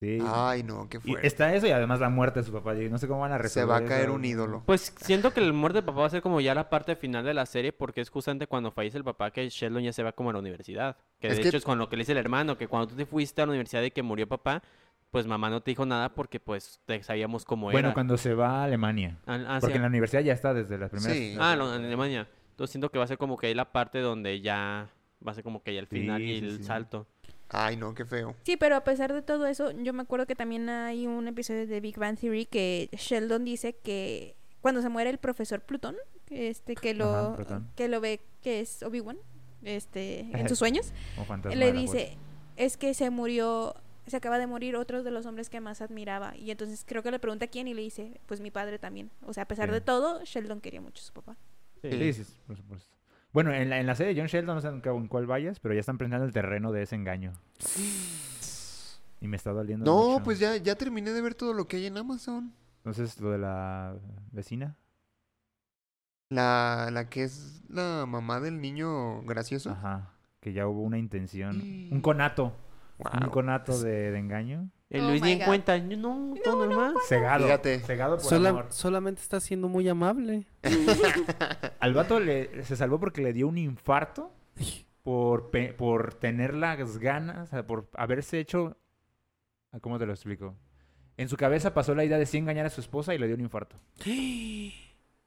Speaker 5: Sí.
Speaker 1: Ay, no, qué
Speaker 5: Y
Speaker 1: fuerte.
Speaker 5: está eso y además la muerte de su papá. y No sé cómo van a
Speaker 1: Se
Speaker 5: resolver
Speaker 1: va a caer
Speaker 5: eso.
Speaker 1: un ídolo.
Speaker 2: Pues siento que el muerte del papá va a ser como ya la parte final de la serie porque es justamente cuando fallece el papá que Sheldon ya se va como a la universidad. Que
Speaker 1: Es
Speaker 2: de
Speaker 1: que-
Speaker 2: hecho es con lo que le dice el hermano, que cuando tú te fuiste a la universidad y que murió papá, pues mamá no te dijo nada porque pues te sabíamos cómo
Speaker 5: Bueno,
Speaker 2: era.
Speaker 5: cuando se va a Alemania.
Speaker 2: Ah, ah, sí,
Speaker 5: Porque en la universidad ya está desde las primeras.
Speaker 1: Sí.
Speaker 2: ah, no, en Alemania. Entonces siento que va a ser como que ahí la parte donde ya va a ser como que ya el
Speaker 5: Sí,
Speaker 2: final y
Speaker 5: sí,
Speaker 2: el
Speaker 5: sí.
Speaker 2: salto.
Speaker 1: Ay, no, qué feo.
Speaker 3: Sí, pero a pesar de todo eso, yo me acuerdo que también hay un episodio de Big Bang Theory que Sheldon dice que cuando se muere el profesor Plutón, este que lo
Speaker 5: Ajá, Plutón.
Speaker 3: que lo ve que es Obi-Wan, este en
Speaker 5: (laughs)
Speaker 3: sus sueños,
Speaker 5: O fantasma
Speaker 3: le
Speaker 5: de la fuerza.
Speaker 3: dice,
Speaker 5: pues.
Speaker 3: es que se murió, se acaba de morir otro de los hombres que más admiraba. Y entonces creo que le pregunta quién y le dice, pues mi padre también. O sea, a pesar
Speaker 5: Sí.
Speaker 3: de todo, Sheldon quería mucho a su papá.
Speaker 5: Sí, sí, sí, por supuesto. Bueno, en la, en la serie de John Sheldon, no sé en cu- en cuál vayas, pero ya están prendiendo el terreno de
Speaker 1: (gasps)
Speaker 5: ese engaño. Y me está doliendo.
Speaker 1: No,
Speaker 5: mucho.
Speaker 1: pues ya, ya terminé de ver todo lo que hay en Amazon.
Speaker 5: Entonces, lo de la vecina.
Speaker 1: La, la que es la mamá del niño gracioso.
Speaker 5: Ajá. Que ya hubo una intención.
Speaker 1: Y-
Speaker 5: Un conato. Un
Speaker 1: Guau.
Speaker 5: conato de, de engaño.
Speaker 2: El
Speaker 3: Oh
Speaker 2: Luis
Speaker 3: my
Speaker 2: ni en
Speaker 3: God.
Speaker 2: cuenta. No, todo normal.
Speaker 5: Cegado.
Speaker 1: Fíjate.
Speaker 5: Cegado por
Speaker 4: Sola-
Speaker 5: amor.
Speaker 4: solamente está siendo muy amable.
Speaker 5: Al vato le, se salvó porque le dio un infarto por, pe- por tener las ganas, o sea, por haberse hecho... ah, ¿Cómo te lo explico? En su cabeza pasó la idea de sí engañar a su esposa y le dio un infarto.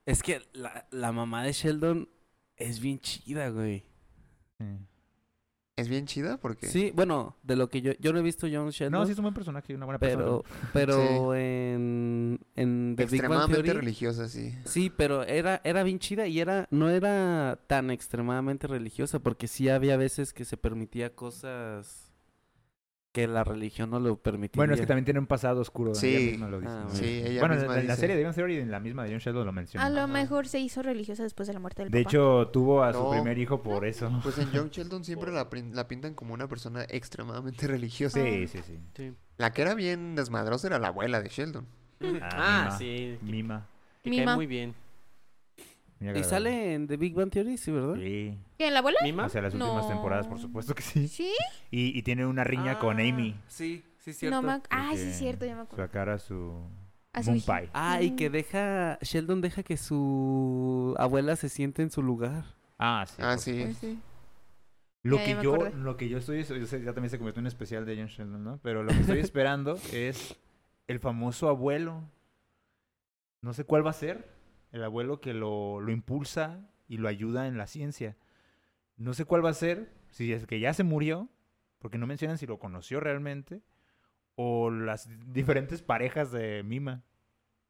Speaker 4: Es que la, la mamá de Sheldon es bien chida, güey.
Speaker 1: (laughs) Es bien chida porque...
Speaker 4: Sí, bueno, de lo que yo, yo no he visto John Sheldon.
Speaker 5: No, sí es un buen personaje, una buena
Speaker 4: pero,
Speaker 5: persona.
Speaker 4: pero en, en The Big Bang
Speaker 1: Extremadamente
Speaker 4: Theory.
Speaker 1: religiosa, sí.
Speaker 4: Sí, pero era, era bien chida y era, no era tan extremadamente religiosa, porque sí había veces que se permitía cosas que la religión no lo permitía.
Speaker 5: Bueno, es que también tiene un pasado oscuro.
Speaker 1: Sí.
Speaker 5: Ella misma lo dice.
Speaker 4: Ah,
Speaker 5: ¿no?
Speaker 1: Sí, ella
Speaker 5: bueno, en,
Speaker 1: misma
Speaker 5: en la
Speaker 1: dice.
Speaker 5: serie de Big Bang Theory, en la misma de John Sheldon lo menciona.
Speaker 3: A lo
Speaker 4: Ajá.
Speaker 3: mejor se hizo religiosa después de la muerte del
Speaker 5: De
Speaker 3: papá.
Speaker 5: hecho, tuvo a su
Speaker 1: No.
Speaker 5: primer hijo por eso.
Speaker 1: (laughs) Pues en Young Sheldon siempre la, prin- la pintan como una persona extremadamente (laughs) religiosa.
Speaker 5: Sí, sí, sí.
Speaker 2: Sí.
Speaker 1: La que era bien desmadrosa era la abuela de Sheldon.
Speaker 2: Ah,
Speaker 5: Mima.
Speaker 2: sí. que-
Speaker 5: Mima.
Speaker 2: que
Speaker 3: Mima.
Speaker 2: cae muy bien.
Speaker 5: Muy
Speaker 4: Y
Speaker 5: agradable.
Speaker 4: sale en The Big Bang Theory, sí, ¿verdad?
Speaker 5: Sí.
Speaker 3: ¿Qué, la abuela?
Speaker 2: ¿Mima?
Speaker 5: O sea, las últimas
Speaker 3: No.
Speaker 5: temporadas, por supuesto que sí.
Speaker 3: Sí,
Speaker 5: Y, y tiene una riña con
Speaker 4: Ah,
Speaker 5: Amy.
Speaker 4: Sí, sí,
Speaker 3: no me ac- Ay, sí,
Speaker 5: Porque
Speaker 3: es cierto, ya me acuerdo.
Speaker 5: Sacar a su.
Speaker 3: A
Speaker 5: A
Speaker 3: su
Speaker 5: su
Speaker 3: hija.
Speaker 4: Ah, y que deja, Sheldon deja que su abuela se siente en su lugar.
Speaker 5: Ah, sí.
Speaker 1: Ah,
Speaker 5: por-
Speaker 1: sí.
Speaker 3: Pues sí.
Speaker 5: Lo
Speaker 3: Ya, ya
Speaker 5: que,
Speaker 3: me
Speaker 5: yo,
Speaker 3: acordé.
Speaker 5: lo que yo estoy. yo sé, ya también se convirtió en un especial de John Sheldon, ¿no? Pero lo que estoy
Speaker 3: (laughs)
Speaker 5: esperando es el famoso abuelo. No sé cuál va a ser. El abuelo que lo, lo impulsa y lo ayuda en la ciencia. No sé cuál va a ser. Si es que ya se murió. Porque no mencionan si lo conoció realmente. O las diferentes parejas de Mima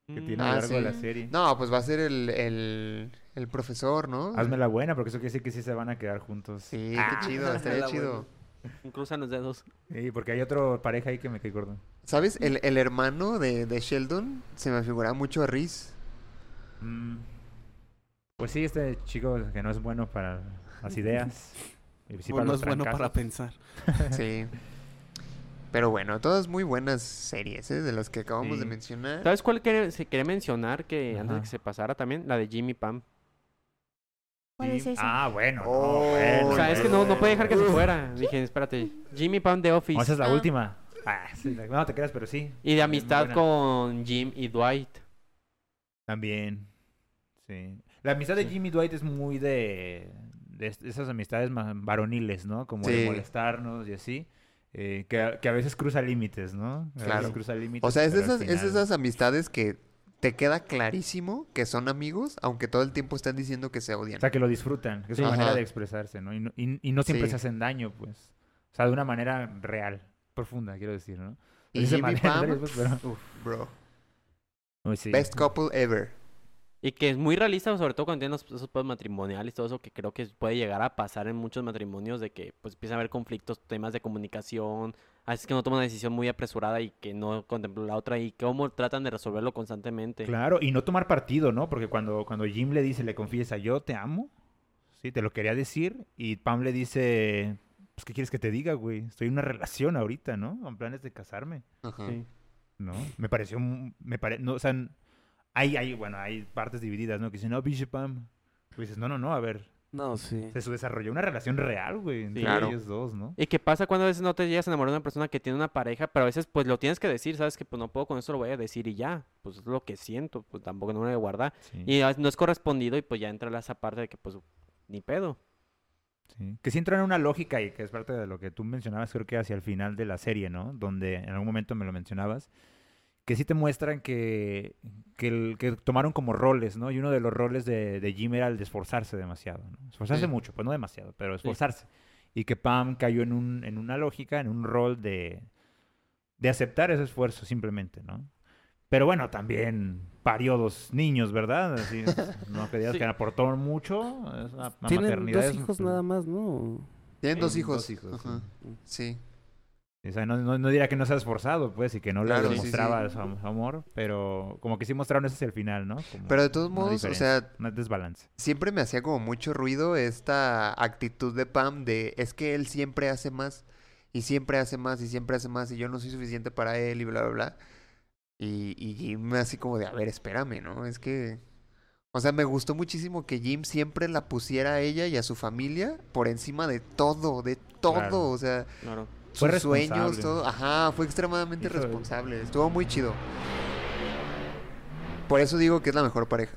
Speaker 5: que
Speaker 3: Mm.
Speaker 5: tiene a lo
Speaker 1: Ah,
Speaker 5: largo de
Speaker 1: sí.
Speaker 5: la serie.
Speaker 1: No, pues va a ser el, el, el profesor, ¿no?
Speaker 5: Hazme la buena, porque eso quiere decir que sí se van a quedar juntos.
Speaker 1: Sí,
Speaker 5: Ah.
Speaker 1: qué chido, estaría
Speaker 4: La
Speaker 1: chido.
Speaker 4: abuela.
Speaker 2: Cruzan los dedos.
Speaker 5: Sí, porque hay otro pareja ahí que me cae gordo.
Speaker 1: ¿Sabes? El, el hermano de, de Sheldon se me figuraba mucho a Reese.
Speaker 5: Mm. Pues sí, este chico que no es bueno para las
Speaker 2: (laughs)
Speaker 5: ideas. y sí para
Speaker 4: Bueno, no
Speaker 5: los
Speaker 4: es bueno para
Speaker 5: trancazos.
Speaker 4: pensar.
Speaker 1: Sí. (laughs) Pero bueno, todas muy buenas series, ¿eh? De las que acabamos de
Speaker 5: Sí.
Speaker 1: mencionar.
Speaker 2: ¿Sabes cuál que se quería mencionar que antes de
Speaker 5: Ajá.
Speaker 2: que se pasara también? La de Jimmy Pam.
Speaker 3: ¿Cuál es
Speaker 5: Sí.
Speaker 3: esa?
Speaker 5: Ah, bueno. no,
Speaker 1: Oh,
Speaker 5: bueno,
Speaker 2: O sea, es que no, no
Speaker 5: bueno,
Speaker 2: puede dejar que se
Speaker 5: bueno.
Speaker 2: fuera. Dije, espérate. Jimmy Pam de Office.
Speaker 5: O esa es la
Speaker 3: Ah.
Speaker 5: última. Ah, sí, la- no te creas, pero sí.
Speaker 2: Y de
Speaker 5: es muy
Speaker 2: amistad
Speaker 5: buena.
Speaker 2: con Jim y Dwight.
Speaker 5: También. Sí. La amistad de
Speaker 2: Sí.
Speaker 5: Jimmy Dwight es muy de, de es- esas amistades ma- varoniles, ¿no? Como
Speaker 1: Sí.
Speaker 5: de molestarnos y así. eh, que, a- que a veces cruza límites, ¿no? A veces
Speaker 1: Claro.
Speaker 5: cruza límites,
Speaker 1: O sea, es de
Speaker 5: pero al
Speaker 1: esas, es de
Speaker 5: final-
Speaker 1: esas amistades que te queda clarísimo que son amigos, aunque todo el tiempo están diciendo que se odian.
Speaker 5: O sea, que lo disfrutan, que es una
Speaker 1: Ajá.
Speaker 5: manera de expresarse, ¿no? Y no, y- y no siempre
Speaker 1: Sí.
Speaker 5: se hacen daño, pues. O sea, de una manera real, profunda, quiero decir, ¿no?
Speaker 1: Y
Speaker 5: Así se
Speaker 1: Jimmy
Speaker 5: manejan
Speaker 1: Pam,
Speaker 5: varios, pues, pero-
Speaker 1: bro.
Speaker 5: Uy, sí.
Speaker 1: Best couple ever.
Speaker 2: Y que es muy realista, sobre todo cuando tienen los- esos pedos matrimoniales, todo eso que creo que puede llegar a pasar en muchos matrimonios, de que pues empiezan a haber conflictos, temas de comunicación, así es que no toman una decisión muy apresurada y que no contemplan la otra y cómo tratan de resolverlo constantemente.
Speaker 5: Claro, y no tomar partido, ¿no? Porque cuando, cuando Jim le dice, le confiesa, yo te amo, sí, te lo quería decir, y Pam le dice, pues, ¿qué quieres que te diga, güey? Estoy en una relación ahorita, ¿no? Con planes de casarme,
Speaker 1: Ajá.
Speaker 2: Sí.
Speaker 5: ¿no? Me pareció, un- me pare... no, o sea, n- hay, hay, bueno, hay partes divididas, ¿no? Que dicen, no, pinche Pam. Tú dices, no, no, no, a ver,
Speaker 4: No, sí.
Speaker 5: se su- desarrolló una relación real, güey, entre
Speaker 1: Claro.
Speaker 5: ellos dos, ¿no?
Speaker 2: Y que pasa cuando a veces no te llegas a enamorar de una persona que tiene una pareja, pero a veces pues lo tienes que decir, sabes que pues no puedo con eso lo voy a decir y ya, pues es lo que siento, pues tampoco no me voy a guardar.
Speaker 5: Y-
Speaker 2: Y a veces no es correspondido y pues ya entra esa parte de que pues ni pedo.
Speaker 5: sí. Que sí entra en una lógica y que es parte de lo que tú mencionabas, creo que hacia el final de la serie, ¿no? Donde en algún momento me lo mencionabas, que sí te muestran que, que, el- que tomaron como roles, ¿no? Y uno de los roles de, de Jim era el de esforzarse demasiado, ¿no? Esforzarse
Speaker 1: Sí.
Speaker 5: mucho, pues no demasiado, pero esforzarse. Y que Pam cayó en, un, en una lógica, en un rol de, de aceptar ese esfuerzo simplemente, ¿no? Pero bueno, también parió dos niños, ¿verdad? Así, no que digas
Speaker 2: Sí.
Speaker 5: que aportó mucho. es una- una
Speaker 4: Tienen
Speaker 5: maternidad
Speaker 4: dos
Speaker 5: es-
Speaker 4: hijos nada más, ¿no?
Speaker 1: Tienen dos hijos.
Speaker 5: hijos,
Speaker 1: Ajá. Sí.
Speaker 5: O sea, no, no, no diría que no se ha esforzado, pues, y que no
Speaker 1: Claro,
Speaker 5: le
Speaker 1: sí,
Speaker 5: demostraba
Speaker 1: sí.
Speaker 5: su am- su amor, pero como que sí mostraron eso hacia el final, ¿no? Como
Speaker 1: Pero de todos
Speaker 5: una
Speaker 1: modos, o
Speaker 5: diferencia,
Speaker 1: sea,
Speaker 5: Un desbalance.
Speaker 1: siempre me hacía como mucho ruido esta actitud de Pam de es que él siempre hace más y siempre hace más y siempre hace más y yo no soy suficiente para él y bla bla bla. Y, y Jim así como de a ver, espérame, ¿no? Es que o sea, me gustó muchísimo que Jim siempre la pusiera a ella y a su familia por encima de todo, de todo,
Speaker 5: Claro.
Speaker 1: o sea,
Speaker 2: Claro.
Speaker 5: Fue
Speaker 1: sus sueños,
Speaker 5: responsable.
Speaker 1: todo. Ajá, fue extremadamente
Speaker 5: Hizo-
Speaker 1: responsable. Estuvo muy chido. Por eso digo que es la mejor pareja.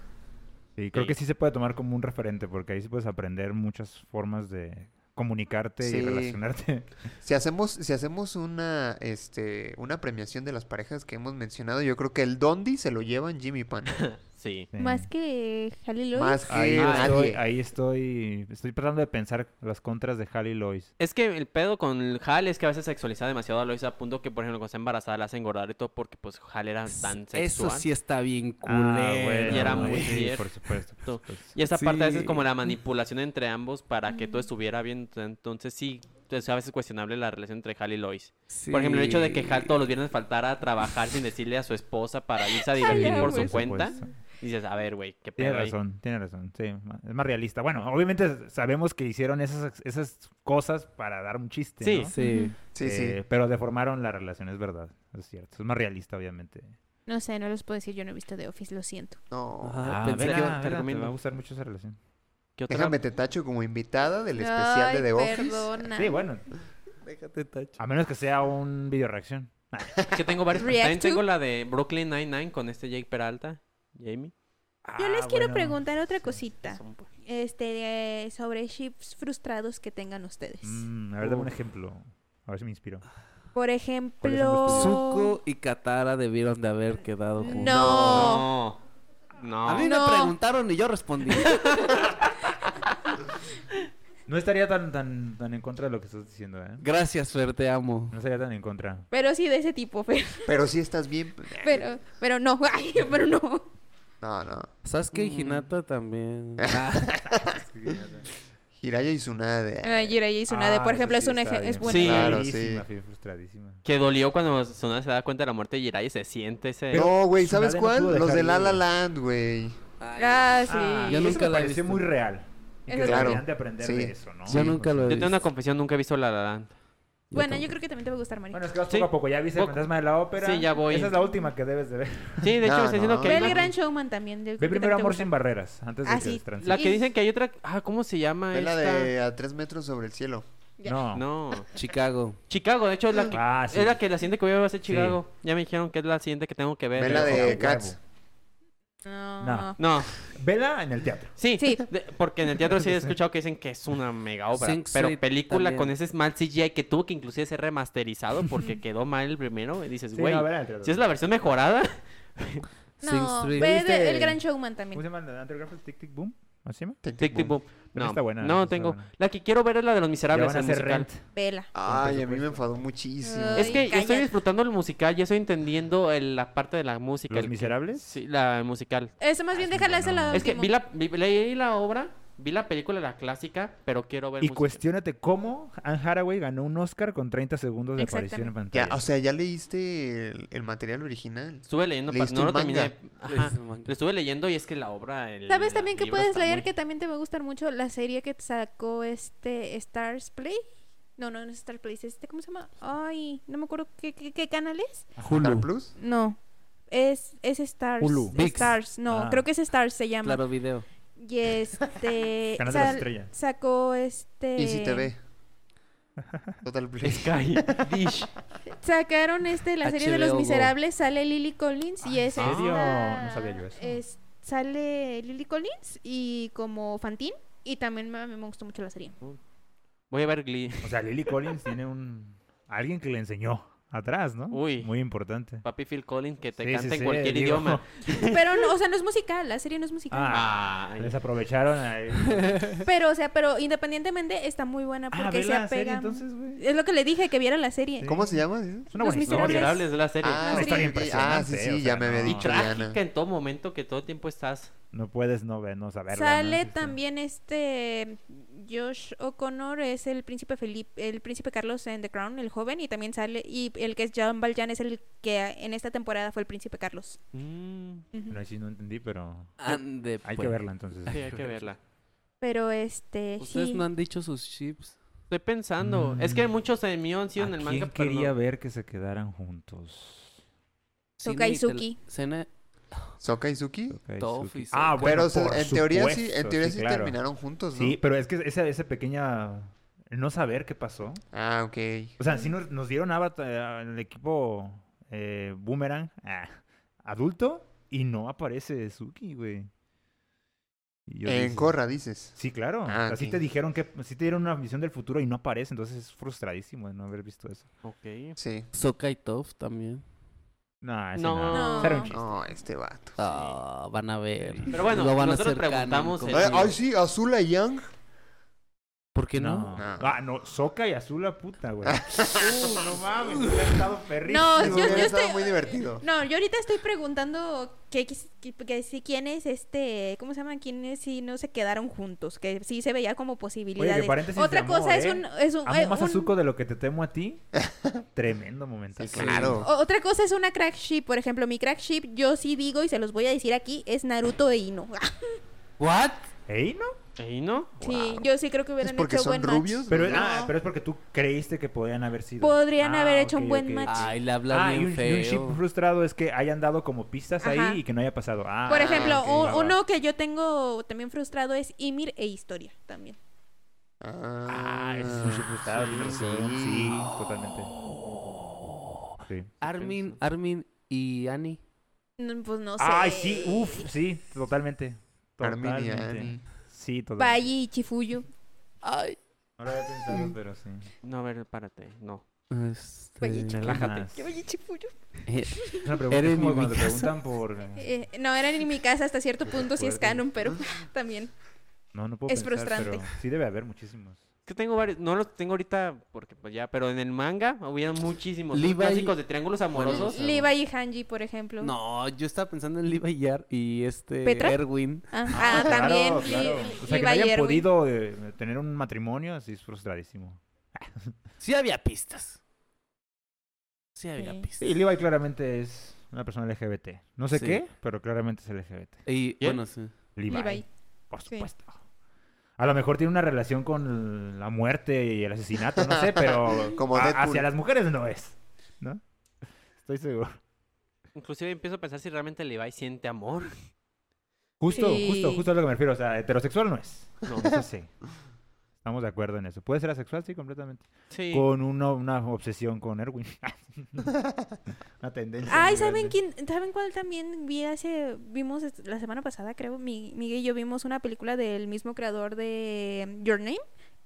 Speaker 5: Sí, creo
Speaker 2: Sí.
Speaker 5: que sí se puede tomar como un referente, porque ahí sí puedes aprender muchas formas de comunicarte
Speaker 1: Sí.
Speaker 5: y relacionarte. (laughs)
Speaker 1: Si hacemos, si hacemos una,
Speaker 3: (laughs)
Speaker 1: este, una premiación de las parejas que hemos mencionado, yo creo que el Dondi se lo llevan Jimmy Pan.
Speaker 2: Sí.
Speaker 5: Sí.
Speaker 3: Más que Halley Lois.
Speaker 1: Más que
Speaker 5: Ahí, estoy,
Speaker 1: nadie.
Speaker 5: ahí estoy, estoy tratando de pensar las contras de Hal y Lois.
Speaker 2: Es que el pedo con el Hal es que a veces sexualiza demasiado a Lois a punto que, por ejemplo, cuando está embarazada la hace engordar y todo porque, pues, Hal era tan sexual.
Speaker 4: Eso sí está bien
Speaker 5: Ah,
Speaker 4: culero.
Speaker 5: bueno,
Speaker 2: era muy
Speaker 4: güey.
Speaker 5: sí,
Speaker 2: cierto.
Speaker 5: por supuesto. por
Speaker 2: Tú.
Speaker 5: supuesto.
Speaker 2: Y esa parte a veces
Speaker 4: Sí.
Speaker 2: como la manipulación entre ambos para que todo estuviera bien. Entonces sí, entonces a veces es cuestionable la relación entre Hal y Lois. Por ejemplo, el hecho de que
Speaker 4: Sí.
Speaker 2: Hal todos los viernes faltara a trabajar sin decirle a su esposa para irse a divertir
Speaker 3: ya,
Speaker 2: por
Speaker 3: güey.
Speaker 2: su cuenta.
Speaker 5: supuesto.
Speaker 2: Y dices, a ver, güey, qué
Speaker 5: Tiene
Speaker 2: pedo ahí.
Speaker 5: razón, tiene razón, sí, ma- es más realista. Bueno, obviamente sabemos que hicieron esas, esas cosas para dar un chiste,
Speaker 2: Sí,
Speaker 5: ¿no?
Speaker 4: Sí.
Speaker 1: Sí, sí.
Speaker 5: Eh, Pero deformaron la relación, es verdad, es cierto. Es más realista, obviamente.
Speaker 3: No sé, no los puedo decir, yo no he visto The Office, lo siento.
Speaker 1: No.
Speaker 4: Ajá,
Speaker 2: Ah,
Speaker 4: pensé
Speaker 2: vela.
Speaker 4: que
Speaker 2: te
Speaker 5: te
Speaker 2: recomiendo.
Speaker 5: va a gustar mucho esa relación.
Speaker 2: ¿Qué otra?
Speaker 1: Déjame te tacho como invitada del especial de The Office.
Speaker 3: perdona.
Speaker 5: Sí, bueno,
Speaker 4: Déjate tacho.
Speaker 5: a menos que sea un video reacción.
Speaker 2: Es que tengo varios.
Speaker 3: React
Speaker 2: También
Speaker 3: to-
Speaker 2: tengo la de Brooklyn Nine-Nine con este Jake Peralta. Jamie.
Speaker 3: Yo les
Speaker 5: Ah,
Speaker 3: quiero
Speaker 5: bueno.
Speaker 3: preguntar otra cosita.
Speaker 2: Son, pues,
Speaker 3: Este, eh, sobre chips frustrados que tengan ustedes.
Speaker 5: Mm, a ver, dame un ejemplo. A ver si me inspiro.
Speaker 3: Por ejemplo.
Speaker 4: Zuko y Katara debieron de haber quedado juntos.
Speaker 3: No.
Speaker 2: No. No.
Speaker 4: A mí
Speaker 3: No.
Speaker 4: me preguntaron y yo
Speaker 3: (laughs)
Speaker 4: respondí.
Speaker 5: No estaría tan, tan, tan en contra de lo que estás diciendo, ¿eh?
Speaker 4: Gracias, Fer, te amo.
Speaker 5: No estaría tan en contra. (laughs)
Speaker 3: Pero sí de ese tipo, pero,
Speaker 1: Pero sí estás bien.
Speaker 3: pero, pero no, (laughs) ay, pero no.
Speaker 1: No, no.
Speaker 4: ¿Sabes qué?
Speaker 3: Mm.
Speaker 4: Hinata
Speaker 2: (laughs)
Speaker 4: también. Ah,
Speaker 1: Hiraya y Tsunade.
Speaker 3: Ay, Jiraiya y Tsunade,
Speaker 5: Ah,
Speaker 3: por
Speaker 5: eso
Speaker 3: ejemplo,
Speaker 5: sí
Speaker 3: (laughs) es un
Speaker 5: está
Speaker 3: ejemplo. Es
Speaker 5: bien.
Speaker 3: bueno.
Speaker 2: Sí.
Speaker 1: Claro, sí.
Speaker 5: Frustradísima, fui frustradísima.
Speaker 2: Que dolió cuando Sonora se da cuenta de la muerte de Jiraiya. Se siente ese...
Speaker 1: no, güey,
Speaker 5: Tsunade
Speaker 1: ¿sabes
Speaker 5: no
Speaker 1: cuál?
Speaker 5: pudo dejar
Speaker 1: Los de La
Speaker 5: ir.
Speaker 1: La Land, güey.
Speaker 3: Ah, sí.
Speaker 5: Ah,
Speaker 4: Yo
Speaker 5: eso
Speaker 4: nunca
Speaker 5: me
Speaker 4: la he
Speaker 5: pareció
Speaker 4: visto.
Speaker 5: muy real. Y
Speaker 3: Eso
Speaker 5: que
Speaker 3: sí.
Speaker 5: deberían
Speaker 1: Claro,
Speaker 5: de aprender
Speaker 1: sí.
Speaker 5: de eso, ¿no?
Speaker 4: Yo nunca lo he
Speaker 2: Yo tengo una
Speaker 4: visto.
Speaker 2: confesión, nunca he visto La La Land.
Speaker 3: bueno, yo creo que también te va a gustar, Marito.
Speaker 5: Bueno, es que vas
Speaker 2: Sí.
Speaker 5: poco a poco. Ya viste el
Speaker 2: Poco.
Speaker 5: fantasma de la ópera.
Speaker 2: Sí, ya voy.
Speaker 5: Esa es la última que debes de ver.
Speaker 2: Sí,
Speaker 1: (laughs)
Speaker 2: de hecho,
Speaker 1: No,
Speaker 2: me está diciendo
Speaker 1: no.
Speaker 2: que
Speaker 3: Ve
Speaker 2: hay
Speaker 3: el
Speaker 2: una-
Speaker 3: Gran Showman también. yo
Speaker 5: Ve
Speaker 3: creo que
Speaker 5: primero
Speaker 3: también te va a
Speaker 5: Amor sin barreras. Antes de
Speaker 3: Ah,
Speaker 5: que
Speaker 3: sí.
Speaker 5: transites.
Speaker 2: La que
Speaker 3: Y-
Speaker 2: dicen que hay otra... Ah, ¿cómo se llama
Speaker 1: Es la
Speaker 2: esta?
Speaker 1: de a tres metros sobre el cielo.
Speaker 3: Ya.
Speaker 5: No.
Speaker 2: No.
Speaker 4: Chicago.
Speaker 2: Chicago, de hecho, es la que...
Speaker 5: Ah, sí.
Speaker 2: Es la que la siguiente que voy a ver va a ser
Speaker 5: Sí.
Speaker 2: Chicago. Ya me dijeron que es la siguiente que tengo que ver.
Speaker 1: Ve la
Speaker 5: Pero-
Speaker 1: de
Speaker 5: Huevo.
Speaker 1: Cats.
Speaker 3: gustar. No.
Speaker 5: No.
Speaker 2: No,
Speaker 5: Vela en el teatro.
Speaker 2: sí,
Speaker 3: Sí.
Speaker 2: de- porque en el
Speaker 1: (laughs)
Speaker 2: teatro sí he escuchado que dicen que es una mega obra,
Speaker 4: Sing
Speaker 2: pero
Speaker 4: Street
Speaker 2: película
Speaker 4: también.
Speaker 2: con ese mal CGI que tuvo que inclusive ser remasterizado
Speaker 4: (laughs)
Speaker 2: porque quedó mal el primero y dices,
Speaker 5: Sí,
Speaker 2: güey,
Speaker 5: no, vela en el teatro.
Speaker 2: si es la versión mejorada,
Speaker 4: Sing
Speaker 3: No,
Speaker 4: Street.
Speaker 3: ve
Speaker 5: ¿Viste?
Speaker 3: de- el Gran Showman
Speaker 5: ¿Cómo se
Speaker 3: también.
Speaker 5: llama? ¿De Andrew Garfield? Tic Tic Boom. ¿Así se llama?
Speaker 2: tic, tic, boom.
Speaker 5: Pero
Speaker 2: No,
Speaker 5: está buena,
Speaker 2: no
Speaker 5: está
Speaker 2: tengo.
Speaker 5: buena.
Speaker 2: La que quiero ver es la de los
Speaker 5: Ya
Speaker 2: miserables.
Speaker 5: van a
Speaker 2: el
Speaker 5: hacer
Speaker 2: musical.
Speaker 5: Rent.
Speaker 3: Vela.
Speaker 1: Ay, a mí me
Speaker 5: presupuesto.
Speaker 1: enfadó muchísimo.
Speaker 3: Ay.
Speaker 2: Es que yo estoy
Speaker 3: cállate.
Speaker 2: disfrutando el musical, ya estoy entendiendo el- la parte de la música.
Speaker 5: ¿Los
Speaker 2: el-
Speaker 5: Miserables?
Speaker 2: Sí, la el musical.
Speaker 3: Eso más bien
Speaker 5: es muy
Speaker 3: déjala esa
Speaker 5: bueno.
Speaker 3: la
Speaker 2: Es que
Speaker 3: última.
Speaker 2: vi la, vi- leí la obra, vi la película, la clásica, pero quiero ver.
Speaker 5: Y
Speaker 2: musical.
Speaker 5: cuestiónate cómo Anne Haraway ganó un Oscar con 30 segundos de aparición en
Speaker 1: Ya,
Speaker 5: pantalla.
Speaker 1: o sea, ya leíste el, el material original.
Speaker 2: Estuve leyendo, pa-
Speaker 1: ¿Leíste
Speaker 2: no
Speaker 1: un
Speaker 2: lo terminé.
Speaker 4: manga?
Speaker 2: Ajá,
Speaker 4: ¿Leíste un manga?
Speaker 2: Lo estuve leyendo y es que la obra. el-
Speaker 3: ¿Sabes
Speaker 2: el
Speaker 3: también que
Speaker 2: libro
Speaker 3: puedes
Speaker 2: está
Speaker 3: leer
Speaker 2: muy-
Speaker 3: que también te va a gustar mucho la serie que sacó este Stars Play? No, no, no es Stars Play, es este, ¿cómo se llama? Ay, no me acuerdo qué, qué, qué canal es.
Speaker 1: ¿Star
Speaker 4: Hulu.
Speaker 1: Plus?
Speaker 3: No, es, es Stars.
Speaker 5: Hulu.
Speaker 4: Vix.
Speaker 3: Stars, no,
Speaker 5: Ah.
Speaker 3: creo que es Stars se llama.
Speaker 4: Claro, video.
Speaker 3: Y este.
Speaker 5: (laughs) Canal de las
Speaker 3: sal-
Speaker 5: estrellas.
Speaker 3: Sacó este.
Speaker 1: Y si te ve.
Speaker 5: (laughs)
Speaker 1: Total Play.
Speaker 2: Sky, Dish.
Speaker 3: Sacaron este, la serie de Los
Speaker 4: HBO Go.
Speaker 3: Miserables. Sale Lily Collins y es.
Speaker 5: Ah, ¿en serio?
Speaker 3: esta-
Speaker 5: No sabía yo eso.
Speaker 3: es- sale Lily Collins y como Fantine. Y también me, me gustó mucho la serie.
Speaker 5: Uh.
Speaker 2: Voy a ver Glee. (laughs)
Speaker 5: O sea, Lily Collins tiene un... Alguien que le enseñó atrás, ¿no?
Speaker 2: Uy.
Speaker 5: Muy importante.
Speaker 2: Papi Phil Collins que te
Speaker 5: Sí, sí,
Speaker 2: canta en
Speaker 5: sí,
Speaker 2: cualquier
Speaker 5: digo.
Speaker 2: idioma.
Speaker 3: (laughs) Pero, no, o sea, no es musical, la serie no es musical.
Speaker 5: Ah,
Speaker 2: Ay.
Speaker 5: les aprovecharon ahí.
Speaker 3: Pero, o sea, pero independientemente está muy buena
Speaker 5: Ah,
Speaker 3: porque
Speaker 5: ve
Speaker 3: se
Speaker 5: la serie
Speaker 3: apega.
Speaker 5: entonces, güey.
Speaker 3: Es lo que le dije, que viera la serie.
Speaker 5: Sí.
Speaker 1: ¿Cómo se llama?
Speaker 5: Es una
Speaker 3: Los
Speaker 5: buena
Speaker 2: Los
Speaker 5: historia.
Speaker 2: miserables de la serie.
Speaker 1: Ah,
Speaker 3: Una
Speaker 1: ok, ok.
Speaker 3: serie
Speaker 1: Ah, sí,
Speaker 5: impresionante,
Speaker 1: sí,
Speaker 5: o
Speaker 1: ya
Speaker 5: sea,
Speaker 1: me había
Speaker 5: no.
Speaker 2: y
Speaker 1: dicho
Speaker 2: trágica
Speaker 1: Diana.
Speaker 2: en todo momento que todo el tiempo estás.
Speaker 5: No puedes no ver, no saberla. ¿no?
Speaker 3: Sale
Speaker 5: Sí, sí.
Speaker 3: también este Josh O'Connor es el príncipe Felipe, el príncipe Carlos en The Crown, el joven y también sale y el que es John Valjean es el que en esta temporada fue el príncipe Carlos.
Speaker 2: Mm,
Speaker 3: Ujú.
Speaker 5: No, sí, no entendí, pero
Speaker 4: Ande,
Speaker 5: hay que
Speaker 4: pues.
Speaker 5: verla entonces. (laughs)
Speaker 2: sí, hay que verla.
Speaker 3: Pero este
Speaker 4: Ustedes
Speaker 3: sí.
Speaker 4: no han dicho sus chips.
Speaker 2: Estoy pensando. Es que muchos de mí han sido en el
Speaker 5: ¿A
Speaker 2: manga,
Speaker 5: quién
Speaker 2: pero
Speaker 5: quería
Speaker 2: no.
Speaker 5: ver que se quedaran juntos?
Speaker 3: Tokaizuki.
Speaker 4: Cena
Speaker 1: ¿Soka y Suki?
Speaker 5: Tokai
Speaker 4: Tough
Speaker 5: Suki.
Speaker 4: y
Speaker 5: Ah,
Speaker 4: Soka.
Speaker 5: bueno,
Speaker 1: pero o sea,
Speaker 5: por
Speaker 1: en teoría sí, en
Speaker 5: supuesto,
Speaker 1: teoría sí,
Speaker 5: claro.
Speaker 1: terminaron juntos, ¿no?
Speaker 5: Sí, pero es que esa, esa pequeña... el No saber qué pasó.
Speaker 1: Ah, ok.
Speaker 5: O sea, sí nos, nos dieron Avatar, el equipo eh, Boomerang ah, adulto y no aparece Suki, güey. Y yo
Speaker 1: En
Speaker 5: dije,
Speaker 1: Corra, dices.
Speaker 5: Sí, claro.
Speaker 1: Ah,
Speaker 5: Así
Speaker 1: ok.
Speaker 5: te dijeron que... Sí te dieron una visión del futuro y no aparece. Entonces es frustradísimo de no haber visto eso.
Speaker 2: Ok.
Speaker 1: Sí.
Speaker 4: Soka y Toph también.
Speaker 5: No, ese
Speaker 2: No.
Speaker 5: no.
Speaker 3: No.
Speaker 5: Será un chiste.
Speaker 1: No, este vato.
Speaker 4: Ah, van a ver.
Speaker 2: Pero bueno,
Speaker 4: Lo van a
Speaker 2: nosotros
Speaker 4: hacer canon
Speaker 2: preguntamos
Speaker 4: como-
Speaker 2: el-
Speaker 1: Eh, Ay, ay, sí, Azula
Speaker 3: (laughs)
Speaker 1: Young.
Speaker 4: ¿Por qué no?
Speaker 5: No.
Speaker 1: No.
Speaker 5: Ah, no, Soca y Azul la
Speaker 1: (laughs)
Speaker 5: puta, güey. uh, no mames, hubiera estado perrísimo.
Speaker 3: No,
Speaker 1: Eso
Speaker 3: yo-
Speaker 1: hubiera
Speaker 3: yo
Speaker 1: estado
Speaker 3: estoy-
Speaker 1: muy divertido.
Speaker 3: (laughs) No, yo ahorita estoy preguntando que, que, que si quién es este, ¿cómo se llama? ¿Quién es si no se quedaron juntos? Que sí se veía como
Speaker 5: Oye, que
Speaker 3: posibilidades.
Speaker 5: paréntesis
Speaker 3: Otra
Speaker 5: de amor,
Speaker 3: cosa es
Speaker 5: ¿eh?
Speaker 3: un, es un,
Speaker 5: Amo
Speaker 3: eh,
Speaker 5: más a
Speaker 3: un-
Speaker 5: Zuko de lo que te temo
Speaker 1: (laughs)
Speaker 5: a ti. Tremendo momento.
Speaker 1: Sí, claro.
Speaker 3: o- otra cosa es una crack ship, por ejemplo, mi crack ship, yo sí digo y se los voy a decir aquí, es Naruto e Ino. (laughs)
Speaker 4: ¿What?
Speaker 5: ¿Ey, no?
Speaker 2: ¿Y no?
Speaker 3: sí, yo sí creo que
Speaker 1: ¿Es
Speaker 3: hubieran
Speaker 1: porque
Speaker 3: hecho
Speaker 1: son
Speaker 3: buen match.
Speaker 1: rubios?
Speaker 5: Pero,
Speaker 1: ¿no?
Speaker 5: ah, pero es porque tú creíste que podían haber sido. Ah,
Speaker 3: Podrían haber hecho un
Speaker 5: ok,
Speaker 3: buen
Speaker 5: ok.
Speaker 3: match.
Speaker 4: Ay, le hablas
Speaker 5: Ah, y
Speaker 4: bien
Speaker 5: un, y
Speaker 4: feo.
Speaker 5: un ship frustrado es que hayan dado como pistas
Speaker 3: Ajá.
Speaker 5: ahí y que no haya pasado. Ah,
Speaker 3: Por ejemplo,
Speaker 5: ok,
Speaker 3: un-
Speaker 5: va, va.
Speaker 3: uno que yo tengo también frustrado es Ymir e Historia también.
Speaker 5: Ah, ese es un ship frustrado. tienes razón. Sí, Oh.
Speaker 1: sí.
Speaker 5: totalmente. Sí.
Speaker 4: Armin, Armin y Annie.
Speaker 3: No, Pues no sé.
Speaker 5: Ay, sí, uff, sí, totalmente.
Speaker 1: Armin y
Speaker 5: totalmente.
Speaker 1: Annie.
Speaker 5: Sí, totalmente.
Speaker 3: Valle y Chifuyo.
Speaker 4: Ay.
Speaker 5: No lo había pensado, pero sí.
Speaker 2: No, a ver, párate. No.
Speaker 4: Este...
Speaker 5: Relájate.
Speaker 3: Valle y Chifuyo.
Speaker 5: Es una pregunta, es
Speaker 4: Eren y
Speaker 5: como cuando
Speaker 4: mi
Speaker 5: te
Speaker 4: casa.
Speaker 5: preguntan
Speaker 3: (laughs)
Speaker 5: por...
Speaker 3: Eh, no, eran en mi casa hasta cierto punto, si es canon, pero
Speaker 1: Ah.
Speaker 3: (laughs) también.
Speaker 5: Ah, No, no puedo
Speaker 3: Es
Speaker 5: pensar,
Speaker 3: frustrante.
Speaker 5: pero sí debe haber muchísimos.
Speaker 2: Que tengo varios. No los tengo ahorita porque pues ya, pero en el manga hubieran muchísimos. Los
Speaker 4: Levi-
Speaker 2: clásicos de triángulos amorosos.
Speaker 4: Bueno,
Speaker 3: Levi y Hanji, por
Speaker 4: (laughs)
Speaker 3: ejemplo.
Speaker 4: No, yo estaba pensando en Levi y Ar- y este
Speaker 3: ¿Petra?
Speaker 4: Erwin.
Speaker 3: Ah, ah,
Speaker 5: Claro,
Speaker 3: también.
Speaker 5: claro.
Speaker 3: Li-
Speaker 5: O sea, que no
Speaker 3: Levi y
Speaker 5: hayan
Speaker 3: Erwin.
Speaker 5: podido eh, tener un matrimonio, sí es frustradísimo.
Speaker 4: Sí había pistas. Sí había
Speaker 3: Sí.
Speaker 4: pistas.
Speaker 5: Sí, Levi claramente es una persona LGBT. No sé
Speaker 4: Sí.
Speaker 5: qué, pero claramente es LGBT.
Speaker 4: Y
Speaker 2: ¿Quién?
Speaker 4: bueno, sí.
Speaker 5: Levi,
Speaker 3: Levi.
Speaker 5: por
Speaker 3: Sí.
Speaker 5: supuesto. A lo mejor tiene una relación con la muerte y el asesinato,
Speaker 3: (laughs)
Speaker 5: no sé, pero
Speaker 1: Como
Speaker 5: a-
Speaker 1: Deadpool.
Speaker 5: hacia las mujeres no es, ¿no? Estoy seguro.
Speaker 2: Inclusive empiezo a pensar si realmente Levi siente amor. (laughs)
Speaker 5: Justo,
Speaker 3: Sí.
Speaker 5: justo, justo a lo que me refiero. O sea, heterosexual no es.
Speaker 2: No.
Speaker 5: Eso sí. Estamos de acuerdo en eso. Puede ser asexual, sí, completamente.
Speaker 2: Sí.
Speaker 5: Con una, una obsesión con Erwin. (laughs) una tendencia.
Speaker 3: Ay,
Speaker 5: muy
Speaker 3: ¿saben
Speaker 5: grande.
Speaker 3: quién? ¿Saben cuál también vi hace vimos es- la semana pasada, creo? Mi, Miguel y yo vimos una película del mismo creador de mm, Your Name.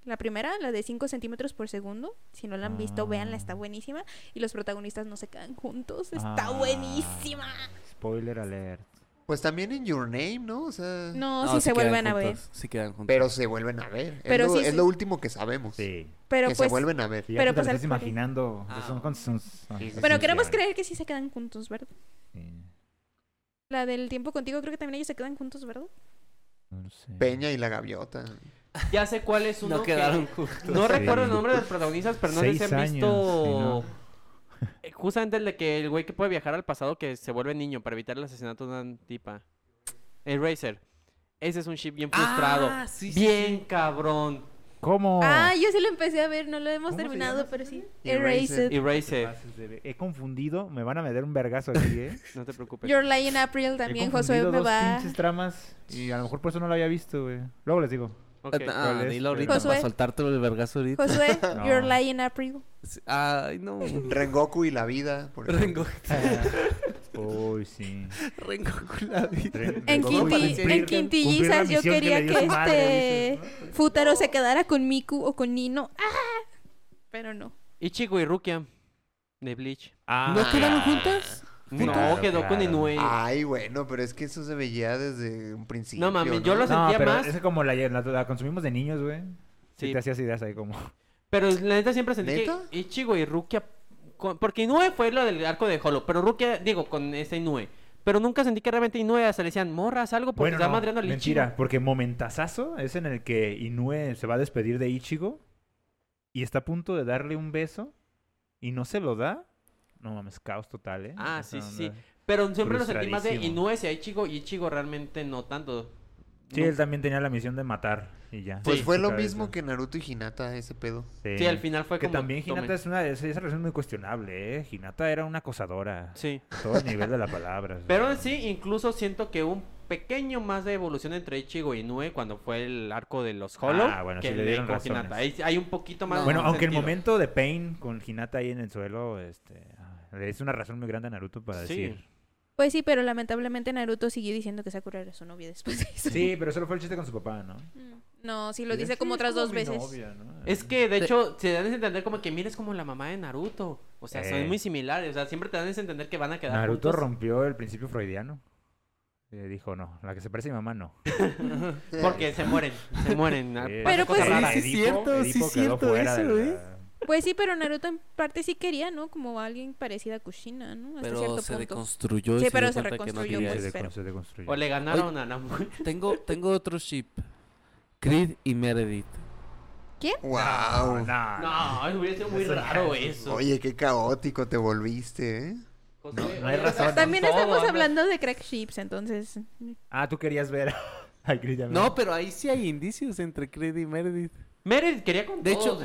Speaker 3: La primera, la de 5 centímetros por segundo. Si no la han visto,
Speaker 5: Ah.
Speaker 3: véanla, está buenísima. Y los protagonistas no se quedan juntos. Está
Speaker 5: Ah,
Speaker 3: buenísima.
Speaker 5: Spoiler alert.
Speaker 1: Pues también en Your Name, ¿no? O sea.
Speaker 3: No,
Speaker 4: No,
Speaker 3: sí, se
Speaker 4: quedan
Speaker 3: vuelven a ver.
Speaker 4: juntos, Sí quedan juntos.
Speaker 1: Pero se vuelven a ver.
Speaker 3: Pero
Speaker 1: es lo,
Speaker 3: sí,
Speaker 1: es
Speaker 3: sí.
Speaker 1: lo último que sabemos.
Speaker 5: Sí.
Speaker 3: Pero
Speaker 1: que
Speaker 3: pues.
Speaker 1: se vuelven a ver.
Speaker 5: Sí, ya
Speaker 3: Pero
Speaker 5: tú te
Speaker 3: pues
Speaker 5: lo
Speaker 3: al-
Speaker 5: estás imaginando.
Speaker 4: Ah.
Speaker 5: Son con- son- son-
Speaker 1: Sí, sí,
Speaker 3: Pero
Speaker 5: sí,
Speaker 3: queremos
Speaker 5: sí,
Speaker 3: creer que sí se quedan juntos, ¿verdad?
Speaker 5: sí.
Speaker 3: La del tiempo contigo, creo que también ellos se quedan juntos, ¿verdad?
Speaker 5: No lo sé.
Speaker 1: Peña y la gaviota.
Speaker 2: Ya sé cuál es uno.
Speaker 4: no
Speaker 2: que-
Speaker 4: quedaron juntos.
Speaker 2: No
Speaker 5: Sí.
Speaker 2: recuerdo el nombre de los protagonistas, pero no sé si
Speaker 5: Seis
Speaker 2: han
Speaker 5: años,
Speaker 2: visto.
Speaker 5: sí,
Speaker 2: Eh, Justamente el de que el güey que puede viajar al pasado que se vuelve niño para evitar el asesinato de una tipa. El Racer. Ese es un ship bien frustrado.
Speaker 4: Ah, sí, sí,
Speaker 2: bien
Speaker 4: sí.
Speaker 2: cabrón.
Speaker 5: ¿Cómo?
Speaker 3: Ah, yo sí lo empecé a ver, no lo hemos
Speaker 5: ¿Cómo se
Speaker 3: terminado,
Speaker 5: llama
Speaker 3: pero sí.
Speaker 1: Erased.
Speaker 3: Erased.
Speaker 2: Y Racer.
Speaker 5: Pases de ver- He confundido. Me van a meter un vergazo aquí, ¿eh?
Speaker 2: No te preocupes.
Speaker 3: Your Lie in April (laughs) también,
Speaker 5: He
Speaker 3: Josué
Speaker 5: confundido
Speaker 3: me
Speaker 5: dos
Speaker 3: va.
Speaker 5: pinches tramas y a lo mejor por eso no lo había visto, güey. Luego les
Speaker 2: (laughs)
Speaker 5: digo.
Speaker 2: Ok.
Speaker 4: Ah,
Speaker 5: ¿cuál es?
Speaker 4: dilo ahorita
Speaker 3: Josué.
Speaker 4: para soltártelo el vergazo ahorita.
Speaker 3: Josué,
Speaker 5: (laughs) No.
Speaker 3: Your Lie in April.
Speaker 4: Sí, Ay, no.
Speaker 1: Rengoku y la vida. Por ejemplo.
Speaker 4: (laughs) Rengo,
Speaker 5: Uy, sí.
Speaker 4: Rengo con la vida.
Speaker 3: En
Speaker 1: Rengoku
Speaker 5: Quinti-
Speaker 3: Quinti,
Speaker 1: parecía-
Speaker 5: cumplir-
Speaker 3: en
Speaker 5: cumplir la
Speaker 3: Quintillizas yo
Speaker 5: misión que
Speaker 3: quería
Speaker 5: le
Speaker 3: que,
Speaker 5: dio su madre,
Speaker 3: este Futaro se quedara con Miku o con Nino. ¡Ah! Pero no.
Speaker 2: Ichigo y Rukia. De Bleach.
Speaker 4: ¿No quedaron juntas?
Speaker 2: No,
Speaker 5: Ah. Claro,
Speaker 2: quedó con
Speaker 5: claro. Ah,
Speaker 2: Inoue.
Speaker 1: Ay, bueno, pero es que eso se veía desde un principio.
Speaker 2: No mames, yo lo
Speaker 5: No,
Speaker 2: sentía
Speaker 5: pero
Speaker 2: más.
Speaker 5: esa como la, la- la consumimos de niños, güey. Sí.
Speaker 2: Sí.
Speaker 5: te hacías ideas ahí como...
Speaker 2: Pero la neta siempre sentí
Speaker 1: ¿Neta?
Speaker 2: que Ichigo y Rukia. con- Porque Inoue fue lo del arco de Holo. Pero Rukia, digo, con ese Inoue. Pero nunca sentí que realmente Inoue hasta le decían morras, algo. Porque
Speaker 5: Bueno,
Speaker 2: está
Speaker 5: no,
Speaker 2: madreando al
Speaker 5: mentira,
Speaker 2: Ichigo.
Speaker 5: porque momentazazo es en el que Inoue se va a despedir de Ichigo y está a punto de darle un beso y no se lo da. No mames, caos total, ¿eh?
Speaker 2: Ah, sí,
Speaker 5: Esa
Speaker 2: sí, sí.
Speaker 5: onda.
Speaker 2: Pero siempre lo sentí más de
Speaker 5: Frustradísimo.
Speaker 2: Inoue hacia Ichigo. Y Ichigo realmente no tanto.
Speaker 5: Sí,
Speaker 2: No.
Speaker 5: él también tenía la misión de matar y ya.
Speaker 1: Pues
Speaker 2: Sí,
Speaker 1: fue
Speaker 5: Su
Speaker 1: lo
Speaker 5: cabeza.
Speaker 1: mismo que Naruto y Hinata, ese pedo.
Speaker 2: Sí, al final fue
Speaker 5: Que
Speaker 2: como.
Speaker 5: también Hinata
Speaker 2: tomen.
Speaker 5: es una es- esa relación muy cuestionable, ¿eh? Hinata era una acosadora.
Speaker 2: Sí.
Speaker 5: a Todo el nivel de la palabra. o sea.
Speaker 2: Pero en sí, incluso siento que hubo un pequeño más de evolución entre Ichigo y Inoue cuando fue el arco de los Hollow.
Speaker 5: Ah, bueno,
Speaker 2: que
Speaker 5: sí le dieron
Speaker 2: con
Speaker 5: razones.
Speaker 2: Hinata. Ahí Hay un poquito más.
Speaker 5: Bueno,
Speaker 2: de
Speaker 5: aunque el
Speaker 2: sentido.
Speaker 5: momento de Pain con Hinata ahí en el suelo, este, ah, le es una razón muy grande a Naruto para
Speaker 2: Sí.
Speaker 5: decir.
Speaker 3: Pues sí, pero lamentablemente Naruto siguió diciendo que Sakura era su novia después de eso.
Speaker 5: Sí, pero solo fue el chiste con su papá, ¿no?
Speaker 3: Mm. No, sí lo dice como otras dos veces.
Speaker 2: Es que, de hecho, se dan a entender como que mires como la mamá de Naruto. O sea,
Speaker 5: Eh.
Speaker 2: son muy similares. O sea, siempre te dan a entender que van a quedar
Speaker 5: Naruto
Speaker 2: juntos.
Speaker 5: rompió el principio freudiano. Eh, dijo, no, la que se parece a mi mamá no.
Speaker 2: Porque se mueren,
Speaker 5: (laughs)
Speaker 2: se mueren. ah,
Speaker 5: Eh,
Speaker 2: pasa
Speaker 3: Pero
Speaker 2: cosa
Speaker 3: pues-
Speaker 2: rara.
Speaker 4: Sí, sí, cierto, sí,
Speaker 5: Edipo quedó
Speaker 4: cierto
Speaker 5: fuera de
Speaker 4: eso,
Speaker 5: la-
Speaker 4: ¿eh?
Speaker 3: Pues sí, pero Naruto en parte sí quería, ¿no? Como alguien parecida a Kushina, ¿no? Hasta
Speaker 4: Pero
Speaker 3: cierto
Speaker 4: se
Speaker 3: punto.
Speaker 4: deconstruyó. y
Speaker 3: Sí,
Speaker 4: dio
Speaker 3: pero se
Speaker 4: cuenta que no
Speaker 5: Sí,
Speaker 3: reconstruyó,
Speaker 4: quería
Speaker 5: se
Speaker 3: pues,
Speaker 5: de-
Speaker 4: eso.
Speaker 3: pero-
Speaker 5: se deconstruyó.
Speaker 2: O le ganaron a Namor.
Speaker 4: Tengo, tengo otro ship. Creed y Meredith.
Speaker 1: ¡Wow!
Speaker 5: No, no.
Speaker 2: No, eso hubiera sido muy
Speaker 5: Eso ya
Speaker 2: raro
Speaker 5: es-
Speaker 2: eso.
Speaker 1: Oye, qué caótico te volviste, ¿eh?
Speaker 2: José,
Speaker 5: no
Speaker 2: oye,
Speaker 5: hay razón.
Speaker 3: También
Speaker 2: todo,
Speaker 3: estamos
Speaker 2: anda-
Speaker 3: hablando de crack ships, entonces.
Speaker 5: Ah, tú querías ver a (laughs) Chris Yamel.
Speaker 4: No, pero ahí sí hay indicios entre Creed y Meredith.
Speaker 2: Meredith quería con
Speaker 4: De
Speaker 2: todos.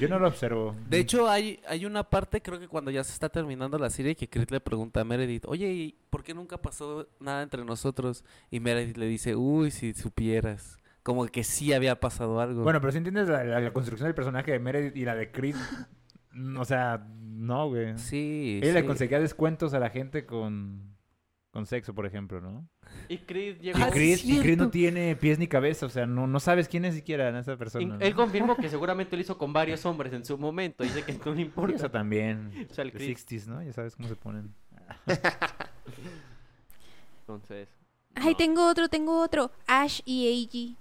Speaker 5: Yo no lo observo.
Speaker 4: De hecho, hay, hay una parte, creo que cuando ya se está terminando la serie, que Creed le pregunta a Meredith, oye, ¿y por qué nunca pasó nada entre nosotros? Y Meredith le dice, uy, si supieras. Como que sí había pasado algo.
Speaker 5: Bueno, pero si entiendes la, la- la construcción del personaje de Meredith y la de Chris. mm, o sea, no, güey.
Speaker 4: sí.
Speaker 5: Ella le
Speaker 4: sí.
Speaker 5: conseguía descuentos a la gente con, con sexo, por ejemplo, ¿no?
Speaker 2: Y Creed
Speaker 5: Y
Speaker 2: llegó.
Speaker 4: Ah,
Speaker 5: Chris,
Speaker 4: sí,
Speaker 5: y Chris no
Speaker 4: cierto.
Speaker 5: tiene pies ni cabeza, o sea, no, no sabes quién es siquiera en esa
Speaker 2: Y
Speaker 5: persona.
Speaker 2: Él
Speaker 5: ¿no?
Speaker 2: confirmó que seguramente lo hizo con varios hombres en su momento. Dice que esto no le
Speaker 5: Sí, o sea,
Speaker 2: importa.
Speaker 5: también. (laughs)
Speaker 2: O sea, el
Speaker 5: The
Speaker 2: Chris.
Speaker 5: 60s, ¿no? Ya sabes cómo se ponen.
Speaker 2: Entonces.
Speaker 3: Ay,
Speaker 2: no.
Speaker 3: tengo otro, tengo otro. Ash y Eiji.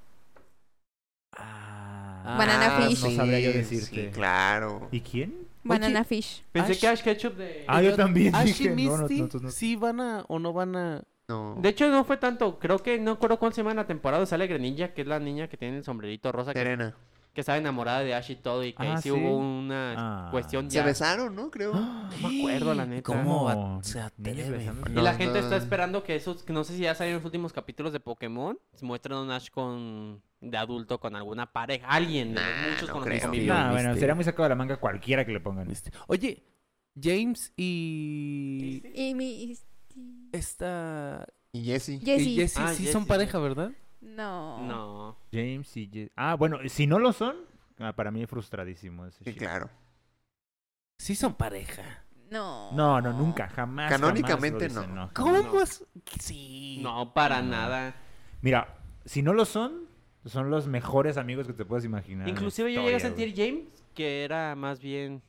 Speaker 5: Ah.
Speaker 3: Banana
Speaker 1: Ah,
Speaker 3: Fish.
Speaker 5: No sabría yo
Speaker 1: sí,
Speaker 5: decirte.
Speaker 1: Sí, claro.
Speaker 5: ¿Y quién?
Speaker 3: Banana Fish.
Speaker 2: Pensé
Speaker 4: Ash-
Speaker 2: que Ash Ketchup de.
Speaker 5: Ah, yo también
Speaker 4: Ash y
Speaker 5: dije, no, no,
Speaker 4: Misty,
Speaker 5: no, tú no.
Speaker 4: sí van a o no van a...
Speaker 1: No.
Speaker 2: De hecho, no fue tanto. Creo que no recuerdo cuál semana la temporada sale Greninja, que es la niña que tiene el sombrerito rosa, que,
Speaker 1: Serena.
Speaker 2: que estaba enamorada de Ash y todo. Y que
Speaker 5: Ah,
Speaker 2: ahí sí,
Speaker 5: sí.
Speaker 2: hubo una
Speaker 5: Ah.
Speaker 2: cuestión
Speaker 1: Se
Speaker 2: ya.
Speaker 1: besaron, ¿no? Creo.
Speaker 2: No me acuerdo, la neta.
Speaker 4: ¿Cómo
Speaker 5: No,
Speaker 4: a- se
Speaker 5: niños
Speaker 4: atreve?
Speaker 5: besando-
Speaker 2: Y
Speaker 1: No,
Speaker 2: la
Speaker 1: no.
Speaker 2: gente está esperando que esos, que no sé si ya salieron los últimos capítulos de Pokémon, muestran a un Ash con de adulto con alguna pareja, alguien, de los
Speaker 1: Nah,
Speaker 2: muchos
Speaker 1: no
Speaker 2: con los
Speaker 1: creo.
Speaker 2: que convivió.
Speaker 5: No, Ah, bueno,
Speaker 4: Misty.
Speaker 5: sería muy sacado de la manga cualquiera que le pongan.
Speaker 4: Misty. Oye, James y...
Speaker 3: Y mi.
Speaker 4: Esta...
Speaker 1: Y Jesse.
Speaker 4: Y
Speaker 3: Jessie.
Speaker 4: Jessie
Speaker 2: Ah,
Speaker 4: sí son
Speaker 2: Jessie.
Speaker 4: pareja, ¿verdad?
Speaker 3: No.
Speaker 2: No.
Speaker 5: James y... Ye- Ah, bueno, si no lo son, ah, para mí es frustradísimo ese
Speaker 1: Sí,
Speaker 5: shit.
Speaker 1: claro.
Speaker 4: Sí son pareja.
Speaker 3: No.
Speaker 5: No, no, nunca, jamás.
Speaker 1: Canónicamente
Speaker 5: jamás lo dicen,
Speaker 1: no.
Speaker 5: jamás.
Speaker 4: ¿Cómo?
Speaker 1: Pues,
Speaker 4: es? Sí.
Speaker 2: No, para
Speaker 5: No.
Speaker 2: nada.
Speaker 5: Mira, si no lo son, son los mejores amigos que te puedes imaginar. en la
Speaker 2: Inclusive yo llegué a
Speaker 5: Ah, historia, güey.
Speaker 2: sentir James que era más bien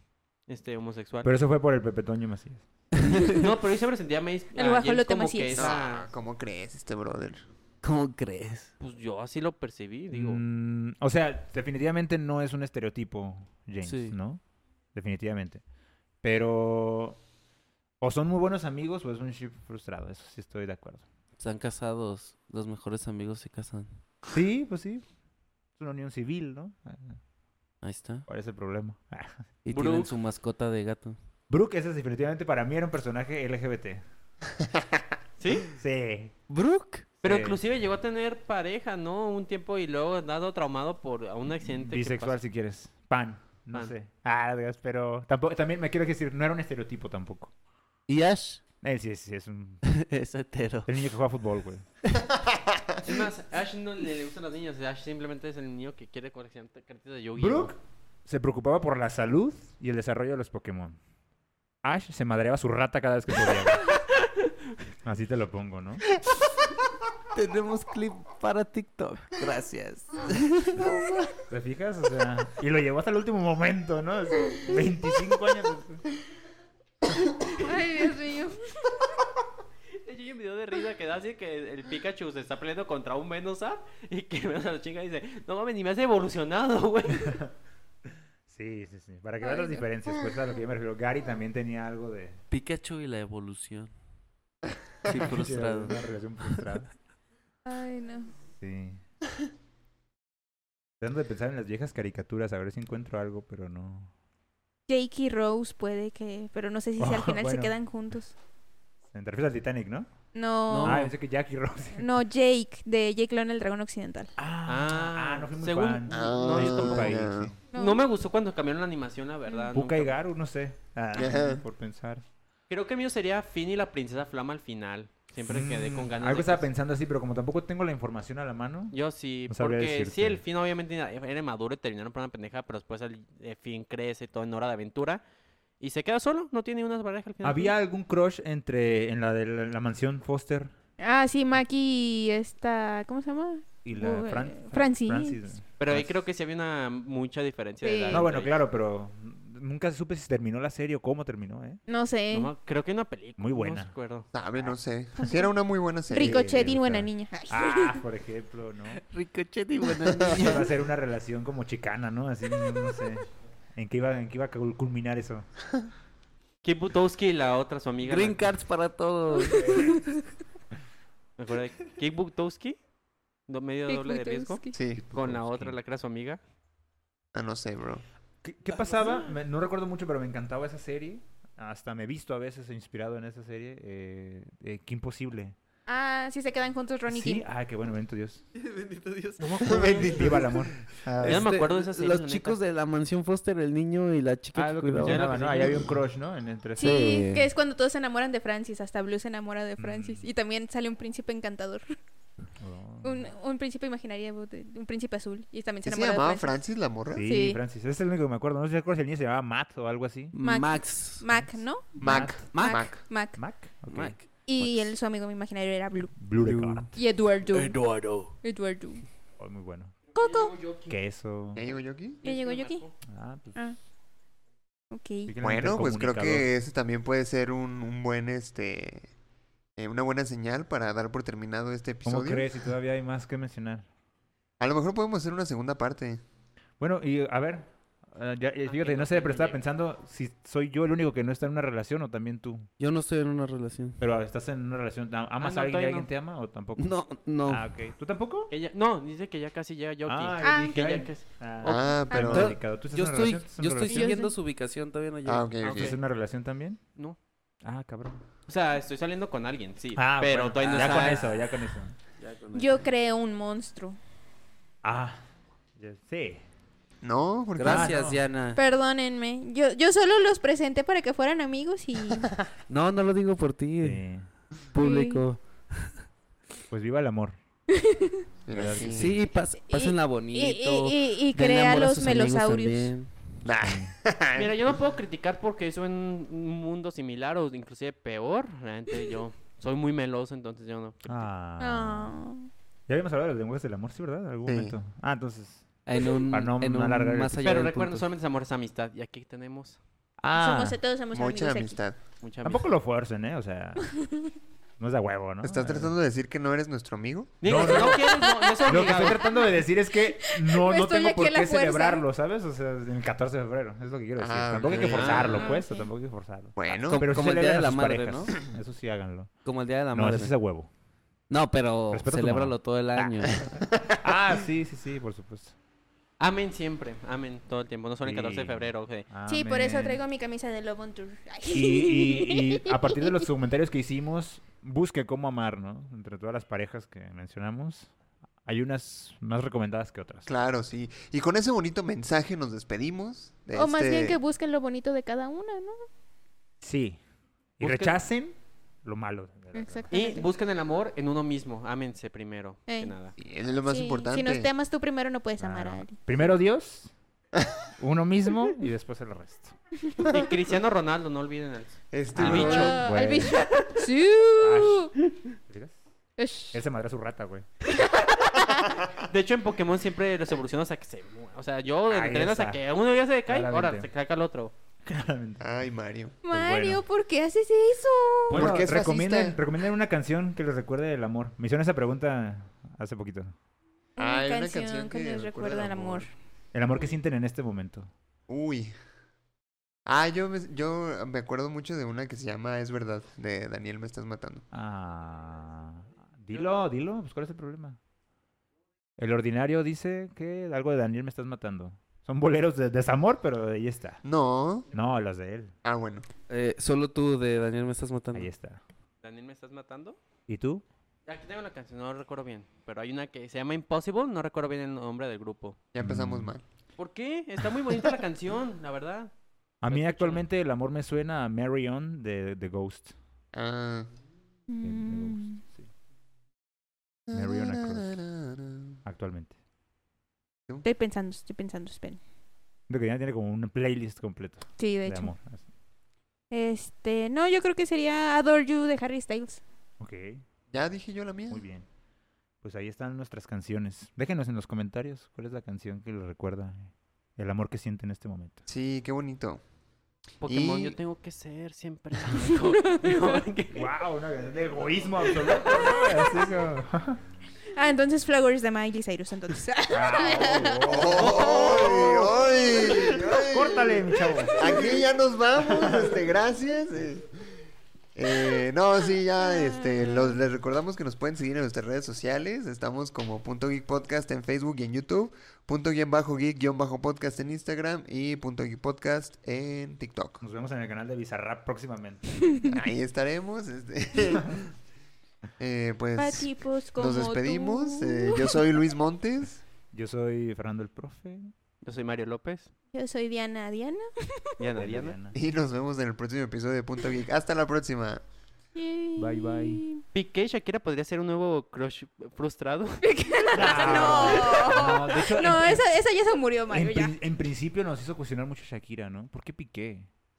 Speaker 2: este homosexual.
Speaker 5: Pero eso fue por el Pepe Toño Macías.
Speaker 2: (laughs) No, pero yo siempre sentía a Mace-
Speaker 3: El
Speaker 2: a
Speaker 3: guajolote
Speaker 2: James como que
Speaker 3: Macías.
Speaker 2: esa-
Speaker 5: Ah.
Speaker 1: No, ¿Cómo crees este brother?
Speaker 4: ¿Cómo crees?
Speaker 2: pues yo así lo percibí, digo.
Speaker 5: Mm, o sea, definitivamente no es un estereotipo, James,
Speaker 4: Sí.
Speaker 5: ¿no? Definitivamente. Pero... O son muy buenos amigos o es un ship frustrado. Eso sí estoy de acuerdo.
Speaker 4: Están casados. Los mejores amigos se casan.
Speaker 5: Sí, pues sí. Es una unión civil, ¿no? Ah,
Speaker 4: Ahí está.
Speaker 5: ¿Cuál es el problema? (laughs)
Speaker 4: Y
Speaker 2: Brooke.
Speaker 4: tienen su mascota de gato.
Speaker 5: Brooke, ese es definitivamente para mí era un personaje LGBT.
Speaker 2: ¿Sí?
Speaker 5: Sí.
Speaker 4: ¿Brooke?
Speaker 2: Pero
Speaker 5: Sí.
Speaker 2: inclusive llegó a tener pareja, ¿no? Un tiempo y luego andado traumado por un accidente. que
Speaker 5: Bisexual si quieres. Pan. No
Speaker 2: Pan.
Speaker 5: sé. Ah, la verdad, pero tampoco, también me quiero decir, no era un estereotipo tampoco.
Speaker 4: ¿Y Ash?
Speaker 5: Él sí, sí, es un...
Speaker 4: (laughs) es hetero.
Speaker 5: El niño que juega fútbol, güey.
Speaker 2: pasó. Es más, Ash no le, le gustan las niñas. Ash simplemente es el niño que quiere coleccionar cartas de Yu-Gi-Oh. (laughs)
Speaker 5: Brooke se preocupaba por la salud y el desarrollo de los Pokémon. Ash se madreaba su rata cada vez que podía. (laughs) güey. Así te lo pongo, ¿no?
Speaker 4: (laughs) Tenemos clip para TikTok. Gracias.
Speaker 5: (laughs) ¿Te fijas? O sea, y lo llevó hasta el último momento, ¿no? Así, 25 años. después.
Speaker 3: Ay, Dios mío.
Speaker 2: De hecho, hay un video de risa que da así que el Pikachu se está peleando contra un Venusaur y que (laughs) Venusaur chinga y dice, no mames, ni me has evolucionado, güey.
Speaker 5: Sí, sí, sí. Para que veas las diferencias, pues a lo que yo me refiero. Gary también tenía algo de...
Speaker 4: Pikachu y la (laughs) evolución. Sí,
Speaker 5: (laughs)
Speaker 4: frustrado.
Speaker 5: Una relación frustrada.
Speaker 3: Ay, no.
Speaker 5: Sí. Tratando de pensar en las viejas caricaturas, a ver si encuentro algo, pero no.
Speaker 3: Jake y Rose puede que. Pero no sé si
Speaker 5: (laughs)
Speaker 3: al
Speaker 5: Oh,
Speaker 3: final se
Speaker 5: bueno.
Speaker 3: quedan juntos.
Speaker 5: Te refieres al Titanic, ¿no?
Speaker 3: No.
Speaker 5: Ah,
Speaker 3: No,
Speaker 5: yo sé que Jackie Rose.
Speaker 3: Jake, de Jake Long, el dragón occidental.
Speaker 5: Ah, no fui muy
Speaker 2: según-
Speaker 5: fan.
Speaker 2: No, yo tampoco.
Speaker 5: Puka y-
Speaker 1: Ah.
Speaker 5: sí.
Speaker 2: No. me gustó cuando cambiaron la animación, la verdad.
Speaker 5: Mm. Puka y
Speaker 2: nunca-
Speaker 5: Garu, no sé. Ah,
Speaker 1: Ajá.
Speaker 5: por pensar.
Speaker 2: Creo que mío sería Finn y la princesa Flama al final. Siempre quedé con
Speaker 5: Mm,
Speaker 2: ganas
Speaker 5: Algo
Speaker 2: de
Speaker 5: estaba
Speaker 2: que-
Speaker 5: pensando así, pero como tampoco tengo la información a la mano.
Speaker 2: Yo sí,
Speaker 5: No sabría
Speaker 2: porque sí,
Speaker 5: decirte.
Speaker 2: el fin obviamente era- era maduro y terminaron por una pendeja, pero después el eh, fin crece todo en hora de aventura y se queda solo, no tiene una pareja al final.
Speaker 5: ¿Había algún crush entre en la de la, la mansión Foster?
Speaker 3: Ah, sí, Maki y esta. ¿Cómo se llama?
Speaker 5: y la
Speaker 3: Uy,
Speaker 5: Fran-
Speaker 3: Francis.
Speaker 2: Pero ahí creo que sí había una mucha diferencia de
Speaker 3: Sí.
Speaker 2: edad.
Speaker 5: Pues No, bueno,
Speaker 2: entre
Speaker 5: claro, pero nunca supe si terminó la serie o cómo terminó, ¿eh?
Speaker 3: No sé.
Speaker 2: ellos. No me- creo que una película.
Speaker 5: Muy
Speaker 2: No
Speaker 5: buena.
Speaker 2: recuerdo.
Speaker 1: Sabe, no sé.
Speaker 3: Ah.
Speaker 1: Sí era una muy buena serie.
Speaker 5: Rico.
Speaker 3: Ricochet y buena
Speaker 5: está.
Speaker 3: niña. Ay.
Speaker 5: Ah, por ejemplo, ¿no?
Speaker 4: Ricochet y buena
Speaker 5: Eso va a
Speaker 4: niña.
Speaker 5: ser una relación como chicana, ¿no? Así, no, no sé. ¿En qué, iba, ¿En qué iba a cul- culminar eso?
Speaker 2: Kim Butowski y la otra, su amiga.
Speaker 4: Green
Speaker 2: la-
Speaker 4: cards para (laughs) todos.
Speaker 2: Me acuerdo de Kim Butowski, do- medio
Speaker 3: Qué
Speaker 2: doble de riesgo.
Speaker 3: cuitoski.
Speaker 1: Sí.
Speaker 2: Con la
Speaker 5: Butowski.
Speaker 2: otra, la Pues que era su amiga.
Speaker 1: Ah, no sé, bro.
Speaker 5: ¿Qué, qué pasaba? Me- no recuerdo mucho, pero me encantaba esa serie. Hasta me he visto a veces inspirado en esa serie. Eh, eh, Kim Posible.
Speaker 3: Ah, sí se quedan juntos Ronnie
Speaker 5: ¿Sí?
Speaker 3: Kim.
Speaker 5: Ah, qué bueno, bendito Dios.
Speaker 4: Bendito Dios.
Speaker 5: Viva el amor.
Speaker 1: Ah,
Speaker 2: Ya no me acuerdo de esa serie, la
Speaker 4: Los
Speaker 2: neta.
Speaker 4: chicos de la mansión Foster, el niño y la chica
Speaker 5: Ah,
Speaker 4: que
Speaker 5: lo que
Speaker 4: cuidaba.
Speaker 5: mencionaba, ¿no?
Speaker 2: sí.
Speaker 5: Ahí había un crush, ¿no? En, entre
Speaker 3: Sí,
Speaker 4: Sí.
Speaker 3: que es cuando todos se enamoran de Francis, hasta Blue se enamora de Francis.
Speaker 5: Mm.
Speaker 3: Y también sale un príncipe encantador,
Speaker 5: Oh.
Speaker 3: un, un príncipe imaginario, de- un príncipe azul. Y también se
Speaker 1: ¿Sí se
Speaker 3: enamora de
Speaker 1: llamaba
Speaker 3: Francis.
Speaker 1: Francis la morra?
Speaker 5: Sí,
Speaker 3: Sí.
Speaker 5: Francis. Ese es el único que me acuerdo. No sé si acuerdas, el niño se llamaba Matt o algo así.
Speaker 3: Max.
Speaker 4: Max.
Speaker 3: Mac, ¿no?
Speaker 1: Mac.
Speaker 4: Mac.
Speaker 1: Mac.
Speaker 3: Mac.
Speaker 5: Mac. Ok.
Speaker 4: Mac.
Speaker 3: Y él, su amigo imaginario era Blue.
Speaker 5: Blue Record.
Speaker 3: Y Eduardo.
Speaker 4: Eduardo.
Speaker 3: Eduardo.
Speaker 5: Oh, muy bueno.
Speaker 3: Coco.
Speaker 5: Queso.
Speaker 1: ¿Ya llego yo aquí?
Speaker 3: Ya llegó Yoki.
Speaker 5: Ah, pues,
Speaker 3: Ah. Ok.
Speaker 5: fíjense,
Speaker 1: Bueno, pues creo
Speaker 5: comunicador.
Speaker 1: que ese también puede ser un, un buen, este, eh, una buena señal para dar por terminado este
Speaker 5: ¿Cómo
Speaker 1: episodio.
Speaker 5: crees? Y todavía hay más que mencionar.
Speaker 1: A lo mejor podemos hacer una segunda parte.
Speaker 5: Bueno, y a ver, eh, ya,
Speaker 2: Ah,
Speaker 5: eh, fíjate, no sé, pero estaba pensando si soy yo el único que no está en una relación o también tú.
Speaker 4: Yo no estoy en una relación. (laughs)
Speaker 5: Pero estás en una relación, ¿am- ¿amas
Speaker 2: Ah, no,
Speaker 5: a alguien y
Speaker 2: todavía
Speaker 5: alguien
Speaker 2: no.
Speaker 5: te ama o tampoco?
Speaker 4: No, no.
Speaker 5: Ah, ok. ¿Tú tampoco?
Speaker 2: Ella- No, dice que ya casi llega Yoki.
Speaker 5: Ah,
Speaker 3: yo
Speaker 2: que
Speaker 5: dije,
Speaker 2: ya
Speaker 5: ay.
Speaker 2: casi-
Speaker 1: Ah, pero...
Speaker 5: Pero, delicado. ¿Tú estás
Speaker 4: Yo
Speaker 5: en una
Speaker 4: estoy,
Speaker 5: relación? ¿Estás en
Speaker 4: yo
Speaker 5: una
Speaker 4: estoy
Speaker 5: relación?
Speaker 4: siguiendo su ubicación, todavía no llego.
Speaker 1: Ah, ok,
Speaker 2: Ah,
Speaker 1: ok.
Speaker 5: ¿Estás en una relación también?
Speaker 2: No.
Speaker 5: Ah, cabrón.
Speaker 2: O sea, estoy saliendo con alguien, sí.
Speaker 5: Ah,
Speaker 2: pero
Speaker 5: bueno,
Speaker 2: todavía no
Speaker 5: Ya
Speaker 2: está-
Speaker 5: con
Speaker 2: (laughs)
Speaker 5: eso, ya con eso.
Speaker 4: Ya con eso.
Speaker 3: Yo creo un monstruo.
Speaker 5: Ah, ya- sí.
Speaker 1: No, porque...
Speaker 4: Gracias,
Speaker 5: Ah, no.
Speaker 4: Diana.
Speaker 3: Perdónenme. Yo, yo solo los presenté para que fueran amigos y.
Speaker 4: No, no lo digo por ti,
Speaker 5: sí.
Speaker 4: público.
Speaker 5: Pues viva el amor.
Speaker 1: Mira, sí.
Speaker 5: Sí.
Speaker 4: Sí, pas,
Speaker 3: Y-
Speaker 4: pásenla
Speaker 3: y,
Speaker 4: bonito.
Speaker 3: y- y- y
Speaker 4: denle
Speaker 3: crea
Speaker 4: amor a
Speaker 3: los
Speaker 4: sus amigos
Speaker 3: melosaurios.
Speaker 4: también.
Speaker 1: Nah.
Speaker 2: Mira, yo no puedo criticar porque eso en un mundo similar o inclusive peor. Realmente yo soy muy meloso, entonces yo no.
Speaker 5: Ah.
Speaker 3: Ah.
Speaker 5: Ya habíamos hablado de los lenguajes del amor, ¿sí, verdad? En algún
Speaker 1: Sí.
Speaker 5: momento. Ah, entonces.
Speaker 4: En un,
Speaker 5: Para no-
Speaker 4: en
Speaker 5: no
Speaker 4: un
Speaker 5: alargar el
Speaker 4: más allá
Speaker 2: Pero
Speaker 4: del
Speaker 2: recuerden,
Speaker 4: punto.
Speaker 2: solamente es amor, es amistad. Y aquí tenemos
Speaker 5: Ah.
Speaker 3: Somos todos somos
Speaker 1: Mucha
Speaker 3: amigos aquí.
Speaker 1: amistad.
Speaker 2: mucha amistad.
Speaker 5: Tampoco lo fuercen, ¿eh? O sea, no es de huevo, ¿no?
Speaker 1: ¿Estás tratando de decir que no eres nuestro amigo?
Speaker 2: Digo,
Speaker 5: No,
Speaker 2: si
Speaker 5: no,
Speaker 2: no
Speaker 5: no.
Speaker 2: quieres, no, no es
Speaker 5: Lo que
Speaker 2: obligado.
Speaker 5: estoy tratando de decir es que no,
Speaker 3: Pues
Speaker 5: no
Speaker 3: estoy
Speaker 5: tengo
Speaker 3: aquí
Speaker 5: por
Speaker 3: a la
Speaker 5: qué
Speaker 3: fuerza.
Speaker 5: celebrarlo, ¿sabes? O sea, el 14 de febrero, es lo que quiero decir.
Speaker 1: Ah,
Speaker 5: tampoco hay
Speaker 1: ok.
Speaker 5: que forzarlo,
Speaker 3: Ah,
Speaker 5: pues,
Speaker 3: ok.
Speaker 5: tampoco hay que forzarlo.
Speaker 1: Bueno,
Speaker 4: Com-
Speaker 5: Pero
Speaker 4: como el
Speaker 5: celebren
Speaker 4: Día de
Speaker 5: a
Speaker 4: la
Speaker 5: sus
Speaker 4: Madre,
Speaker 5: parejas, Eso sí, háganlo.
Speaker 4: Como el Día de la
Speaker 5: No,
Speaker 4: Madre.
Speaker 5: ese es de huevo.
Speaker 4: No, pero
Speaker 5: Respeta a tu
Speaker 4: celébralo
Speaker 5: mamá.
Speaker 4: todo el año.
Speaker 5: Ah, sí, sí, sí, por supuesto.
Speaker 2: Amen siempre, amen todo el tiempo. No solo el 14 de
Speaker 5: Sí.
Speaker 2: febrero. ok.
Speaker 5: Ah,
Speaker 3: Sí, por eso
Speaker 5: Amén.
Speaker 3: traigo mi camisa de Love on Tour. Ay.
Speaker 5: Y, y- y a partir de los comentarios que hicimos, busque cómo amar, ¿no? Entre todas las parejas que mencionamos, hay unas más recomendadas que otras.
Speaker 1: claro, sí. Y con ese bonito mensaje nos despedimos. de
Speaker 3: (laughs) O más
Speaker 1: este-
Speaker 3: bien que busquen lo bonito de cada una, ¿no?
Speaker 5: Sí. Y
Speaker 2: Busque-
Speaker 5: rechacen lo malo.
Speaker 2: Y
Speaker 3: Exactamente.
Speaker 2: busquen el amor en uno mismo. Ámense primero
Speaker 3: Ey.
Speaker 2: que nada.
Speaker 1: Sí, es lo más
Speaker 3: Sí,
Speaker 1: importante.
Speaker 3: Si no te amas tú primero, no puedes amar
Speaker 5: Claro.
Speaker 3: a alguien.
Speaker 5: Primero Dios, uno mismo y después el resto.
Speaker 2: Y Cristiano Ronaldo, no olviden el-
Speaker 1: Este
Speaker 5: Ah,
Speaker 1: bro-
Speaker 2: bicho.
Speaker 3: Ah,
Speaker 5: Bueno.
Speaker 3: el bicho. (laughs) Sí.
Speaker 5: ¿Digas?
Speaker 3: Ush.
Speaker 5: Él se madre a su rata, güey.
Speaker 2: De hecho, en Pokémon siempre los evolucionas a que se. mu- O sea, yo
Speaker 5: Ahí
Speaker 2: entreno hasta
Speaker 5: está.
Speaker 2: que uno ya se cae, ahora
Speaker 5: Claramente.
Speaker 2: se saca el otro.
Speaker 1: Ay, Mario.
Speaker 3: Mario,
Speaker 5: bueno.
Speaker 3: ¿por qué haces eso?
Speaker 5: Bueno,
Speaker 1: qué es
Speaker 5: recomienden,
Speaker 1: fascista?
Speaker 5: recomienden una canción que les recuerde el amor. Me hicieron esa pregunta hace poquito.
Speaker 1: Hay una
Speaker 3: canción,
Speaker 1: canción
Speaker 3: que
Speaker 1: que
Speaker 3: nos recuerda el amor.
Speaker 5: El amor que sienten en este momento.
Speaker 1: Uy. Ah, yo me, yo me acuerdo mucho de una que se llama Es verdad, de Daniel me estás matando.
Speaker 5: Ah, dilo, dilo. Pues, ¿Cuál es el problema? El ordinario dice que algo de Daniel me estás matando. Son boleros de desamor, pero ahí está.
Speaker 1: No.
Speaker 5: No, las de él.
Speaker 1: Ah, bueno.
Speaker 4: Eh, solo tú de Daniel me estás matando.
Speaker 5: Ahí está.
Speaker 2: Daniel, ¿me estás matando?
Speaker 5: ¿Y tú?
Speaker 2: Aquí tengo la canción, no recuerdo bien. Pero hay una que se llama Impossible, no recuerdo bien el nombre del grupo.
Speaker 1: Ya empezamos
Speaker 5: Mm.
Speaker 1: mal.
Speaker 2: ¿Por qué? Está muy bonita la canción, la verdad.
Speaker 5: A mí
Speaker 2: Escúchala.
Speaker 5: actualmente el amor me suena a Mary On de The Ghost.
Speaker 1: Ah.
Speaker 5: De- de
Speaker 3: Mm.
Speaker 5: Ghost, sí, Mariona actualmente.
Speaker 3: Estoy pensando, estoy pensando, esperen.
Speaker 5: Siento que ya tiene como un playlist completo
Speaker 3: Sí, de
Speaker 5: de,
Speaker 3: hecho.
Speaker 5: amor. así.
Speaker 3: Este, no, yo creo que sería Adore You de Harry Styles.
Speaker 5: Ok,
Speaker 3: Ah.
Speaker 1: Ya dije yo la mía.
Speaker 5: muy bien. pues ahí están nuestras canciones. Déjenos en los comentarios cuál es la canción que les recuerda el amor que siente en este momento.
Speaker 1: Sí, qué
Speaker 5: (laughs)
Speaker 1: bonito.
Speaker 2: Pokémon,
Speaker 1: Y-
Speaker 2: yo tengo que ser siempre. el único.
Speaker 5: ¡Wow! Una canción de (laughs) egoísmo absoluto. ¿no? Así como-
Speaker 3: Ah, entonces Flowers de Miley Cyrus, entonces.
Speaker 1: ¡Ay, ay, ay!
Speaker 5: (laughs) ¡Córtale, mi chavo!
Speaker 1: Aquí ya nos vamos, este, gracias. eh. Eh, no, sí, ya, este, los- les recordamos que nos pueden seguir en nuestras redes sociales. Estamos como punto geek podcast en Facebook y en YouTube, punto guión bajo geek guión bajo podcast en Instagram y punto geek podcast en TikTok.
Speaker 5: Nos vemos en el canal de Bizarrap próximamente.
Speaker 1: Ahí estaremos. Este, (laughs) eh,
Speaker 3: Pa'
Speaker 1: pues
Speaker 3: tipos como
Speaker 1: nos despedimos.
Speaker 3: tú.
Speaker 1: Eh, yo soy Luis Montes.
Speaker 5: Yo soy Fernando el Profe.
Speaker 2: Yo soy Mario López.
Speaker 3: Yo soy Diana. Diana.
Speaker 2: Diana,
Speaker 5: Soy
Speaker 2: Diana.
Speaker 5: Diana.
Speaker 1: Y nos vemos en el próximo episodio de Punto Geek. Hasta la próxima.
Speaker 5: Bye, bye.
Speaker 2: Piqué Shakira podría ser un nuevo crush frustrado.
Speaker 3: No.
Speaker 5: No, (laughs) de hecho,
Speaker 3: (laughs) No,
Speaker 5: en-
Speaker 3: esa, esa ya se murió,
Speaker 5: en,
Speaker 3: Mario, ya.
Speaker 5: prin- en principio nos hizo cuestionar mucho Shakira, ¿no? ¿Por qué piqué?